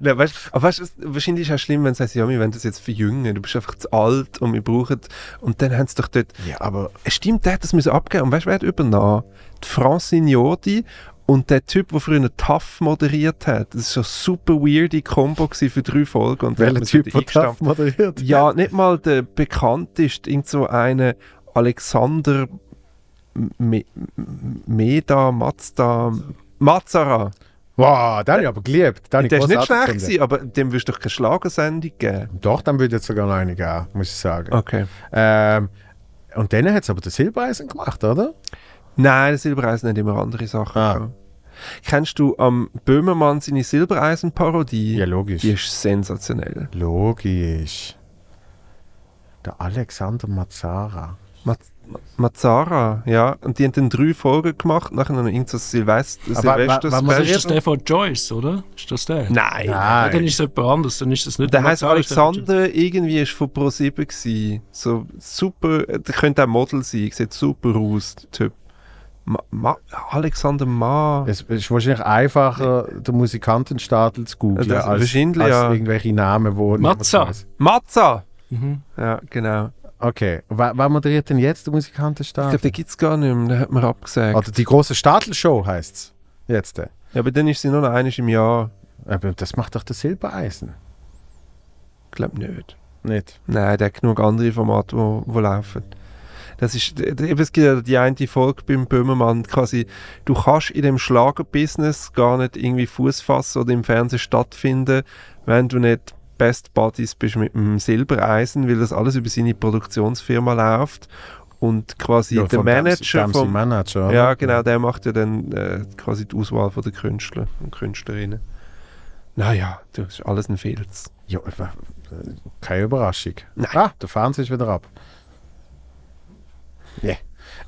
Speaker 2: Nein, weißt, aber weißt, du, wahrscheinlich ist es auch schlimm, wenn sie sagen, ja, wir wollen das jetzt verjüngen, du bist einfach zu alt und wir brauchen, und dann haben sie doch dort,
Speaker 3: Ja, aber
Speaker 2: es stimmt, der hat das müssen abgeben. Und weißt du, wer hat übernommen? Die Francine Jordi Und der Typ, der früher Tough moderiert hat, das war so eine super weirde Kombo gewesen für drei Folgen. Und der hat
Speaker 3: Welcher
Speaker 2: mir so
Speaker 3: Typ, der
Speaker 2: eingestampft.
Speaker 3: das moderiert?
Speaker 2: Ja, nicht mal der bekannteste, irgend so eine Alexander M- Me M- Meda Mazda Mazzara.
Speaker 3: Wow, den habe ich aber geliebt. Den habe ich
Speaker 2: Der ist nicht
Speaker 3: grossartig
Speaker 2: schlecht
Speaker 3: gefunden.
Speaker 2: gewesen, aber dem wirst du doch keine Schlagersendung geben.
Speaker 3: Doch, dann würde ich jetzt sogar noch einen geben, muss ich sagen.
Speaker 2: Okay.
Speaker 3: Ähm, und dann hat es aber das Silbereisen gemacht, oder?
Speaker 2: Nein, der Silbereisen hat immer andere Sachen.
Speaker 3: Ah.
Speaker 2: gehabt. Kennst du am Böhmermann seine Silbereisen-Parodie?
Speaker 3: Ja, logisch.
Speaker 2: Die ist sensationell.
Speaker 3: Logisch. Der Alexander Mazzara.
Speaker 2: Maz Mazzara, ja. Und die haben dann drei Folgen gemacht, nachher noch irgend so Silvester,
Speaker 3: Aber Ah, wa-
Speaker 2: Silvester
Speaker 3: wa-
Speaker 9: Was ist das
Speaker 3: Moderiert-
Speaker 9: der von Joyce, oder? Ist das der?
Speaker 2: Nein.
Speaker 9: Ah, dann ist es jemand anderes, dann ist das nicht
Speaker 2: Der heißt
Speaker 9: Mazzara, ist der von
Speaker 2: Alexander, irgendwie ist von Pro7 gsi. So super, der könnte auch Model sein, sieht super aus, der Typ. Ma, Ma, Alexander Ma.
Speaker 3: Es ist wahrscheinlich einfacher, den Musikantenstadel zu googeln,
Speaker 2: Das-
Speaker 3: als, als
Speaker 2: wahrscheinlich, ja.
Speaker 3: irgendwelche Namen, wo niemand
Speaker 9: Mazza.
Speaker 3: weiss.
Speaker 2: Mazza!
Speaker 9: Mhm.
Speaker 2: Ja, genau.
Speaker 3: Okay, wer, wer moderiert denn jetzt den
Speaker 2: Ich
Speaker 3: Musikantenstadel?
Speaker 2: glaube, den gibt's gar nicht mehr, den hat man
Speaker 9: Ah.
Speaker 2: abgesagt.
Speaker 3: Oder die große Stadelshow heißt es jetzt. äh.
Speaker 2: Ja, aber dann ist sie nur noch eines im Jahr.
Speaker 3: Aber das macht doch der Silbereisen.
Speaker 2: Ich glaube nicht.
Speaker 3: Nicht?
Speaker 2: Nein, der hat genug andere Formate, wo, wo laufen. Das ist, d- d- eben, es gibt ja die eine Folge beim Böhmermann, quasi, du kannst in dem Schlagerbusiness gar nicht irgendwie Fuß fassen oder im Fernsehen stattfinden, wenn du nicht Best Buddies bist mit dem Silbereisen, weil das alles über seine Produktionsfirma läuft und quasi der
Speaker 3: vom Dams-
Speaker 2: Manager
Speaker 3: Damsi
Speaker 2: vom,
Speaker 3: Manager.
Speaker 2: ja
Speaker 3: oder?
Speaker 2: genau, der macht ja dann äh, quasi die Auswahl von der Künstler und Künstlerinnen. Naja, das ist alles ein Filz.
Speaker 3: Ja, wa- äh, keine Überraschung. Ah, der Fernseher ist wieder ab. Nee.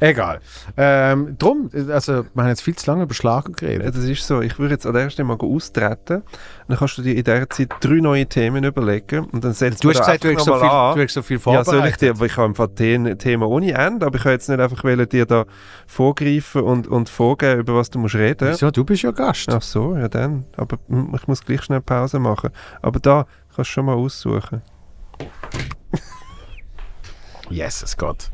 Speaker 3: Egal. Ähm, drum, äh, also, wir haben jetzt viel zu lange über Schlager
Speaker 2: Ja,
Speaker 3: geredet.
Speaker 2: Äh, das ist so. Ich würde jetzt an der Stelle mal austreten. Dann kannst du dir in dieser Zeit drei neue Themen überlegen. Und dann setzt man da einfach noch mal an.
Speaker 3: so viel
Speaker 2: Ja, soll ich dir, aber ich habe einfach Themen ohne Ende, aber ich kann jetzt nicht einfach wollen, dir da vorgreifen und, und vorgeben, über was du musst reden.
Speaker 3: Wieso? Du bist ja Gast.
Speaker 2: Ach so, ja dann. Aber hm, ich muss gleich schnell Pause machen. Aber da kannst du schon mal aussuchen.
Speaker 3: Yes, es geht.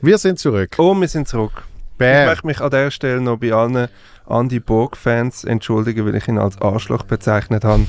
Speaker 3: Wir sind zurück.
Speaker 2: Oh, wir sind zurück. Ich
Speaker 3: Bam.
Speaker 2: möchte mich an der Stelle noch bei allen Andy Borg-Fans entschuldigen, weil ich ihn als Arschloch bezeichnet habe.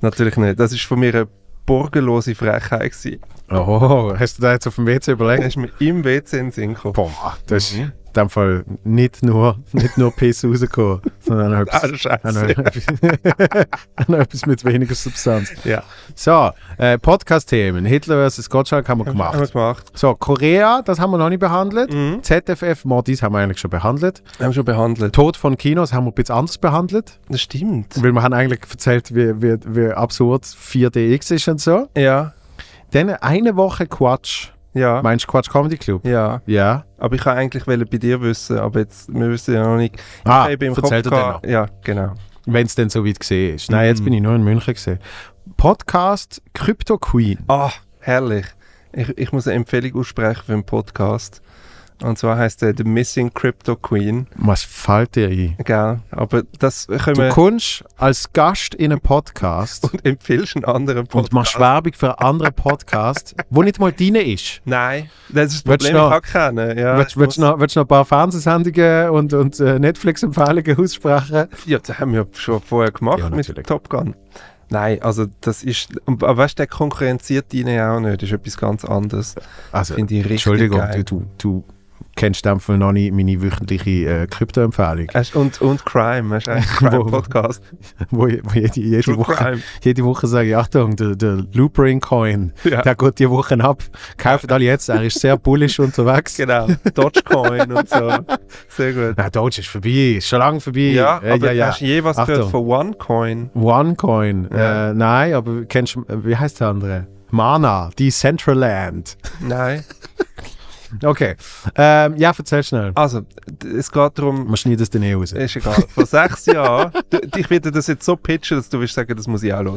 Speaker 2: Natürlich nicht. Das ist von mir eine borgenlose Frechheit. Gewesen.
Speaker 3: Oh, hast du da jetzt auf dem WC
Speaker 2: Er
Speaker 3: überlegt?
Speaker 2: ist mir im WC in den Sinn gekommen.
Speaker 3: Boah, das ist in dem Fall nicht nur, nicht nur Piss rausgekommen, sondern auch
Speaker 2: Ah,
Speaker 3: etwas, auch noch
Speaker 2: Scheiße.
Speaker 3: etwas, auch noch etwas mit weniger Substanz.
Speaker 2: Ja,
Speaker 3: So, äh, Podcast-Themen. Hitler vs. Gottschalk haben wir
Speaker 2: haben wir
Speaker 3: gemacht. Mhm.
Speaker 2: gemacht.
Speaker 3: So, Korea, das haben wir noch nicht behandelt. ZFF, Mordis haben wir eigentlich schon behandelt.
Speaker 2: Wir haben schon behandelt.
Speaker 3: Tod von Kinos haben wir ein bisschen anders behandelt,
Speaker 2: Das stimmt.
Speaker 3: weil wir haben eigentlich erzählt, wie, wie, wie absurd 4DX ist und so.
Speaker 2: Ja,
Speaker 3: Dann eine Woche Quatsch.
Speaker 2: ja,
Speaker 3: Meinst du Quatsch Comedy Club?
Speaker 2: ja.
Speaker 3: Ja.
Speaker 2: Aber ich wollte eigentlich wollte bei dir wissen, aber jetzt, wir wissen ja noch nicht.
Speaker 3: Ah,
Speaker 2: Ich habe im
Speaker 3: erzähl dir
Speaker 2: gehabt- Ja, genau.
Speaker 3: Wenn es denn so weit gesehen ist. Nein, jetzt bin ich nur in München gesehen. Podcast Crypto Queen.
Speaker 2: Ah, herrlich. Ich, ich muss eine Empfehlung aussprechen für einen Podcast. Und zwar heißt der The Missing Crypto Queen.
Speaker 3: Was fällt dir ein?
Speaker 2: Gell? Aber das können
Speaker 3: Du
Speaker 2: wir
Speaker 3: kommst als Gast in einen Podcast.
Speaker 2: und empfiehlst einen anderen
Speaker 3: und
Speaker 2: Podcast.
Speaker 3: machst Werbung für einen anderen Podcast, wo nicht mal deine ist.
Speaker 2: Nein, das ist das
Speaker 3: Willst
Speaker 2: Problem,
Speaker 3: du
Speaker 2: ich
Speaker 3: noch-
Speaker 2: kann keinen. Ja,
Speaker 3: Willst,
Speaker 2: ich
Speaker 3: willst, du
Speaker 2: muss-
Speaker 3: noch, willst du noch ein paar Fernsehsendungen und, und äh, Netflix-Empfehlungen aussprechen?
Speaker 2: Ja, das haben wir schon vorher gemacht
Speaker 3: Ja, natürlich.
Speaker 2: mit Top Gun. Nein, also das ist, und- aber weißt du, der konkurrenziert deine auch nicht, das ist etwas ganz anderes.
Speaker 3: Also,
Speaker 2: Finde ich richtig
Speaker 3: Entschuldigung,
Speaker 2: geil.
Speaker 3: du, du, du kennst in dem Fall noch nicht meine wöchentliche äh, Krypto-Empfehlung,
Speaker 2: Hast- Und, und Crime, hast du einen Crime-Podcast?
Speaker 3: wo, je- wo jede, jede,
Speaker 2: True
Speaker 3: Woche,
Speaker 2: Crime.
Speaker 3: jede Woche sage ich, Achtung, der, der Loopring-Coin,
Speaker 2: Ja.
Speaker 3: der geht die Woche ab. Kauft alle jetzt, er ist sehr bullish unterwegs.
Speaker 2: Genau, Dogecoin und so. Sehr gut.
Speaker 3: Na, Doge ist vorbei, ist schon lange vorbei.
Speaker 2: Ja,
Speaker 3: Äh,
Speaker 2: aber hast du je was gehört
Speaker 3: Achtung.
Speaker 2: von OneCoin?
Speaker 3: OneCoin. Äh, nein, aber kennst du, wie heißt der andere? Mana, die Central Land.
Speaker 2: Nein.
Speaker 3: Okay. Ähm, ja, erzähl schnell.
Speaker 2: Also, d- es geht darum,
Speaker 3: Man schneidet es dann eh raus.
Speaker 2: ist egal, vor sechs Jahren, du- ich werde das jetzt so pitchen, dass du wirst sagen, das muss ich auch hören.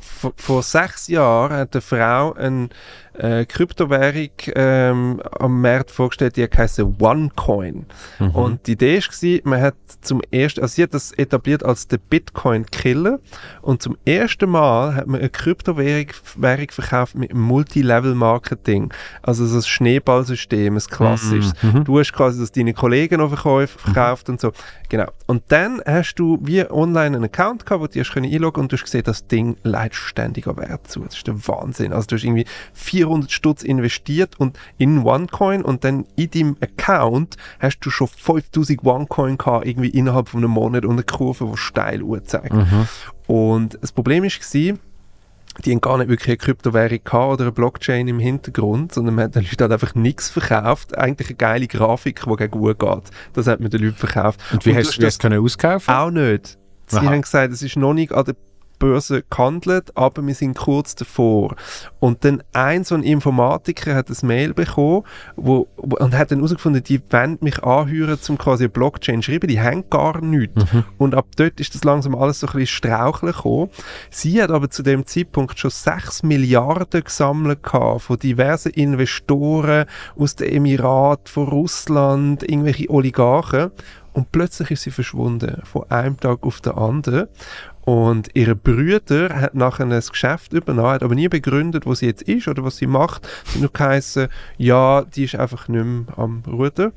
Speaker 2: Vor, vor sechs Jahren hat eine Frau einen, äh, Kryptowährung ähm, am Markt vorgestellt, die heisst OneCoin. Und die Idee war, man hat zum ersten, also sie hat das etabliert als der Bitcoin-Killer und zum ersten Mal hat man eine Kryptowährung Währung verkauft mit Multilevel-Marketing. Also so ein Schneeballsystem, ein klassisches. Du hast quasi das deinen Kollegen noch verkauft, verkauft und so. Genau. Und dann hast du wie online einen Account gehabt, wo du hast können einloggen und du hast gesehen, das Ding leitet ständig an Wert zu. Das ist der Wahnsinn. Also du hast irgendwie 400 Stutz investiert und in OneCoin und dann in deinem Account hast du schon 5000 OneCoin gehabt, irgendwie innerhalb von einem Monat und eine Kurve, die steil anzeigt. Und das Problem war, die haben gar nicht wirklich eine Kryptowährung gehabt oder eine Blockchain im Hintergrund, sondern man hat den Leuten halt einfach nichts verkauft. Eigentlich eine geile Grafik, die gegen gut geht. Das hat man den Leuten verkauft.
Speaker 3: Und wie
Speaker 2: du
Speaker 3: hast du das können auskaufen?
Speaker 2: auch nicht. Sie
Speaker 3: Aha.
Speaker 2: haben gesagt, es ist noch nicht an der Börse gehandelt, aber wir sind kurz davor. Und dann ein so ein Informatiker hat ein Mail bekommen wo, wo, und hat dann herausgefunden, die wollen mich anhören, um quasi eine Blockchain zu schreiben. Die haben gar nichts. Und ab dort ist das langsam alles so ein bisschen straucheln gekommen. Sie hat aber zu dem Zeitpunkt schon 6 Milliarden gesammelt gehabt von diversen Investoren aus den Emiraten, von Russland, irgendwelche Oligarchen. Und plötzlich ist sie verschwunden, von einem Tag auf den anderen. Und ihre Brüder hat nachher ein Geschäft übernommen, hat aber nie begründet, wo sie jetzt ist oder was sie macht. Sie hat nur geheißen, ja, die ist einfach nicht mehr am Ruder.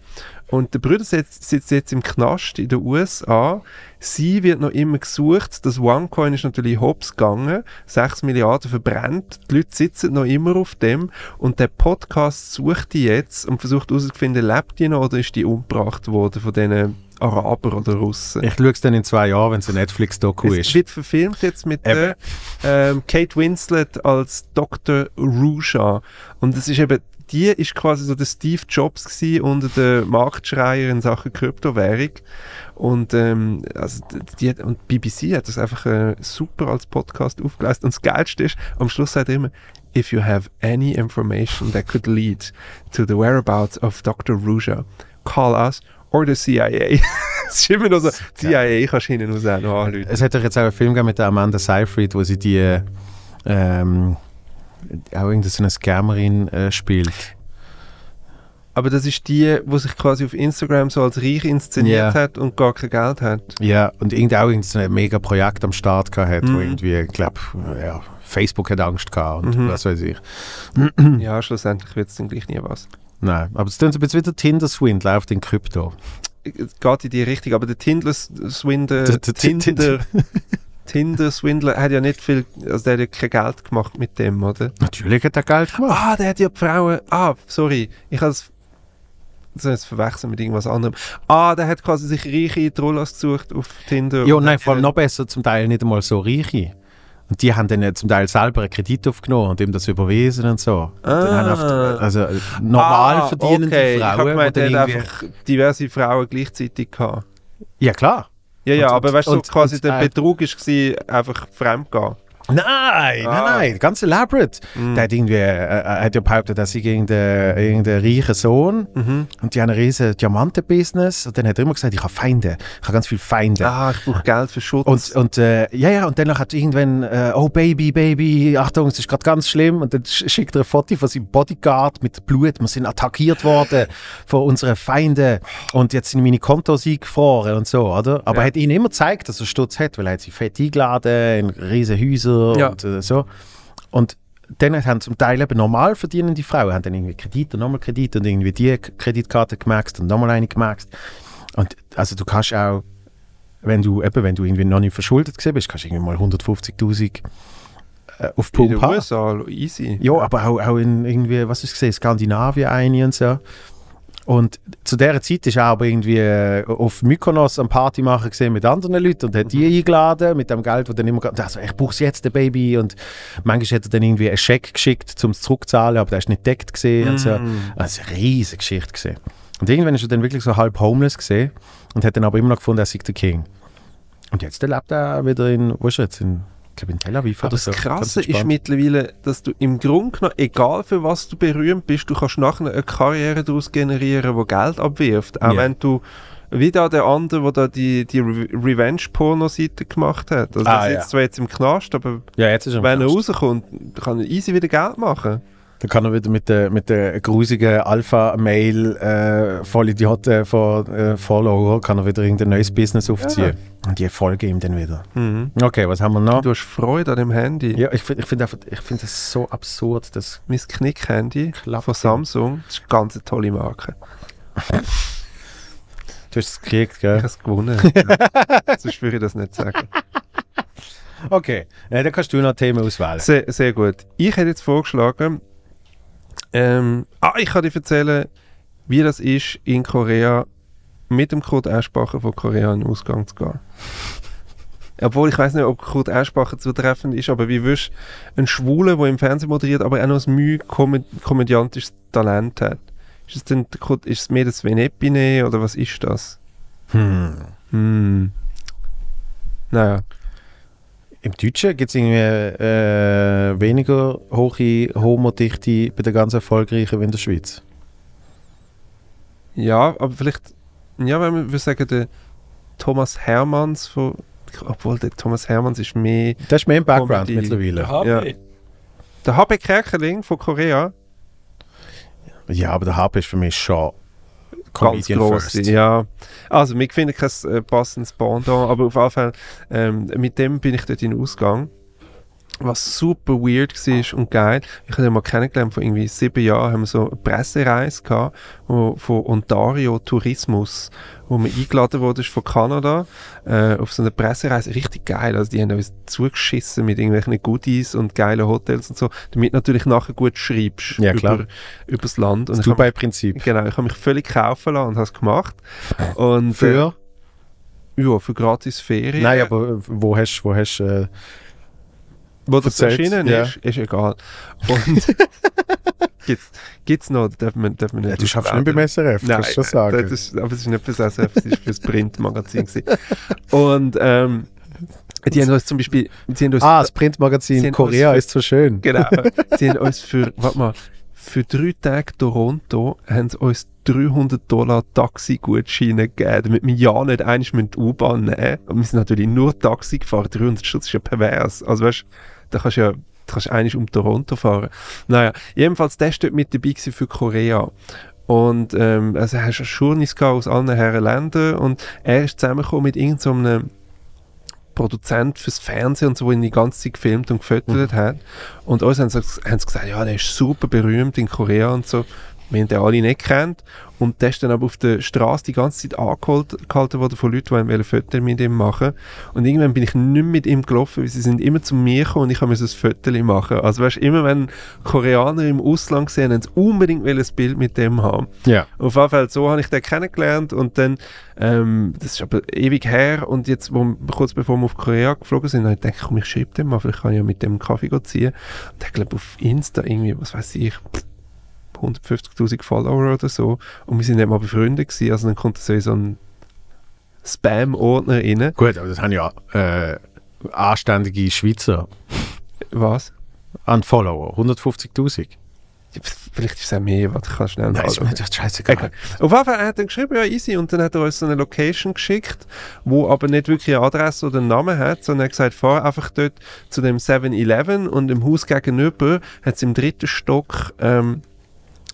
Speaker 2: Und der Bruder sitzt, sitzt jetzt im Knast in den USA. Sie wird noch immer gesucht. Das OneCoin ist natürlich hops gegangen. 6 Milliarden verbrennt. Die Leute sitzen noch immer auf dem. Und der Podcast sucht die jetzt und versucht herauszufinden, lebt die noch oder ist die umgebracht worden von diesen Araber oder Russen.
Speaker 3: Ich schaue es dann in zwei Jahren, wenn es ein Netflix-Doku
Speaker 2: Es
Speaker 3: ist.
Speaker 2: wird verfilmt jetzt mit der, ähm, Kate Winslet als Dr. Rusha. Und das ist eben, die ist quasi so der Steve Jobs gsi unter den Marktschreier in Sachen Kryptowährung. Und, ähm, also die, hat- und die BBC hat das einfach äh, super als Podcast aufgeleistet. Und das Geilste ist, am Schluss sagt er immer, If you have any information that could lead to the whereabouts of Dr. Ruja, call us or the CIA. es ist immer noch so, CIA kannst du hinten raus auch noch anrufen.
Speaker 3: Es hätte doch jetzt auch einen Film gegeben mit der Amanda Seyfried, wo sie die ähm, auch irgendeine Scammerin äh, spielt.
Speaker 2: Aber das ist die, die sich quasi auf Instagram so als reich inszeniert
Speaker 3: Ja.
Speaker 2: hat und gar kein Geld hat.
Speaker 3: Ja, und irgend auch irgendein mega Projekt am Start gehabt hat, wo irgendwie, ich glaube, ja, Facebook hat Angst gehabt und was weiß ich. Hm.
Speaker 2: Ja, schlussendlich wird es dann gleich nie was.
Speaker 3: Nein, aber es klingt so ein bisschen wie der Tinder-Swindler auf den Krypto.
Speaker 2: Es geht in die Richtung, aber der Tindler-Swindler
Speaker 3: Der- der Tin-
Speaker 2: Äh, Tinder, Tinder-Swindler hat ja nicht viel, also der hat ja kein Geld gemacht mit dem, oder?
Speaker 3: Natürlich hat er Geld gemacht.
Speaker 2: Ah, der hat ja die Frauen, ah, sorry, ich habe es jetzt verwechseln mit irgendwas anderem. Ah, der hat quasi sich reiche Trollas gesucht auf Tinder.
Speaker 3: Ja,
Speaker 2: und
Speaker 3: nein,
Speaker 2: hat
Speaker 3: vor allem
Speaker 2: ihre-
Speaker 3: noch besser, zum Teil nicht einmal so reiche. Und die haben dann ja zum Teil selber einen Kredit aufgenommen und ihm das überwiesen und so. Und dann haben oft, also normal
Speaker 2: Ah,
Speaker 3: verdienende
Speaker 2: okay. Ich hab
Speaker 3: Frauen,
Speaker 2: gemeint,
Speaker 3: die
Speaker 2: der
Speaker 3: dann
Speaker 2: hat
Speaker 3: irgendwie...
Speaker 2: einfach diverse Frauen gleichzeitig gehabt.
Speaker 3: Ja, klar.
Speaker 2: Ja, ja,
Speaker 3: Und-
Speaker 2: aber
Speaker 3: und-
Speaker 2: weißt du, so
Speaker 3: und-
Speaker 2: quasi
Speaker 3: und-
Speaker 2: der
Speaker 3: äh,
Speaker 2: Betrug war einfach fremdgehen.
Speaker 3: Nein, nein,
Speaker 2: Ah.
Speaker 3: nein, ganz elaborate.
Speaker 2: Mhm.
Speaker 3: Der hat irgendwie, äh, äh, hat ja behauptet, dass ich irgendeinen irgendein reichen Sohn
Speaker 2: Mhm.
Speaker 3: und die haben ein riesen Diamanten-Business und dann hat er immer gesagt, ich habe Feinde, ich habe ganz viele Feinde.
Speaker 2: Ah, ich brauche Geld für Schutz.
Speaker 3: Und, und äh, ja, ja, und danach hat irgendwann, äh, oh Baby, Baby, Achtung, es ist gerade ganz schlimm. Und dann sch- schickt er ein Foto von seinem Bodyguard mit Blut. Wir sind attackiert worden von unseren Feinden. Und jetzt sind meine Kontos eingefroren und so, oder? Aber er hat ihnen immer gezeigt, dass er Stutz hat, weil er hat sie fett eingeladen in riesen Häuser
Speaker 2: Ja.
Speaker 3: und äh, so. Und dann haben zum Teil eben normal verdienende Frauen haben dann irgendwie Kredit und nochmal Kredit und irgendwie die K- Kreditkarte gemaxt und nochmal eine gemaxt. Und also du kannst auch, wenn du, eben, wenn du irgendwie noch nicht verschuldet gewesen bist, kannst du irgendwie mal 150'000 äh, auf
Speaker 2: in den
Speaker 3: Pump haben.
Speaker 2: USA, easy.
Speaker 3: Ja, aber auch, auch in irgendwie, was ist gesehen, Skandinavien eine und so. Und zu dieser Zeit ist er aber irgendwie äh, auf Mykonos am Party machen gesehen mit anderen Leuten und hat die eingeladen mit dem Geld, das dann immer, ge- also ich brauche jetzt, der Baby. Und manchmal hat er dann irgendwie einen Scheck geschickt, um es zurückzuzahlen, aber der ist nicht deckt gesehen und so. Also eine riesige Geschichte gesehen. Und irgendwann ist er dann wirklich so halb homeless gesehen und hat dann aber immer noch gefunden, er sei der King. Und jetzt äh, lebt er wieder in, wo ist er jetzt? In, ich glaube in Tel Aviv
Speaker 2: Aber Oh,
Speaker 3: oder
Speaker 2: das
Speaker 3: so. Ganz
Speaker 2: Krasse ist
Speaker 3: entspannt.
Speaker 2: mittlerweile, dass du im Grunde genommen, egal für was du berühmt bist, du kannst nachher eine Karriere daraus generieren, die Geld abwirft. Auch
Speaker 3: Ja.
Speaker 2: wenn du, wie da der andere, der da die, die Re- Revenge-Porno-Seite gemacht hat. Also
Speaker 3: Ah,
Speaker 2: der
Speaker 3: ja.
Speaker 2: sitzt zwar jetzt im Knast, aber
Speaker 3: Ja, jetzt ist er im
Speaker 2: wenn er
Speaker 3: Knast.
Speaker 2: rauskommt, kann er easy wieder Geld machen.
Speaker 3: Dann kann er wieder mit der, mit der grusigen äh, Alpha-Mail-Vollidioten von äh, Follower, kann er wieder irgendein neues Business aufziehen. Und die folgen ihm dann wieder.
Speaker 2: Mhm.
Speaker 3: Okay, was haben wir noch?
Speaker 2: Du hast Freude an dem Handy.
Speaker 3: Ja, ich finde ich find einfach- ich find das so absurd, dass
Speaker 2: Mein Knick-Handy von Samsung, das ist eine ganz tolle Marke.
Speaker 3: du hast es gekriegt,
Speaker 2: Ich habe
Speaker 3: gell?
Speaker 2: es gewonnen. Sonst würde ich das nicht sagen.
Speaker 3: Okay, äh, dann kannst du noch Themen auswählen.
Speaker 2: Sehr, sehr gut. Ich hätte jetzt vorgeschlagen, ähm, ah, ich kann dir erzählen, wie das ist, in Korea mit dem Kurt Aschbacher von Korea in den Ausgang zu gehen. Obwohl, ich weiß nicht, ob Kurt Aschbacher zutreffend ist, aber wie wirst ein Schwuler, der im Fernsehen moderiert, aber auch noch ein müh komö- komödiantisches Talent hat? Ist es denn der Kurt, ist es mehr das Venepine oder was ist das? Hm. Naja.
Speaker 3: Im Deutschen gibt es irgendwie äh, weniger hohe Homodichte bei den ganz Erfolgreichen wie in der Schweiz.
Speaker 2: Ja, aber vielleicht, ja, wenn man würde sagen, der Thomas Hermanns von, obwohl der Thomas Hermanns ist mehr,
Speaker 3: Das ist mehr im Background
Speaker 2: Comedy.
Speaker 3: mittlerweile.
Speaker 9: HP.
Speaker 2: der HB Kerkeling von Korea,
Speaker 3: Ja, aber der Hub ist für mich schon Comedian
Speaker 2: ganz gross,
Speaker 3: first.
Speaker 2: ja. Also, wir finden kein äh, passendes Pendant, aber auf jeden Fall, ähm, mit dem bin ich dort in den Ausgang. Was super weird war und geil. Ich habe ihn mal kennengelernt, vor irgendwie sieben Jahren haben wir so eine Pressereise gehabt, wo, von Ontario Tourismus, wo man eingeladen wurde ist von Kanada äh, auf so eine Pressereise. Richtig geil. Also die haben uns zugeschissen mit irgendwelchen Goodies und geilen Hotels und so, damit du natürlich nachher gut schreibst
Speaker 3: Ja, klar.
Speaker 2: Über, über das Land. Und
Speaker 3: Das
Speaker 2: ich habe
Speaker 3: Dubai-Prinzip.
Speaker 2: Genau, ich habe mich völlig kaufen lassen und habe es gemacht. Und,
Speaker 3: Für?
Speaker 2: Äh, ja, für gratis Ferien.
Speaker 3: Nein, aber wo hast du. Wo hast, äh,
Speaker 2: Wo das
Speaker 3: erzählt,
Speaker 2: erschienen
Speaker 3: ja.
Speaker 2: ist, ist egal. Und gibt's, gibt's noch, darf man, darf man nicht.
Speaker 3: du schaffst nicht beim
Speaker 2: Nein,
Speaker 3: SRF,
Speaker 2: äh,
Speaker 3: kannst du schon sagen.
Speaker 2: Das ist, aber es ist nicht fürs SRF, es ist fürs Printmagazin. gewesen. Und ähm, die haben uns zum Beispiel. Die haben uns
Speaker 3: ah, das
Speaker 2: Sie
Speaker 3: Printmagazin
Speaker 2: haben
Speaker 3: Korea
Speaker 2: uns-
Speaker 3: ist so schön.
Speaker 2: Genau. Sie haben uns für, warte mal, für drei Tage Toronto haben sie uns 300 Dollar Taxigutscheine gegeben, damit wir ja nicht einmal mit der U-Bahn nehmen. Und wir sind natürlich nur Taxi gefahren. 300 Stutz ist ja pervers. Also weißt, da kannst du ja, da kannst du einmal um Toronto fahren. Naja, jedenfalls, der war dort mit dabei gewesen für Korea. Und, ähm, also hast du Schurnis gehabt aus allen Herren Ländern und er ist zusammengekommen mit irgendeinem Produzent fürs Fernsehen und so, wo ihn die ganze Zeit gefilmt und gefüttert hat. Und uns haben sie, haben sie gesagt, ja, der ist super berühmt in Korea und so. Wir haben den alle nicht kennt. Und der ist dann aber auf der Straße die ganze Zeit angeholt gehalten worden von Leuten, die einen wollen Fotos mit ihm machen Und irgendwann bin ich nicht mit ihm gelaufen, weil sie sind immer zu mir gekommen und ich musste ein Foto machen. Also weißt du, immer wenn Koreaner im Ausland sehen, haben sie unbedingt wollen ein Bild mit dem haben.
Speaker 3: Ja.
Speaker 2: Auf jeden Fall, so habe ich den kennengelernt und dann, ähm, das ist aber ewig her und jetzt, wo, wir- kurz bevor wir auf Korea geflogen sind, habe ich gedacht, komm, ich schreibe dem mal, vielleicht kann ich ja mit dem Kaffee gehen ziehen. Und der, glaube auf Insta irgendwie, was weiß ich, 150.000 Follower oder so und wir sind nicht mal befreundet gewesen, also dann kommt so in so ein Spam-Ordner rein.
Speaker 3: Gut, aber das haben ja äh, anständige Schweizer
Speaker 2: Was?
Speaker 3: an Follower. 150.000.
Speaker 2: Ja, pf, Vielleicht ist es auch mehr, warte, ich kann schnell nachschauen.
Speaker 3: doch
Speaker 2: Egal. Auf jeden Fall, er hat dann geschrieben, ja, easy. Und dann hat er uns so eine Location geschickt, wo aber nicht wirklich eine Adresse oder einen Namen hat, sondern er hat gesagt, fahr einfach dort zu dem 7-Eleven und im Haus gegenüber hat es im dritten Stock ähm,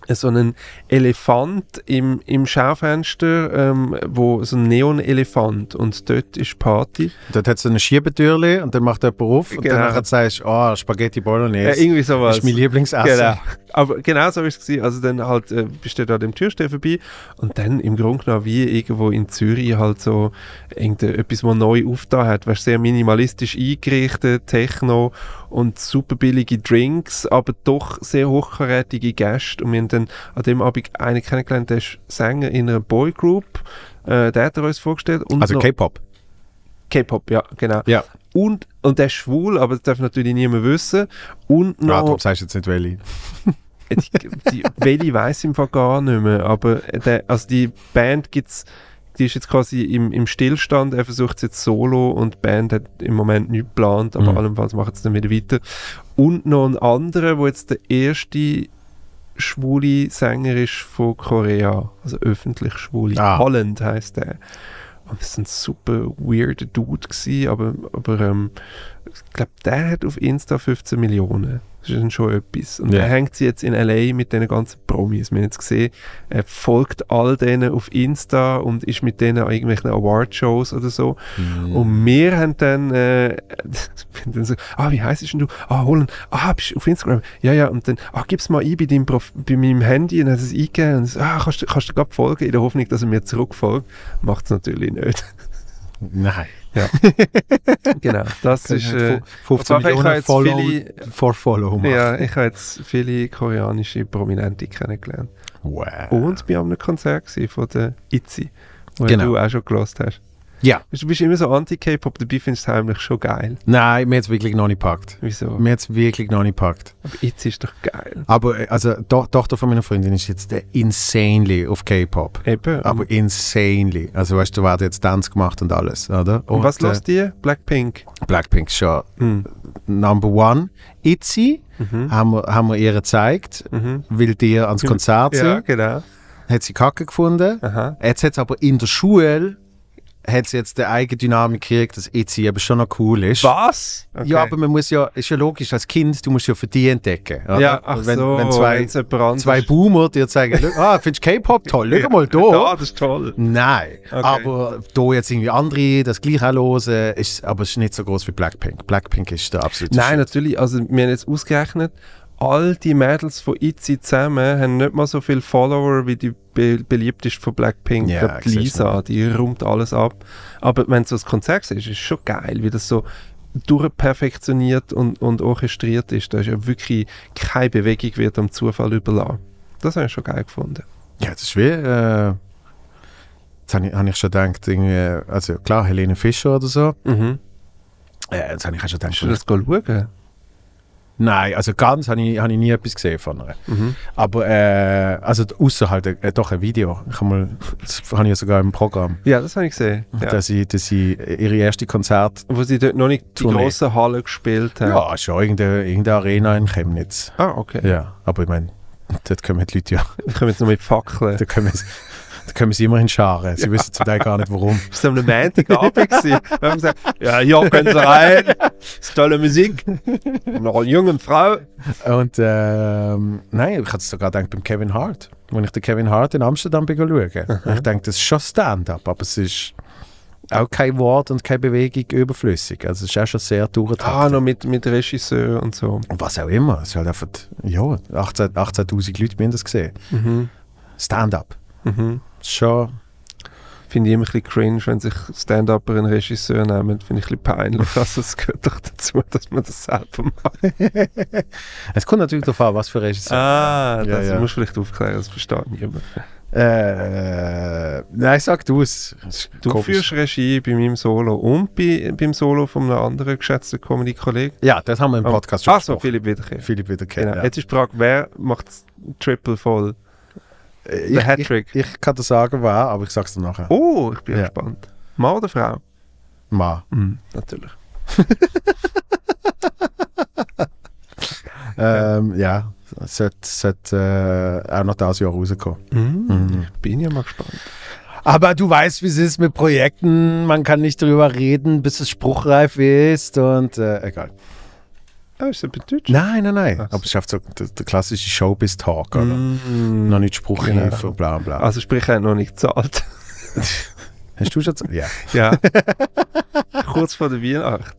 Speaker 2: so einen Elefant im, im Schaufenster, ähm, wo so ein Neon-Elefant und dort ist Party.
Speaker 3: Dort hat es eine Schiebetürle und dann macht jemand auf und
Speaker 2: Genau.
Speaker 3: danach sagst du, oh, Spaghetti Bolognese.
Speaker 2: Äh, irgendwie sowas.
Speaker 3: Das ist mein Lieblingsessen.
Speaker 2: Genau. Aber genau so ist es gewesen. Also dann halt äh, bist du da an dem Türsteher vorbei und dann im Grunde genommen wie irgendwo in Zürich halt so irgendetwas, was neu aufgetan hat. Weißt, sehr minimalistisch eingerichtet, Techno und super billige Drinks, aber doch sehr hochkarätige Gäste. Und wir haben dann an dem Abend einen kennengelernt, der ist Sänger in einer Boygroup. Äh, der hat er uns vorgestellt. Und
Speaker 3: Also
Speaker 2: noch-
Speaker 3: K-Pop.
Speaker 2: K-Pop, ja, genau.
Speaker 3: Ja.
Speaker 2: Und, und der ist schwul, aber das darf natürlich niemand wissen. Und
Speaker 3: Ah,
Speaker 2: noch,
Speaker 3: darum sagst du jetzt nicht, welche.
Speaker 2: die, die Welli weiß im Fall gar nicht mehr, aber der, also die Band gibt's, die ist jetzt quasi im, im Stillstand, er versucht es jetzt solo und die Band hat im Moment nichts geplant, aber allenfalls machen sie dann wieder weiter. Und noch ein anderer, wo jetzt der erste schwule Sänger ist von Korea, also öffentlich schwule,
Speaker 3: Ah.
Speaker 2: Holland heißt der. Und das ist ein super weirder Dude gewesen, aber, aber ähm, ich glaube, der hat auf Insta 15 Millionen. Das ist dann schon etwas. Und
Speaker 3: Ja.
Speaker 2: er hängt sie jetzt in L.A. mit diesen ganzen Promis. Wir haben jetzt gesehen, er folgt all denen auf Insta und ist mit denen an irgendwelchen Award-Shows oder so. Und wir haben dann, äh, wir haben dann so, ah, wie heißt denn du? Ah, Holland. Ah, bist du auf Instagram? Ja, ja. Und dann, ah, gib's mal ein bei, deinem Prof bei meinem Handy. Und dann hat er es eingegeben. Und so, ah, kannst, du- kannst du grad folgen? In der Hoffnung, dass er mir zurückfolgt. Macht's natürlich nicht.
Speaker 3: Nein.
Speaker 2: genau. Das ist, äh,
Speaker 8: 15
Speaker 2: aber ich habe
Speaker 8: Millionen
Speaker 2: jetzt
Speaker 8: Follow,
Speaker 2: viele-
Speaker 8: for Follow machen.
Speaker 2: ja, ich habe jetzt viele koreanische Prominente kennengelernt.
Speaker 3: Wow.
Speaker 2: Und bei einem Konzert gewesen von der Itzy, wo
Speaker 3: Genau.
Speaker 2: du auch schon gelost hast.
Speaker 3: Ja.
Speaker 2: Weißt Du du bist immer so anti-K-Pop, dabei findest du es heimlich schon geil.
Speaker 3: Nein, mir hat es wirklich noch nicht gepackt.
Speaker 2: Wieso?
Speaker 3: Mir hat es wirklich noch nicht gepackt.
Speaker 2: Aber Itzy ist doch geil.
Speaker 3: Aber äh, also, die To- Tochter von meiner Freundin ist jetzt der insanely auf K-Pop.
Speaker 2: Eben.
Speaker 3: Aber insanely. Also weißt du, da werden jetzt Tanz gemacht und alles, oder?
Speaker 2: und was
Speaker 3: äh,
Speaker 2: lässt ihr? Blackpink.
Speaker 3: Blackpink ist schon Number One. Itzy haben, wir, haben wir ihr gezeigt, weil die ans Konzert
Speaker 2: Ja,
Speaker 3: sind.
Speaker 2: genau.
Speaker 3: Hat sie kacke gefunden.
Speaker 2: Aha.
Speaker 3: Jetzt hat sie aber in der Schule hat sie jetzt die eigene Dynamik gekriegt, dass Itzy eben schon noch cool ist.
Speaker 2: Was? Okay.
Speaker 3: Ja, aber man muss ja, ist ja logisch, als Kind, du musst ja für die entdecken. oder? Also
Speaker 2: Ja, ach
Speaker 3: wenn,
Speaker 2: so,
Speaker 3: wenn zwei,
Speaker 2: wenn's jemand anderes-
Speaker 3: zwei Boomer dir zeigen, «Schau, ah, findest du K-Pop toll, schau mal
Speaker 2: Ja,
Speaker 3: da.
Speaker 2: Ah, das ist toll.
Speaker 3: Nein,
Speaker 2: Okay.
Speaker 3: aber da jetzt irgendwie andere das gleiche auch hören, ist, aber es ist nicht so groß wie Blackpink. Blackpink ist der absolute
Speaker 2: Nein,
Speaker 3: Shit.
Speaker 2: natürlich. Also, wir haben jetzt ausgerechnet, all die Mädels von ITZY zusammen haben nicht mal so viele Follower wie die be beliebteste von Blackpink.
Speaker 3: Ja,
Speaker 2: Ich glaub, die
Speaker 3: siehst du
Speaker 2: Lisa, die rumt alles ab. Aber wenn du so ein Konzert siehst, ist es schon geil, wie das so durchperfektioniert und, und orchestriert ist. Da ist ja wirklich keine Bewegung wird am Zufall überlassen. Das habe ich schon geil gefunden.
Speaker 3: Ja, das ist wie, äh, das habe ich, hab ich schon gedacht, irgendwie, also klar, Helene Fischer oder so.
Speaker 2: Mhm.
Speaker 3: Äh, das habe ich auch schon
Speaker 2: Hast du
Speaker 3: gedacht.
Speaker 2: das schauen?
Speaker 3: Nein, also ganz habe ich, hab ich nie etwas gesehen von ihr. Aber, äh, also außer halt äh, doch ein Video. Ich hab mal, das habe ich ja sogar im Programm,
Speaker 2: Ja, das habe ich gesehen. Ja.
Speaker 3: dass, sie, dass sie ihre erste Konzert.
Speaker 2: Wo sie dort noch nicht die
Speaker 3: Tournee.
Speaker 2: grossen Hallen gespielt haben.
Speaker 3: Ja, schon irgendeine, irgendeine Arena in Chemnitz.
Speaker 2: Ah, okay.
Speaker 3: Ja, aber ich meine, dort Ah, kommen die Leute ja,
Speaker 2: Wir kommen jetzt noch mit Fackeln.
Speaker 3: da kommen sie, da kommen sie immer in Scharen. Sie wissen zum Teil gar nicht warum.
Speaker 2: Ist am Montagabend gewesen. Wir haben gesagt, ja, hier können Sie rein. Ist tolle Musik. Noch eine junge Frau.
Speaker 3: Und ähm, nein, ich hatte es sogar gedacht beim Kevin Hart. Wenn ich den Kevin Hart in Amsterdam bin schauen, ich denke, das ist schon Stand-up, aber es ist auch kein Wort und keine Bewegung überflüssig. Also es ist auch schon sehr durchgetaktet.
Speaker 2: Ah, noch mit, mit Regisseur und so.
Speaker 3: Und was auch immer. Es ist halt einfach, ja, 18 18.000 Leute haben das gesehen. Stand-up. Ist Schon.
Speaker 2: Finde ich immer ein bisschen cringe, wenn sich Stand-Upper einen Regisseur nehmen. Finde ich ein bisschen peinlich. Also, es gehört doch dazu, dass man das selber macht.
Speaker 3: Es kommt natürlich darauf an, was für Regisseur.
Speaker 2: Ah,
Speaker 3: Ja,
Speaker 2: das
Speaker 3: ja.
Speaker 2: musst du vielleicht aufklären. Das versteht niemand.
Speaker 3: Äh, nein, sag du es. Ist
Speaker 2: Du
Speaker 3: komisch.
Speaker 2: führst Regie bei meinem Solo und bei, beim Solo von einem anderen geschätzten Comedy-Kollegen.
Speaker 3: Ja, das haben wir im Podcast schon
Speaker 2: Ach so,
Speaker 3: gesprochen.
Speaker 2: Philipp Wiederkehr.
Speaker 3: Oh. Philipp wieder kennen.
Speaker 2: Genau. Jetzt ist die Frage, wer macht das Triple voll?
Speaker 3: Ich,
Speaker 2: Hattrick.
Speaker 3: Ich, ich kann dir sagen, wer, aber ich sag's dir nachher.
Speaker 2: Oh, ich bin
Speaker 3: Ja.
Speaker 2: gespannt. Mann oder Frau?
Speaker 3: Ma.
Speaker 2: Natürlich.
Speaker 3: Ähm, ja, sollte sollt, äh, auch noch dieses Jahr rauskommen.
Speaker 2: Bin ja mal gespannt.
Speaker 3: Aber du weißt, wie es ist mit Projekten. Man kann nicht drüber reden, bis es spruchreif ist und äh, egal.
Speaker 2: Ah, ist das bei Deutsch?
Speaker 3: Nein, nein, nein.
Speaker 2: Ach so.
Speaker 3: Aber es schafft so der, der klassische Showbiz-Talk, oder? Noch nicht spruchreif und bla bla.
Speaker 2: Also sprich, er hat noch nicht gezahlt.
Speaker 3: Hast du schon gesagt? Ja.
Speaker 2: Ja. Kurz vor der Weihnacht.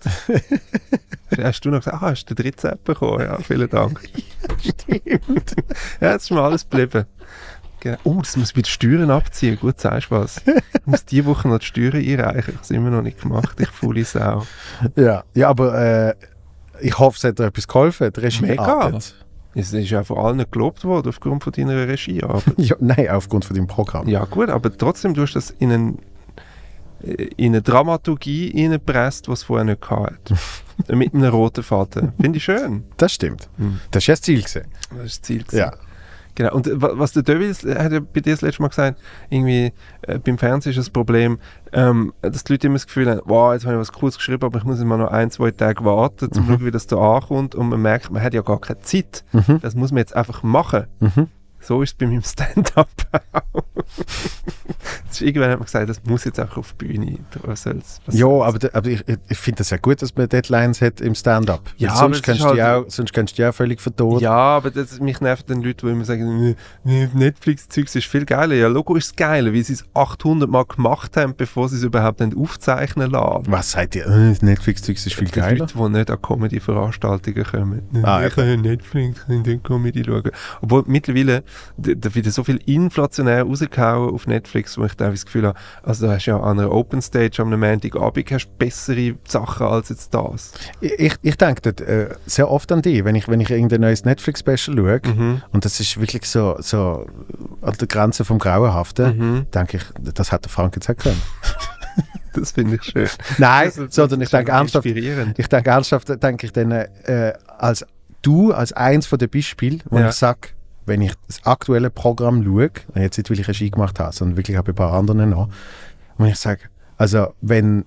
Speaker 2: Hast du noch gesagt, ah, hast du den 13 bekommen? Ja, vielen Dank. Stimmt. ja, jetzt ist mir alles geblieben. Genau. Oh, das muss ich bei den Steuern abziehen. Gut, sagst du was. Ich muss diese Woche noch die Steuern einreichen. Ich habe es immer noch nicht gemacht. Ich faule Sau.
Speaker 3: ja. Ja, aber äh, ich hoffe, es hat dir etwas geholfen. Die Regie arbeitet.
Speaker 2: Es ist ja von allen gelobt worden aufgrund von deiner
Speaker 1: Ah,
Speaker 2: Regiearbeit.
Speaker 3: Ja, nein, aufgrund von deinem Programm.
Speaker 2: Ja, gut, aber trotzdem, du hast das in, einen, äh, in eine Dramaturgie reingepresst, was es vorher nicht gehabt hat. Mit einem roten Faden. Finde ich schön.
Speaker 3: Das stimmt. Das ist ja das Ziel gesehen.
Speaker 2: Das ist das Ziel. gewesen.
Speaker 3: Ja.
Speaker 2: Genau. Und äh, wa- was der Döwils äh, hat ja bei dir das letzte Mal gesagt, irgendwie äh, beim Fernsehen ist das Problem, ähm, dass die Leute immer das Gefühl haben, wow, jetzt habe ich was Cooles geschrieben, aber ich muss immer noch ein, zwei Tage warten, um zu schauen, wie das da ankommt. Und man merkt, man hat ja gar keine Zeit. Das muss man jetzt einfach machen. So ist es bei meinem Stand-up auch. ist, irgendwann hat man gesagt, das muss jetzt einfach auf die Bühne. Was soll's, was
Speaker 1: Ja,
Speaker 2: soll's.
Speaker 1: aber, d- aber ich, ich- ich finde das ja gut, dass man Deadlines hat im Stand-up.
Speaker 2: Ja,
Speaker 1: Weil
Speaker 2: aber es
Speaker 1: sonst
Speaker 2: ist
Speaker 1: kannst
Speaker 2: halt-
Speaker 1: du ja auch, sonst kannst du ja auch völlig verdorben.
Speaker 2: Ja, aber das, mich nervt dann Leute, die immer sagen, "Nee, Netflix-Zeugs ist viel geiler. Ja, Logo ist geil, weil sie es 800 Mal gemacht haben, bevor sie es überhaupt haben aufzeichnen lassen.
Speaker 1: Was sagt ihr? Äh, Netflix-Zeug ist viel
Speaker 2: Die
Speaker 1: geiler.
Speaker 2: Leute, die nicht an Comedy-Veranstaltungen kommen.
Speaker 1: Ah,
Speaker 2: ich kann ja Netflix, ich kann Comedy schauen. Obwohl mittlerweile, d- da wird so viel inflationär rausgehauen auf Netflix, wo ich teilweise das Gefühl habe, also du hast ja an einer Open Stage am Montagabend hast du bessere Sachen als jetzt das.
Speaker 1: Ich- Ich, ich denke dort, äh, sehr oft an dich, wenn ich, wenn ich irgendein neues Netflix-Special schaue,
Speaker 3: Mhm.
Speaker 1: und das ist wirklich so, so an der Grenze vom Grauenhaften,
Speaker 3: Mhm.
Speaker 1: denke ich, das hätte Frank jetzt auch können.
Speaker 2: Das finde ich schön.
Speaker 1: Nein,
Speaker 2: Das ist-
Speaker 1: sondern ich
Speaker 2: das ist
Speaker 1: denke ernsthaft,
Speaker 2: Inspirierend.
Speaker 1: ich denke ernsthaft, denke ich dann, äh, als du, als eins von den Beispielen, wo
Speaker 2: Ja.
Speaker 1: ich sage, wenn ich das aktuelle Programm schaue, und jetzt nicht, weil ich einen Ski gemacht habe, sondern wirklich auch bei ein paar anderen noch, und ich sage, also wenn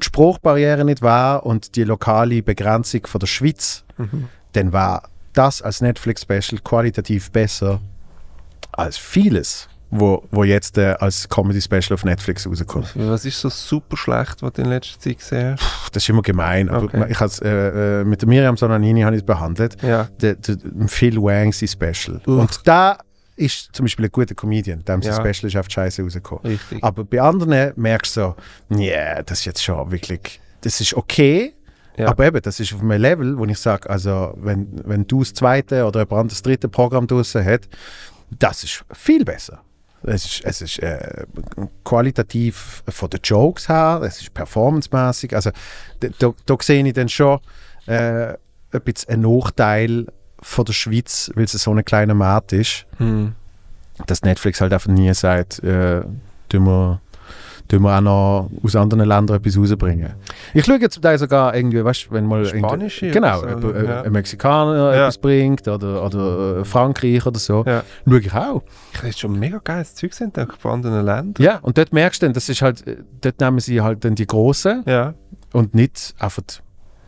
Speaker 1: die Spruchbarriere nicht war und die lokale Begrenzung von der Schweiz,
Speaker 2: Mhm.
Speaker 1: dann war das als Netflix-Special qualitativ besser als vieles, wo, wo jetzt äh, als Comedy-Special auf Netflix rauskommt.
Speaker 2: Was ist so super schlecht, was du in letzter Zeit gesehen hast?
Speaker 1: Das ist immer gemein, aber
Speaker 2: Okay.
Speaker 1: ich has, äh, äh, mit der Miriam Sonanini habe ich es behandelt.
Speaker 2: Ja.
Speaker 1: Der, der, der Phil Wang sein Special. Und da ist zum Beispiel ein guter Comedian, dem sein
Speaker 2: Ja.
Speaker 1: Special ist auf die Scheiße rausgekommen.
Speaker 2: Richtig.
Speaker 1: Aber bei anderen merkst du so, yeah, das ist jetzt schon wirklich, das ist okay,
Speaker 2: Ja.
Speaker 1: aber eben, das ist auf einem Level, wo ich sage, also wenn, wenn du das zweite oder jemand anderes das dritte Programm draussen hat, das ist viel besser. Es ist, es ist äh, qualitativ von den Jokes her, es ist performancemäßig. Also da, da, da sehe ich dann schon äh, ein bisschen einen Nachteil von der Schweiz, weil es so ein kleiner Markt ist,
Speaker 2: Hm.
Speaker 1: dass Netflix halt einfach nie sagt, äh, tun wir, tun wir auch noch aus anderen Ländern etwas rausbringen. Ich schaue jetzt zum Teil sogar irgendwie, weißt du, wenn mal irgend-
Speaker 2: Spanische oder
Speaker 1: genau,
Speaker 2: so,
Speaker 1: jemand- äh,
Speaker 2: ja.
Speaker 1: ein Mexikaner
Speaker 2: Ja.
Speaker 1: etwas bringt oder, oder äh, Frankreich oder so,
Speaker 2: Ja.
Speaker 1: schaue ich auch.
Speaker 2: Ich habe schon mega geiles Zeug gesehen, auch von anderen Ländern.
Speaker 1: Ja, und dort merkst du dann, das ist halt, äh, dort nehmen sie halt dann die Großen
Speaker 2: Ja.
Speaker 1: und nicht einfach,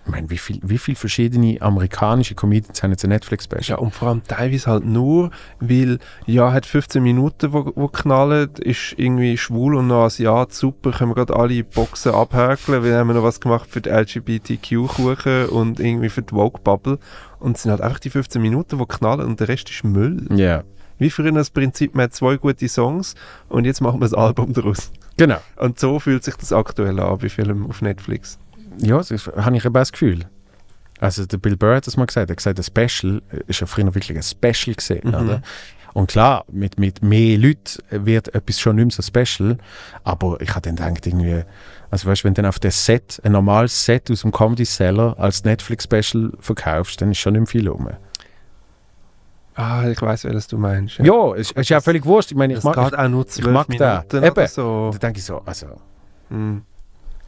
Speaker 1: ich meine, wie viel, wie viel verschiedene amerikanische Comedians haben jetzt ein
Speaker 2: Ja,
Speaker 1: Netflix-Special?
Speaker 2: und vor allem teilweise halt nur, weil, ja, hat 15 Minuten, wo, wo knallt, ist irgendwie schwul und noch Asiat, super, können wir gerade alle Boxen abhäkeln, weil haben wir noch was gemacht für die LGBTQ-Kuchen und irgendwie für die Woke-Bubble. Und es sind halt einfach die 15 Minuten, wo knallen und der Rest ist Müll.
Speaker 1: Ja,
Speaker 2: Wie früher das Prinzip, man hat zwei gute Songs und jetzt machen wir ein Album daraus.
Speaker 1: genau.
Speaker 2: Und so fühlt sich das aktuell an bei Filmen auf Netflix.
Speaker 1: Ja, das ist- habe ich eben auch das Gefühl. Also der Bill Burr hat das mal gesagt, er hat gesagt, ein Special äh, ist ja früher wirklich ein Special gesehen,
Speaker 2: Mhm.
Speaker 1: oder? Und klar, mit, mit mehr Leuten wird etwas schon nicht mehr so special, aber ich habe dann gedacht, irgendwie, also weißt du, wenn du dann auf das Set, ein normales Set aus dem Comedy Seller als Netflix-Special verkaufst, dann ist schon nicht mehr viel rum.
Speaker 2: Ah, ich weiß, welches du meinst.
Speaker 1: Ja, es ist, ist ja völlig wurscht. Ich meine, ich
Speaker 2: Es
Speaker 1: mag,
Speaker 2: geht
Speaker 1: ich,
Speaker 2: auch nur
Speaker 1: ich
Speaker 2: zwölf
Speaker 1: mag da.
Speaker 2: Minuten oder
Speaker 1: Eben.
Speaker 2: so.
Speaker 1: Da denke ich so, also.
Speaker 2: Hm.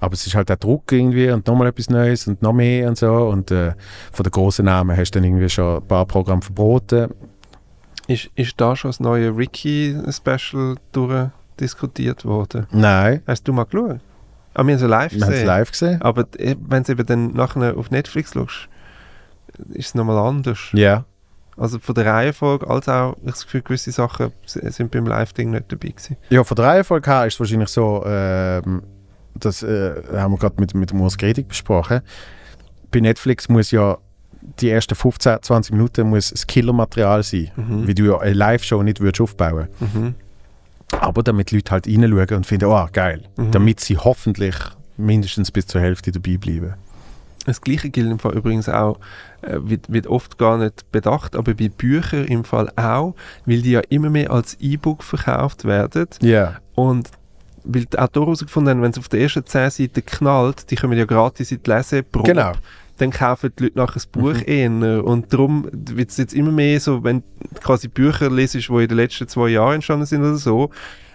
Speaker 1: Aber es ist halt der Druck irgendwie und nochmal etwas Neues und noch mehr und so. Und äh, von den großen Namen hast du dann irgendwie schon ein paar Programme verboten.
Speaker 2: Ist, ist da schon das neue Ricky-Special durchdiskutiert worden?
Speaker 1: Nein,
Speaker 2: Hast du mal geschaut? Ah, wir haben es live
Speaker 1: wir haben es
Speaker 2: gesehen.
Speaker 1: live gesehen.
Speaker 2: Aber d- wenn du eben dann nachher auf Netflix schaust, ist es nochmal anders.
Speaker 1: Ja.
Speaker 2: Also von der Reihenfolge als auch, ich habe das Gefühl, gewisse Sachen s- sind beim Live-Ding nicht dabei gewesen.
Speaker 1: Ja, von der Reihenfolge her ist es wahrscheinlich so, ähm, das äh, haben wir gerade mit, mit dem Urs Gredig besprochen. Bei Netflix muss ja die ersten 15, 20 Minuten muss das Killermaterial sein, wie du ja eine Live-Show nicht würdest aufbauen Aber damit die Leute halt reinschauen und finden, oh geil, damit sie hoffentlich mindestens bis zur Hälfte dabei bleiben.
Speaker 2: Das Gleiche gilt im Fall übrigens auch, äh, wird, wird oft gar nicht bedacht, aber bei Büchern im Fall auch, weil die ja immer mehr als E-Book verkauft werden.
Speaker 1: Ja.
Speaker 2: Und weil die Autoren herausgefunden haben, wenn es auf der ersten 10 Seiten knallt, die kommen ja gratis in die Leseprobe.
Speaker 1: Genau. Mhm.
Speaker 2: Dann kaufen die Leute nachher das Buch eher. Und darum wird es jetzt immer mehr so, wenn du quasi Bücher lesest, die in den letzten zwei Jahren entstanden sind oder so,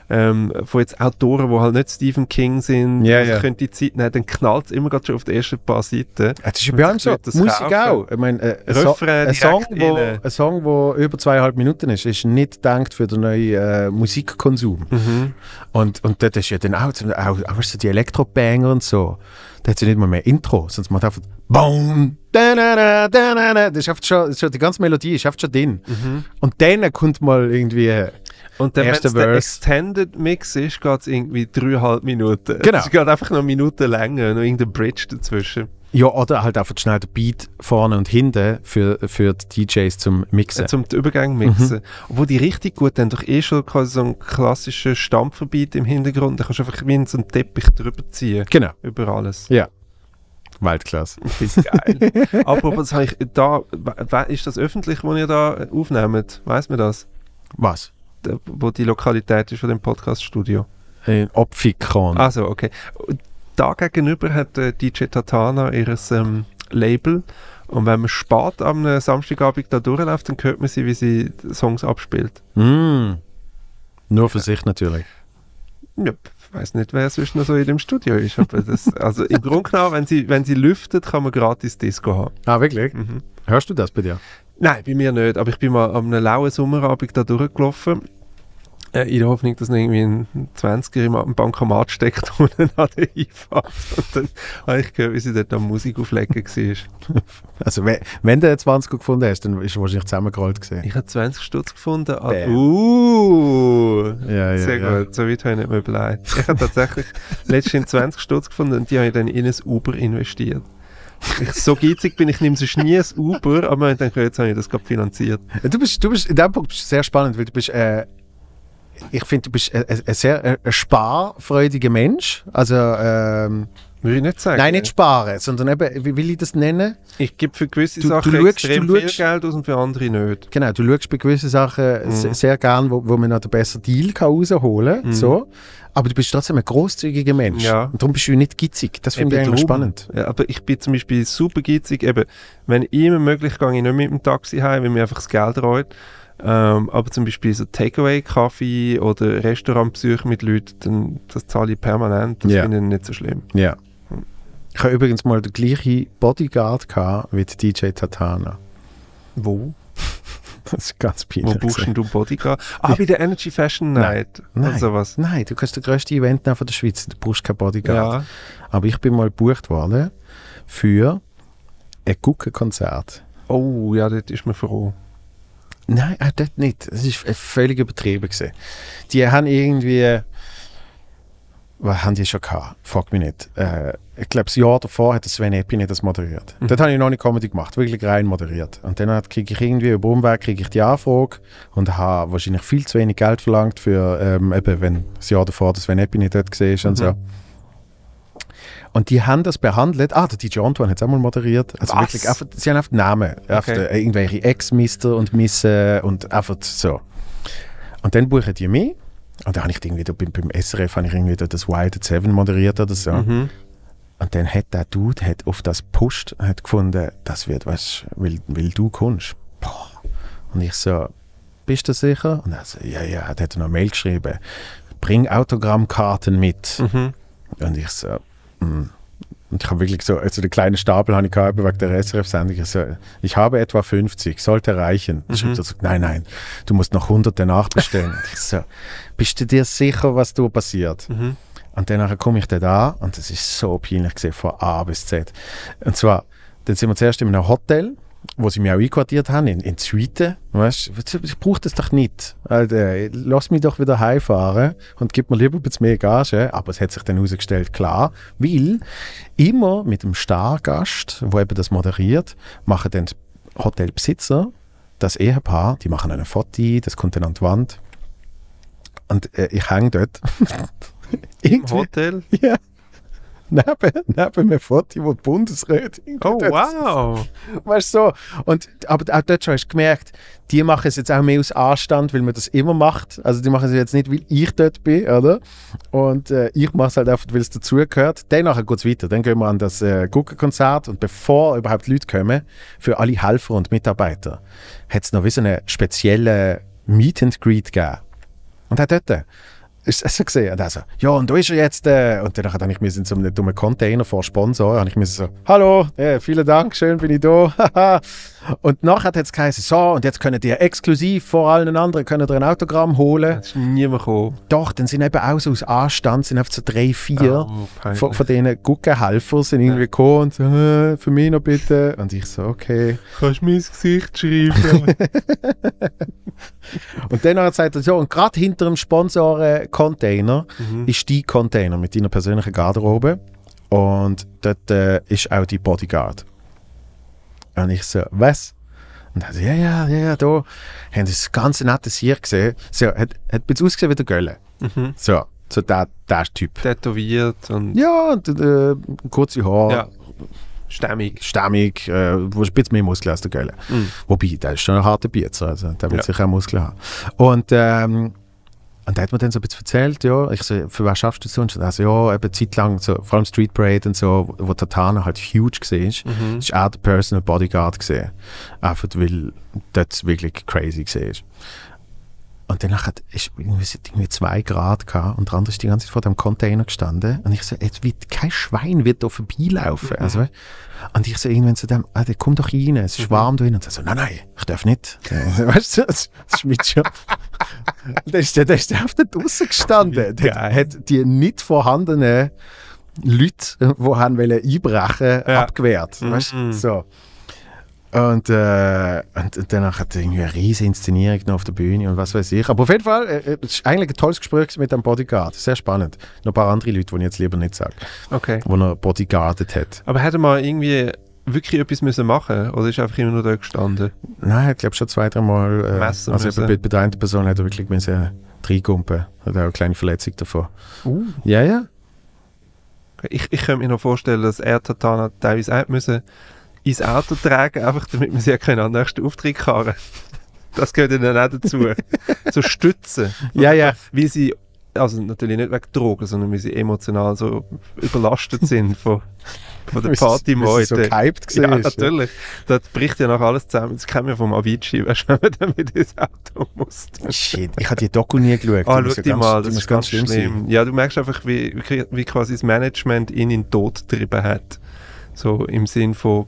Speaker 2: ähm, von jetzt Autoren, die halt nicht Stephen King sind, also
Speaker 1: Ja,
Speaker 2: die
Speaker 1: ja.
Speaker 2: können die Zeit nehmen, dann knallt es immer gerade schon auf den ersten paar Seiten.
Speaker 1: Ja, Das ist ja bei allem so.
Speaker 2: Das
Speaker 1: Musik
Speaker 2: kaufen.
Speaker 1: auch. Ich meine, äh, ein, so
Speaker 2: Refrain
Speaker 1: ein, Song,
Speaker 2: direkt
Speaker 1: wo,
Speaker 2: rein.
Speaker 1: ein Song, wo über zweieinhalb Minuten ist, ist nicht gedacht für den neuen äh, Musikkonsum.
Speaker 2: Mhm.
Speaker 1: Und, und dort ist ja dann auch, zum- auch, auch weißt du, die Elektrobanger und so. Da hat sie nicht mal mehr Intro, sonst macht einfach BOOM! Da, da, da, da,
Speaker 2: Mhm.
Speaker 1: da, da. Das ist oft schon, schon, die ganze Melodie ist oft schon drin. Und dann kommt mal irgendwie.
Speaker 2: Und dann, wenn
Speaker 1: ersten
Speaker 2: es der
Speaker 1: Verse.
Speaker 2: Extended Mix ist, geht es irgendwie dreieinhalb Minuten.
Speaker 1: Genau.
Speaker 2: Es geht einfach noch eine Minute länger, noch irgendein Bridge dazwischen.
Speaker 1: Ja, oder halt einfach schnell den Beat vorne und hinten für, für die DJs zum Mixen.
Speaker 2: Zum Übergang mixen. Obwohl die richtig gut haben doch eh schon quasi so einen klassischen Stampfbeat im Hintergrund. Da kannst du einfach wie in so einen Teppich drüber ziehen.
Speaker 1: Genau,
Speaker 2: Über alles.
Speaker 1: Weltklasse.
Speaker 2: Das ist geil. Apropos, das hab ich da, we- we- ist das öffentlich, wo ihr da äh, aufnehmt? Weiß man das?
Speaker 1: Was?
Speaker 2: Da- Wo die Lokalität ist von dem Podcaststudio?
Speaker 1: Ein Äh, Opfikon.
Speaker 2: Also, okay. Da gegenüber hat äh, DJ Tatana ihres ähm, Label. Und wenn man spät am äh, Samstagabend da durchläuft, dann hört man sie, wie sie die Songs abspielt.
Speaker 1: Mm. Nur für sich natürlich.
Speaker 2: Ja, weiß nicht, wer sonst noch so in dem Studio ist. Aber das, also im Grunde genommen, wenn sie, wenn sie lüftet, kann man gratis Disco haben.
Speaker 1: Ah, wirklich? Hörst du das bei dir?
Speaker 2: Nein, bei mir nicht. Aber ich bin mal am lauen Sommerabend da durchgelaufen. Äh, in der Hoffnung, dass noch irgendwie ein 20er im- im Bankomat steckt unten an der Einfahrt. Und dann habe ich gehört, wie sie dort am Musik auflegen war.
Speaker 1: Also, wenn, wenn du jetzt 20 gefunden hast, dann ist er wahrscheinlich zusammengerollt gesehen.
Speaker 2: Ich habe 20 Stutz gefunden. Ah,
Speaker 1: Bam.
Speaker 2: uh,
Speaker 1: Ja, ja,
Speaker 2: sehr
Speaker 1: ja.
Speaker 2: gut. So weit habe ich nicht mehr überlegt. Ich habe tatsächlich letztens 20 Stutz gefunden und die habe ich dann in ein Uber investiert. Ich, so geizig bin ich, nehme sonst nie ein Uber, aber ich denke, jetzt habe ich das gerade finanziert.
Speaker 1: Äh, Du bist, du bist, in dem Punkt bist du sehr spannend, weil du bist, äh, ich finde, du bist ein, ein- ein sehr äh, ein sparfreudiger Mensch. Also, ähm,
Speaker 2: Würde ich nicht sagen.
Speaker 1: nein, nicht sparen, sondern eben, wie will ich das nennen?
Speaker 2: Ich gebe für gewisse
Speaker 1: Du- du
Speaker 2: Sachen
Speaker 1: schaust,
Speaker 2: extrem
Speaker 1: du
Speaker 2: viel
Speaker 1: schaust.
Speaker 2: Geld aus und für andere nicht.
Speaker 1: Genau, du schaust bei gewissen Sachen se- sehr gern, wo, wo man noch den besseren Deal kann rausholen kann. So. Aber du bist trotzdem ein großzügiger Mensch.
Speaker 2: Ja.
Speaker 1: Und darum bist du nicht gitzig. Das finde ich
Speaker 2: Eben
Speaker 1: eigentlich
Speaker 2: drum.
Speaker 1: spannend.
Speaker 2: Ja, aber ich bin zum Beispiel super geizig. Eben, wenn immer möglich, gehe ich nicht mit dem Taxi heim, weil mir einfach das Geld reut. Ähm, aber zum Beispiel so Takeaway-Kaffee oder Restaurantbesuche mit Leuten, dann, das zahle ich permanent. Das
Speaker 1: Ja.
Speaker 2: finde ich nicht so schlimm.
Speaker 1: Ja. Ich habe übrigens mal den gleichen Bodyguard gehabt wie die DJ Tatana.
Speaker 2: Wo?
Speaker 1: Das ist ganz
Speaker 2: Wo
Speaker 1: peinlich.
Speaker 2: buchst denn du Bodyguard? Ah, bei der Energy Fashion Night.
Speaker 1: Nein.
Speaker 2: Und sowas.
Speaker 1: Nein, du kannst das grösste Event nehmen von der Schweiz. Du brauchst keinen Bodyguard.
Speaker 2: Ja.
Speaker 1: Aber ich bin mal gebucht worden für ein Guckenkonzert.
Speaker 2: Oh, ja, dort ist man froh.
Speaker 1: Nein, auch dort nicht. Das war äh, völlig übertrieben. Gewesen. Die haben irgendwie. Was haben die schon gehabt? Frag mich nicht. Äh, ich glaube, das Jahr davor hat der Sven Epine das moderiert. Dort habe ich noch nicht Comedy gemacht, wirklich rein moderiert. Und dann hat- kriege ich irgendwie über Umweg kriege ich die Anfrage und habe wahrscheinlich viel zu wenig Geld verlangt für, ähm, eben, wenn das Jahr davor der Sven Epine dort gesehen ist und so. Und die haben das behandelt. Ah, der DJ Antoine hat es auch mal moderiert. Also
Speaker 2: Was?
Speaker 1: wirklich, einfach, sie haben einfach Namen. Einfach äh, irgendwelche Ex-Mister und Missen und einfach so. Und dann buchen die mich. Und dann habe ich irgendwie da beim, beim SRF habe ich irgendwie da das Wild at Seven moderiert oder so. Und dann hat der Dude hat auf das gepusht und hat gefunden, das wird, weißt du, weil, weil du kommst. Boah. Und ich so, bist du sicher? Und er so, ja, ja, hat hat noch eine Mail geschrieben. Bring Autogrammkarten mit. Und ich so, hm. und ich habe wirklich so, also den kleinen Stapel habe ich gehabt wegen der SRF-Sendung. Ich, so, ich habe etwa 50, sollte reichen. Mhm. Schreibt er so, nein, nein, du musst noch Hunderte nachbestellen. und ich so, bist du dir sicher, was da passiert? Und danach komme ich dort an und das ist so peinlich gesehen von A bis Z. Und zwar, dann sind wir zuerst in einem Hotel, wo sie mich auch einquartiert haben, in, in die Suite. Weißt, du, ich brauche das doch nicht. Alter, lass mich doch wieder heimfahren und gib mir lieber ein bisschen mehr Gage. Aber es hat sich dann herausgestellt, klar, weil immer mit dem Stargast, der eben das moderiert, machen dann die Hotelbesitzer, das Ehepaar, die machen eine Foto, das kommt dann an die Wand. Und äh, ich hänge dort.
Speaker 2: Im
Speaker 1: Irgendwie-
Speaker 2: Hotel.
Speaker 1: ja. Neben, neben einem Foto, wo die Bundesrätin
Speaker 2: Oh,
Speaker 1: dort-
Speaker 2: wow.
Speaker 1: Weißt du, so. Und, aber auch dort schon hast du gemerkt, die machen es jetzt auch mehr aus Anstand, weil man das immer macht. Also die machen es jetzt nicht, weil ich dort bin, oder? Und äh, ich mache es halt einfach, weil es dazugehört. Danach geht es weiter. Dann gehen wir an das äh, Guckenkonzert und bevor überhaupt Leute kommen, für alle Helfer und Mitarbeiter, hat es noch wie so einen speziellen Meet and Greet gegeben. Und auch dort
Speaker 3: äh, ist es so gesehen. Und er so, ja, und da ist er jetzt. Äh. Und dann habe ich mir in so einem dummen Container vor Sponsor, habe ich mir so, hallo, äh, vielen Dank, schön bin ich da. haha. und nachher hat es geheißen, so, und jetzt könnt ihr exklusiv vor allen anderen könnt ihr ein Autogramm holen.
Speaker 2: Es ist niemand gekommen.
Speaker 3: Doch, dann sind eben auch so aus Anstand, sind einfach so drei, vier
Speaker 2: Oh, peinlich.
Speaker 3: von, von diesen Guggenhelfern sind irgendwie gekommen und so, äh, für mich noch bitte. Und ich so, okay.
Speaker 2: Kannst du mir ins Gesicht schreiben?
Speaker 3: Und dann hat er gesagt, so, und gerade hinter dem Sponsoren-Container ist dein Container mit deiner persönlichen Garderobe. Und dort äh, ist auch die Bodyguard. Und ich so, was? Und er so, ja, ja, ja, ja, da haben sie das ganze nette Sieg gesehen. So, hat, hat ein bisschen ausgesehen wie der Gölle. So, so der, der Typ.
Speaker 2: Tätowiert und
Speaker 3: Ja, und äh, kurze Haare.
Speaker 2: ja. stämmig.
Speaker 3: stämmig, äh, wo ist ein bisschen mehr Muskeln als der Gölle. Wobei, der ist schon ein harter Bietzer, also der
Speaker 2: Mhm.
Speaker 3: will
Speaker 2: Ja.
Speaker 3: sicher auch Muskeln haben. Und, ähm, und der hat mir dann so ein bisschen erzählt, ja, ich so, für was schaffst du sonst? Also ja, eben zeitlang, so, vor allem Street Parade und so, wo, wo Tatana halt huge gesehen ist, ist auch der Personal Bodyguard gesehen. Einfach weil das wirklich crazy gesehen ist. Und danach hat es irgendwie, es hat irgendwie zwei Grad gehabt und der andere ist die ganze Zeit vor dem Container gestanden. Und ich so, jetzt wird kein Schwein wird da vorbeilaufen. Also, und ich so irgendwann zu dem, ah, der kommt doch rein, es ist warm da drin. Und er so, nein, nein, ich darf nicht. weißt du, das, das ist mit schon. der ist der, der ist einfach da draußen gestanden. Der
Speaker 2: Geil.
Speaker 3: hat die nicht äh, vorhandenen Leute, die haben wollen einbrechen,
Speaker 2: Ja. Mhm.
Speaker 3: abgewehrt. Weißt du, so. Und, äh, und, und danach hat er irgendwie eine riesige Inszenierung noch auf der Bühne und was weiß ich. Aber auf jeden Fall, äh, äh, es ist eigentlich ein tolles Gespräch mit dem Bodyguard. Sehr spannend. Noch ein paar andere Leute, die ich jetzt lieber nicht sage,
Speaker 2: Okay.
Speaker 3: wo er bodyguardet hat.
Speaker 2: Aber hätte man irgendwie wirklich etwas müssen machen oder ist er einfach immer nur da gestanden?
Speaker 3: Nein, ich glaube schon zwei, dreimal. Äh,
Speaker 2: Messen
Speaker 3: also
Speaker 2: müssen.
Speaker 3: bei, bei der einen Person hat er wirklich müssen reingumpen. Hat auch eine kleine Verletzung davon. Ja, ja.
Speaker 2: Ich, ich könnte mir noch vorstellen, dass er Tatana teilweise auch müssen ins Auto tragen, einfach damit man sie ja können an den nächsten Auftritt karren. Das gehört ihnen dann auch dazu. so Stützen.
Speaker 3: Ja, ja.
Speaker 2: Wie sie, also natürlich nicht wegen Drogen, sondern wie sie emotional so überlastet sind von, von der
Speaker 3: Weil sie-
Speaker 2: Party
Speaker 3: weil sie so gehypt
Speaker 2: Ja,
Speaker 3: war, ja.
Speaker 2: natürlich. Da bricht ja noch alles zusammen. Das kennen wir vom Avicii, weißt du, wenn man dann mit ins Auto muss.
Speaker 3: Shit, ich habe die Doku nie geschaut.
Speaker 2: Ah,
Speaker 3: Die muss
Speaker 2: schau
Speaker 3: ja
Speaker 2: dir
Speaker 3: ganz-
Speaker 2: mal,
Speaker 3: die
Speaker 2: das
Speaker 3: muss
Speaker 2: ist ganz schlimm.
Speaker 3: sein.
Speaker 2: Ja, du merkst einfach, wie, wie- wie quasi das Management ihn in den Tod getrieben hat. So im Sinn von,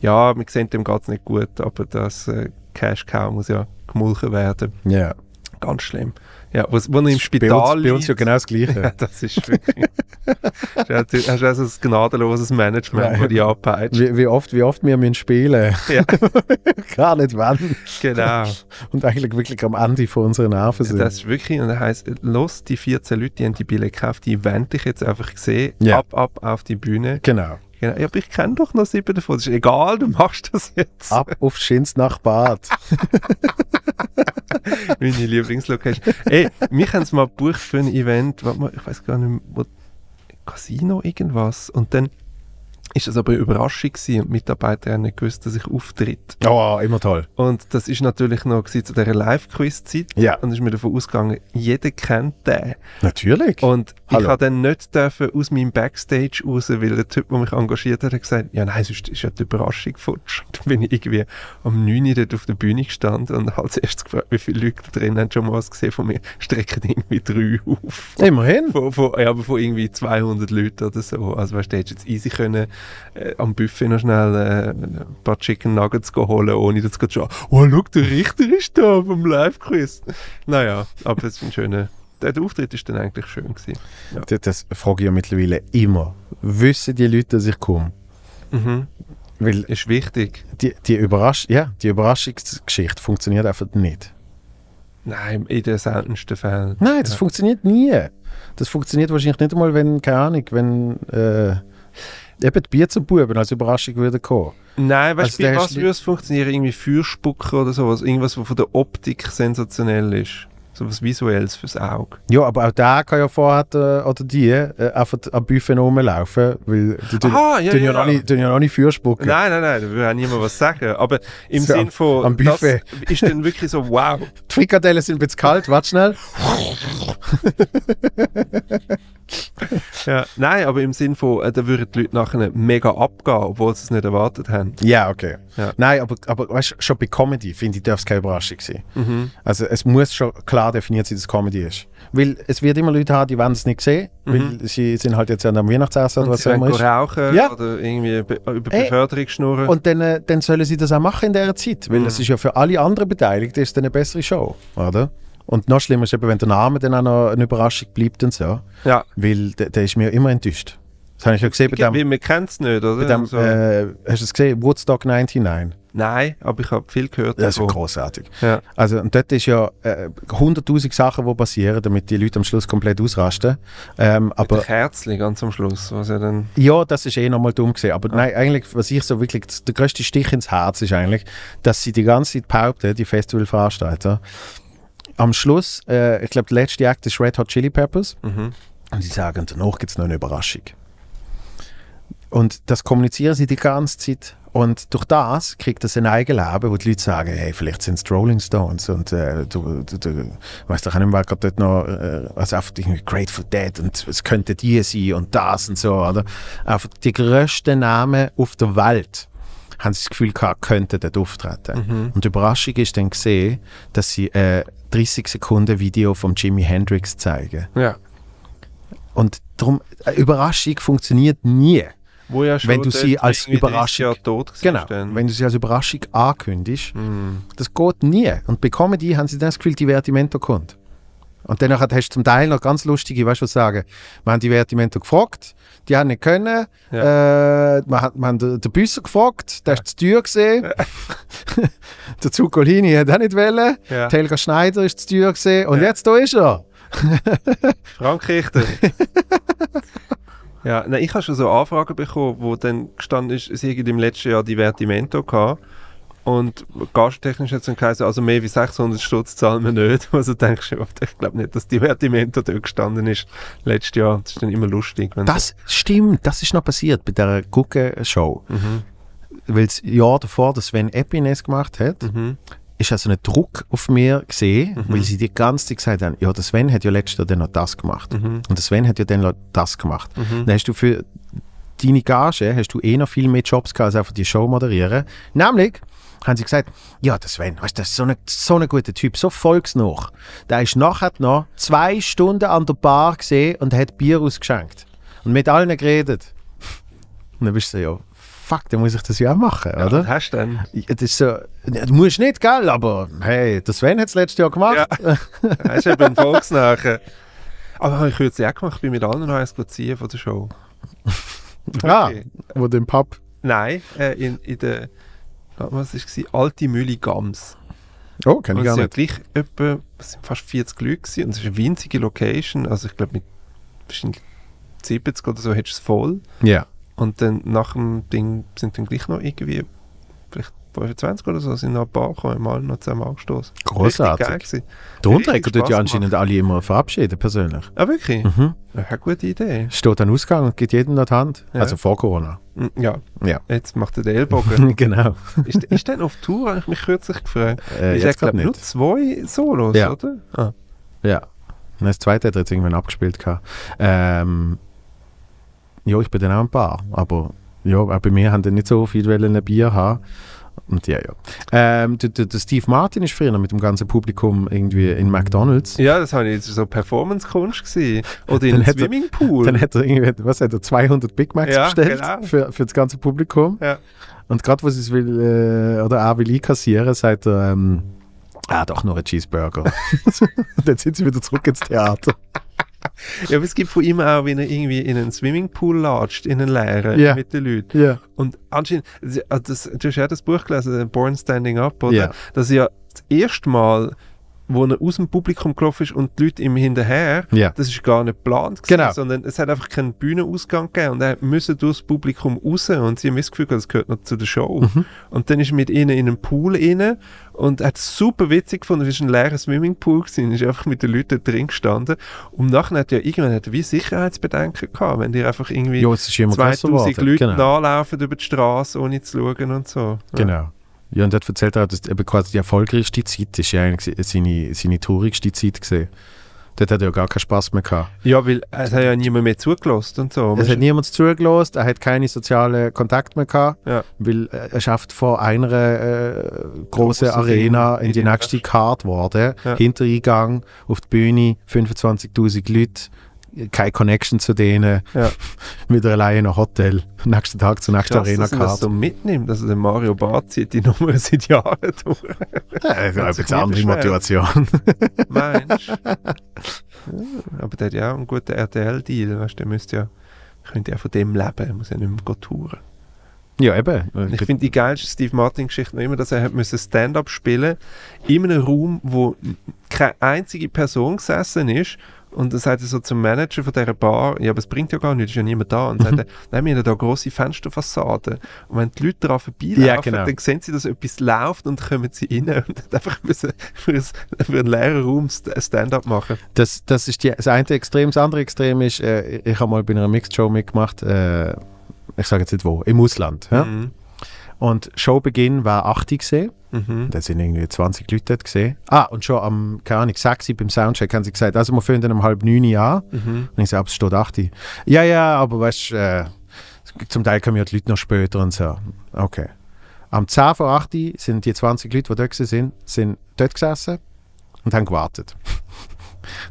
Speaker 2: ja, wir sehen, dem geht es nicht gut, aber das äh, Cash Cow muss ja gemulchen werden.
Speaker 3: Ja.
Speaker 2: Ganz schlimm. Ja, was, wo er im
Speaker 3: Bei
Speaker 2: Spital
Speaker 3: uns, bei uns ja
Speaker 2: liegt-
Speaker 3: genau das Gleiche.
Speaker 2: ja, das ist wirklich. Ja, du hast also ein gnadenloses Management, das dich anpeitscht.
Speaker 3: Wie, wie, oft, wie oft wir müssen spielen
Speaker 2: Ja,
Speaker 3: Gar nicht wann.
Speaker 2: genau.
Speaker 3: Und eigentlich wirklich am Ende von unseren Nerven sind.
Speaker 2: Das ist wirklich, und das heisst, äh, los, die 14 Leute, die haben die Bille gekauft, die wollen dich jetzt einfach sehen,
Speaker 3: Ja.
Speaker 2: ab, ab auf die Bühne.
Speaker 3: genau.
Speaker 2: Genau. Ja, aber ich kenne doch noch sieben davon. Das ist egal, du machst das jetzt.
Speaker 3: Ab auf Schins nach Bad.
Speaker 2: Meine Lieblingslocation. Ey, mich haben sie mal gebucht für ein Event, warte mal, ich weiß gar nicht mehr, wo, Casino irgendwas. Und dann ist das aber eine Überraschung gewesen und die Mitarbeiter haben nicht gewusst, dass ich auftritt.
Speaker 3: Oh, immer toll.
Speaker 2: Und das ist natürlich noch gewesen zu dieser Live-Quiz-Zeit.
Speaker 3: Ja.
Speaker 2: Und ist mir davon ausgegangen, jeder kennt den.
Speaker 3: Natürlich.
Speaker 2: Und
Speaker 3: Hallo.
Speaker 2: ich habe dann nicht dürfen aus meinem Backstage raus, weil der Typ, der mich engagiert hat, hat gesagt, ja nein, sonst ist ja die Überraschung futsch. Da bin ich irgendwie am 9 Uhr dort auf der Bühne gestanden und habe als erstes gefragt, wie viele Leute da drin haben schon mal was gesehen von mir, strecken irgendwie drei auf.
Speaker 3: Immerhin.
Speaker 2: Von, von, ja, aber von irgendwie 200 Leuten oder so. Also weißt du, hättest jetzt easy können, äh, am Buffet noch schnell äh, ein paar Chicken Nuggets go holen, ohne dass du schon «Oh, schau, der Richter ist da beim Live-Quiz!» Naja, aber es ist ein schöner... Der Auftritt ist dann eigentlich schön gewesen.
Speaker 3: Das, das frage ich ja mittlerweile immer. Wissen die Leute, dass ich komme?
Speaker 2: Mhm.
Speaker 3: Weil
Speaker 2: Ist wichtig.
Speaker 3: die, die, Überrasch ja, die Überraschungsgeschichte funktioniert einfach nicht.
Speaker 2: Nein, in den seltensten Fällen.
Speaker 3: Nein, das funktioniert nie. Das funktioniert wahrscheinlich nicht einmal, wenn, keine Ahnung, wenn äh, eben die Bierzerbuben als Überraschung würden kommen.
Speaker 2: Nein, weißt du,
Speaker 3: Also
Speaker 2: bei
Speaker 3: der
Speaker 2: was
Speaker 3: ist-
Speaker 2: würde es funktionieren? Irgendwie Fürspucker oder sowas. Irgendwas, was von der Optik sensationell ist. So was Visuelles fürs Auge.
Speaker 3: Ja, aber auch der kann ja vorher äh, oder die äh, einfach am Buffet rumlaufen, weil die tun
Speaker 2: Aha, ja,
Speaker 3: tun
Speaker 2: ja,
Speaker 3: ja, noch
Speaker 2: ja.
Speaker 3: nicht- tun ja noch nicht fürspucken.
Speaker 2: Nein, nein, nein, da würde auch niemand was sagen. Aber im
Speaker 3: So,
Speaker 2: Sinn von,
Speaker 3: am
Speaker 2: das
Speaker 3: Buffet.
Speaker 2: ist dann wirklich so, wow. Äh,
Speaker 3: Die Frikadellen sind ein bisschen kalt, warte schnell.
Speaker 2: Ja. Nein, aber im Sinn von, äh, da würden die Leute nachher mega abgehen, obwohl sie es nicht erwartet haben.
Speaker 3: Ja, okay.
Speaker 2: Ja.
Speaker 3: Nein, aber, aber weißt, schon bei Comedy, finde ich, darf es keine Überraschung sein.
Speaker 2: Mhm.
Speaker 3: Also es muss schon klar definiert sein, dass es Comedy ist. Weil es wird immer Leute haben, die wollen es nicht sehen, weil sie sind halt jetzt an einem Weihnachtsessen oder
Speaker 2: Mhm. Und
Speaker 3: was
Speaker 2: sie
Speaker 3: auch immer
Speaker 2: wollen
Speaker 3: ist.
Speaker 2: rauchen
Speaker 3: Ja.
Speaker 2: oder irgendwie be über
Speaker 3: Ey.
Speaker 2: Beförderung schnurren.
Speaker 3: Und dann, äh, dann sollen sie das auch machen in dieser Zeit, weil es ist ja für alle anderen Beteiligten ist dann eine bessere Show, oder? Und noch schlimmer ist eben, wenn der Name dann auch noch eine Überraschung bleibt und so,
Speaker 2: ja.
Speaker 3: weil der, der ist mir immer enttäuscht. Das habe ich ja gesehen bei dem,
Speaker 2: Weil man kennt es nicht, oder?
Speaker 3: bei dem
Speaker 2: Also,
Speaker 3: äh, hast du es gesehen, Woodstock 99?
Speaker 2: Nein, aber ich habe viel gehört
Speaker 3: Das ist Oh. ja
Speaker 2: davon.
Speaker 3: großartig.
Speaker 2: Ja.
Speaker 3: Also, und dort ist ja äh, hunderttausend Sachen, die passieren, damit die Leute am Schluss komplett ausrasten. Ähm,
Speaker 2: Mit den
Speaker 3: aber
Speaker 2: Kerzen ganz am Schluss, was ja dann...
Speaker 3: ja, das ist eh nochmal dumm gesehen. Aber nein, eigentlich, was ich so wirklich, das- der größte Stich ins Herz ist eigentlich, dass sie die ganze Zeit behaupten, die Festivalveranstalter, am Schluss, äh, ich glaube, der letzte Act ist Red Hot Chili Peppers. Und sie sagen, danach gibt es noch eine Überraschung. Und das kommunizieren sie die ganze Zeit. Und durch das kriegt das ein Eigenleben, wo die Leute sagen, hey, vielleicht sind es die Rolling Stones und äh, du, du, du weißt doch auch nicht mehr, wer gerade dort noch, äh, also einfach irgendwie Grateful Dead und es könnte die sein und das und so, oder? Einfach die grössten Namen auf der Welt haben sie das Gefühl gehabt, könnten dort auftreten. Und die Überraschung ist dann gesehen, dass sie ein 30 Sekunden Video von Jimi Hendrix zeigen.
Speaker 2: Ja.
Speaker 3: Und darum, eine Überraschung funktioniert nie.
Speaker 2: Wo ja schon
Speaker 3: Wenn du
Speaker 2: dort
Speaker 3: sie als
Speaker 2: irgendwie 30
Speaker 3: Überraschung-
Speaker 2: Jahre tot gewesen
Speaker 3: Genau,
Speaker 2: ist dann.
Speaker 3: wenn du sie als Überraschung ankündigst,
Speaker 2: Mhm.
Speaker 3: das geht nie. Und bei Comedy haben sie dann das Gefühl, Divertimento kommt. Und danach hast du zum Teil noch ganz lustige, weißt du was sagen, wir haben Divertimento gefragt, die haben nicht können, äh, wir, haben, wir haben den, den Büsser gefragt, der ist zu teuer gesehen, der Zuccolini hat auch nicht wollen,
Speaker 2: Ja.
Speaker 3: die Helga Schneider ist zu teuer gesehen und jetzt da ist er.
Speaker 2: Frank Richter. ja, nein, ich habe schon so Anfragen bekommen, wo dann gestanden ist, es hätte im letzten Jahr Divertimento gehabt. Und gasttechnisch hat es dann geheißen, also mehr wie 600 Stutz zahlen wir nicht. Also denkst du, ich glaube nicht, dass Divertimento dort gestanden ist letztes Jahr. Das ist dann immer lustig. Wenn
Speaker 3: Das stimmt, das ist noch passiert bei der Gucke-Show. Weil das Jahr davor, dass Sven Epines gemacht hat, ist also ein Druck auf mir gesehen, weil sie die ganze Zeit gesagt haben, ja, der Sven hat ja letztes Jahr dann noch das gemacht. Und der Sven hat ja dann noch das gemacht. Dann hast du für deine Gage, hast du eh noch viel mehr Jobs gehabt, als einfach die Show moderieren. Nämlich haben sie gesagt, ja, der Sven, weißt, du, das ist so ein, so ein guter Typ, so volksnah. Der ist nachher noch zwei Stunden an der Bar gesehen und hat Bier ausgeschenkt. Und mit allen geredet. Und dann bist du so, ja, fuck, dann muss ich das ja auch machen,
Speaker 2: ja,
Speaker 3: oder?
Speaker 2: was hast du denn?
Speaker 3: Ja, Das ist so, ja, du musst nicht, gell? Aber hey, der Sven hat es letztes Jahr gemacht.
Speaker 2: Hast du eben einen Volksnachen. Aber habe ich kürzlich auch gemacht, bin mit anderen noch eins ziehen von der Show.
Speaker 3: ah,
Speaker 2: Okay.
Speaker 3: wo dem Pub.
Speaker 2: Nein, äh, in, in der, warte mal, was war es? Alte Mühle Gams.
Speaker 3: Oh, kann
Speaker 2: Und
Speaker 3: ich
Speaker 2: es
Speaker 3: gar
Speaker 2: sind ja
Speaker 3: nicht.
Speaker 2: gleich etwa, es sind fast 40 Leute gewesen, und es ist eine winzige Location, also ich glaube mit wahrscheinlich 70 oder so hättest du es voll.
Speaker 3: Ja.
Speaker 2: Und dann nach dem Ding sind dann gleich noch irgendwie, vielleicht 25 oder so, sind noch ein paar gekommen, mal noch zusammen angestoßen.
Speaker 3: Großartig. Darunter hat dort ja anscheinend Mhm. alle immer verabschieden, persönlich.
Speaker 2: Ah, wirklich? Ja, eine gute Idee.
Speaker 3: Steht an Ausgang und geht jedem noch die Hand. Also vor Corona.
Speaker 2: Mm, Ja,
Speaker 3: Ja.
Speaker 2: jetzt macht er den Ellbogen.
Speaker 3: genau.
Speaker 2: ist, ist denn auf Tour, habe ich mich kürzlich gefragt.
Speaker 3: Äh,
Speaker 2: ist
Speaker 3: jetzt
Speaker 2: ja,
Speaker 3: grad
Speaker 2: glaub, nur
Speaker 3: nicht.
Speaker 2: zwei Solos,
Speaker 3: Ja.
Speaker 2: oder? Ah.
Speaker 3: Ja. Und das zweite hat er jetzt irgendwann abgespielt. gehabt. Ähm, ja, ich bin dann auch ein paar. Aber ja, auch bei mir haben dann nicht so viele wollen ein Bier haben. Und ja, ja. Ähm, der, der, der Steve Martin ist früher mit dem ganzen Publikum irgendwie in McDonalds.
Speaker 2: Ja, das war jetzt so Performance-Kunst. gewesen. Oder in
Speaker 3: Dann
Speaker 2: einem
Speaker 3: hat er-
Speaker 2: Swimmingpool.
Speaker 3: Dann hat er irgendwie, was hat er, 200 Big Macs
Speaker 2: Ja,
Speaker 3: bestellt
Speaker 2: genau.
Speaker 3: für, für das ganze Publikum.
Speaker 2: Ja.
Speaker 3: Und gerade, wo sie es will, äh, oder auch will einkassieren, sagt er, ähm, ah, doch, nur ein Cheeseburger. Und dann sind sie wieder zurück ins Theater.
Speaker 2: Ja, aber es gibt von ihm auch, wenn er irgendwie in einen Swimmingpool latscht, in einen leeren,
Speaker 3: Ja.
Speaker 2: mit den Leuten.
Speaker 3: Ja.
Speaker 2: Und anscheinend, also das, du hast ja das Buch gelesen, Born Standing Up, oder?
Speaker 3: Ja.
Speaker 2: Das ist ja das erste Mal, wo er aus dem Publikum gelaufen ist und die Leute ihm hinterher,
Speaker 3: Ja.
Speaker 2: das ist gar nicht geplant gewesen,
Speaker 3: Genau.
Speaker 2: sondern es hat einfach keinen Bühnenausgang gegeben und er musste durchs Publikum raus und sie haben das Gefühl, gehabt, das gehört noch zu der Show.
Speaker 3: Mhm.
Speaker 2: Und dann ist er mit ihnen in einen Pool rein und er hat es super witzig gefunden, es war ein leerer Swimmingpool gewesen, ist einfach mit den Leuten drin gestanden und nachher hat ja irgendwann hat er wie Sicherheitsbedenken gehabt, wenn die einfach irgendwie
Speaker 3: Ja, es ist immer größer
Speaker 2: 2000
Speaker 3: geworden.
Speaker 2: Leute
Speaker 3: Genau.
Speaker 2: nachlaufen über die Straße, ohne zu schauen und so.
Speaker 3: Genau. Ja, und dort erzählt er, auch, dass eben quasi die erfolgreichste Zeit ist ja eigentlich se- seine, seine traurigste Zeit gesehen. Dort hat er ja gar keinen Spaß mehr gehabt.
Speaker 2: Ja, weil es hat ja niemand mehr zugelassen und so.
Speaker 3: Es hat niemand zugelost, er hat keine sozialen Kontakte mehr gehabt,
Speaker 2: Ja.
Speaker 3: weil äh, er schafft von einer äh, großen Arena in die nächste Karte worden.
Speaker 2: Ja.
Speaker 3: Hintereingang, auf die Bühne, 25.000 Leute, keine Connection zu denen,
Speaker 2: Ja.
Speaker 3: wieder allein in einem Hotel, nächsten Tag zur nächsten
Speaker 2: Krass, dass er das
Speaker 3: Arena-Karte.
Speaker 2: so mitnimmt, also der Mario Bart zieht die Nummer seit Jahren durch.
Speaker 3: Ja, das ist
Speaker 2: Kannst
Speaker 3: eine
Speaker 2: du
Speaker 3: andere
Speaker 2: nicht beschweren.
Speaker 3: Motivation.
Speaker 2: Meinst du? Ja, aber der hat ja auch einen guten RTL-Deal, weißt du, der müsste ja, könnte ja von dem leben, er muss ja nicht mehr go touren.
Speaker 3: ja, eben.
Speaker 2: Ich finde die geilste Steve Martin-Geschichte noch immer, dass er hat müssen Stand-up spielen in einem Raum, wo keine einzige Person gesessen ist. Und dann sagt er so zum Manager von dieser Bar, ja, aber es bringt ja gar nichts, ist ja niemand da. Und dann sagt er, nein, wir haben da grosse Fensterfassaden. Und wenn die Leute daran vorbeilaufen,
Speaker 3: Ja, genau.
Speaker 2: dann sehen sie, dass etwas läuft und dann kommen sie rein und hat einfach müssen für, ein, für einen leeren Raum St- äh, Stand-up machen.
Speaker 3: Das, das ist die, das eine Extrem. Das andere Extrem ist, äh, ich habe mal bei einer Mixed Show mitgemacht, äh, ich sage jetzt nicht wo, im Ausland. Ja?
Speaker 2: Mhm.
Speaker 3: Und Showbeginn war 8 Uhr gesehen.
Speaker 2: Mhm.
Speaker 3: Da sind irgendwie 20 Leute dort gesehen. Ah, und schon am, keine Ahnung, 6 Uhr beim Soundcheck haben sie gesagt, also wir fangen dann um halb 9 Uhr an.
Speaker 2: Mhm.
Speaker 3: Und ich sage, aber es steht 8 Uhr. Ja, ja, aber weißt du, äh, zum Teil kommen ja die Leute noch später und so. Okay. Am 10 vor 8 Uhr sind die 20 Leute, die dort gewesen sind, sind dort gesessen und haben gewartet.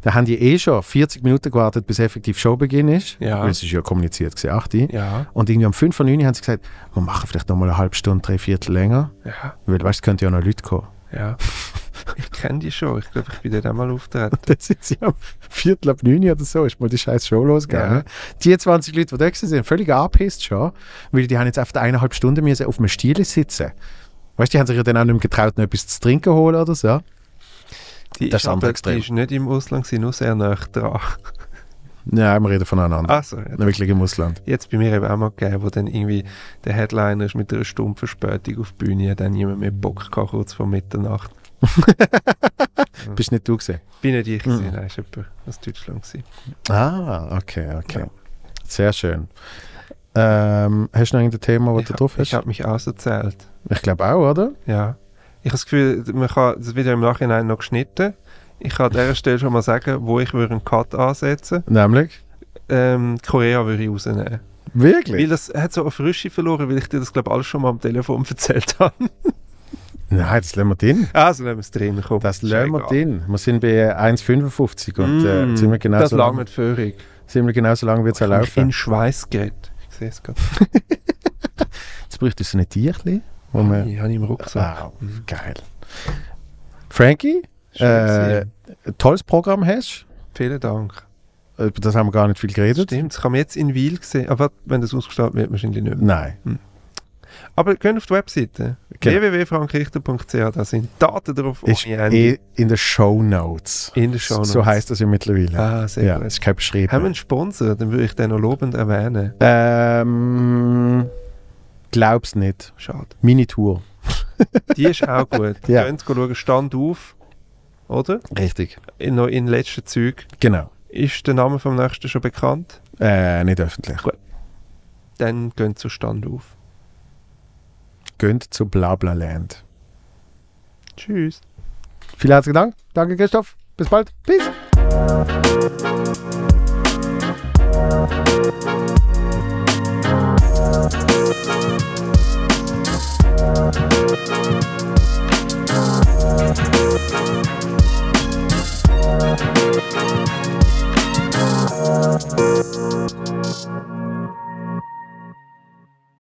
Speaker 3: da haben die eh schon 40 Minuten gewartet, bis effektiv Showbeginn ist.
Speaker 2: Ja.
Speaker 3: Weil es ist ja kommuniziert gewesen, 8 Uhr.
Speaker 2: Ja.
Speaker 3: Und irgendwie um 5 vor 9 Uhr haben sie gesagt, wir machen vielleicht noch mal eine halbe Stunde, drei Viertel länger.
Speaker 2: Ja,
Speaker 3: Weil, weißt du, es könnten ja noch Leute kommen.
Speaker 2: ja. Ich kenne die schon, ich glaube, ich bin dort auch mal auftreten.
Speaker 3: Dann sind sie am Viertel ab 9 Uhr oder so, ist mal die scheiß Show losgegangen. Die 20 Leute, die da gewesen sind, völlig angepisst schon, weil die haben jetzt einfach eineinhalb Stunden müssen auf einem Stiel sitzen. Weißt du, die haben sich ja dann auch nicht mehr getraut, noch etwas zu trinken holen oder so.
Speaker 2: Die
Speaker 3: Das
Speaker 2: ist
Speaker 3: ist andere
Speaker 2: aber-
Speaker 3: Extrem.
Speaker 2: Die ist nicht im Ausland, sie nur sehr nah dran.
Speaker 3: Nein, wir reden voneinander.
Speaker 2: Also,
Speaker 3: Nicht wirklich im Ausland.
Speaker 2: jetzt bei mir eben auch mal gegeben, wo dann irgendwie der Headliner ist mit einer Stunde Verspätung auf die Bühne, dann jemand mehr Bock gehabt, kurz vor Mitternacht.
Speaker 3: Bist nicht du gesehen?
Speaker 2: Bin nicht ich
Speaker 3: Mhm.
Speaker 2: gewesen, nein, ist jemand aus Deutschland gewesen.
Speaker 3: Ah, okay, okay. Sehr schön. Ähm, hast du noch irgendein Thema, was
Speaker 2: ich
Speaker 3: du drauf
Speaker 2: hab-
Speaker 3: hast?
Speaker 2: ich habe mich auserzählt,
Speaker 3: ich glaube auch, oder?
Speaker 2: ja. Ich habe das Gefühl, man kann das Video im Nachhinein noch geschnitten. Ich kann an dieser Stelle schon mal sagen, wo ich würde einen Cut ansetzen
Speaker 3: Nämlich?
Speaker 2: Ähm, Korea würde ich rausnehmen. Weil
Speaker 3: Wirklich?
Speaker 2: das hat so eine Frische verloren, weil ich dir das, glaube ich, alles schon mal am Telefon erzählt habe.
Speaker 3: Nein, das lassen wir drin.
Speaker 2: Also nehmen wir es drin. Komm,
Speaker 3: Das lernen wir
Speaker 2: Scheißegal.
Speaker 3: drin. Wir sind bei 1,55 und äh,
Speaker 2: Mm,
Speaker 3: ziemlich genau
Speaker 2: das
Speaker 3: so
Speaker 2: lange
Speaker 3: lang,
Speaker 2: mit Führung.
Speaker 3: ziemlich genau so lang wird es auch
Speaker 2: Ich
Speaker 3: laufen.
Speaker 2: in Schweiß gerät. Ich sehe es gerade.
Speaker 3: Jetzt bräuchte es ein Tierchen, wo man...
Speaker 2: Ich habe ihn im Rucksack.
Speaker 3: Wow, geil. Frankie,
Speaker 2: Schön
Speaker 3: äh, tolles Programm hast
Speaker 2: Vielen Dank.
Speaker 3: du. Über das haben wir gar nicht viel geredet.
Speaker 2: Stimmt, das kann man jetzt in Wiel sehen. Aber wenn das ausgestrahlt wird, wahrscheinlich nicht mehr.
Speaker 3: Nein.
Speaker 2: Aber gehen auf die Webseite.
Speaker 3: Genau.
Speaker 2: www.frankrichter.ch Da sind Daten drauf
Speaker 3: Ist eh in den Show Notes.
Speaker 2: In den Shownotes.
Speaker 3: So heißt das ja mittlerweile.
Speaker 2: Ah, sehr
Speaker 3: ja,
Speaker 2: gut.
Speaker 3: ist kein beschrieben.
Speaker 2: Haben wir einen Sponsor? Dann würde ich den noch lobend erwähnen.
Speaker 3: ähm, glaub's nicht.
Speaker 2: Schade.
Speaker 3: Minitour.
Speaker 2: Die ist auch gut.
Speaker 3: Ja.
Speaker 2: Könnt ihr schauen, Stand auf. Oder?
Speaker 3: Richtig.
Speaker 2: In, noch in letzter Zügen.
Speaker 3: Genau.
Speaker 2: Ist der Name vom nächsten schon bekannt?
Speaker 3: Äh, nicht öffentlich.
Speaker 2: Dann geht zu Stand auf.
Speaker 3: Geht zu Blablaland.
Speaker 2: Tschüss.
Speaker 3: Vielen herzlichen Dank. Danke, Christoph. Bis bald. Peace.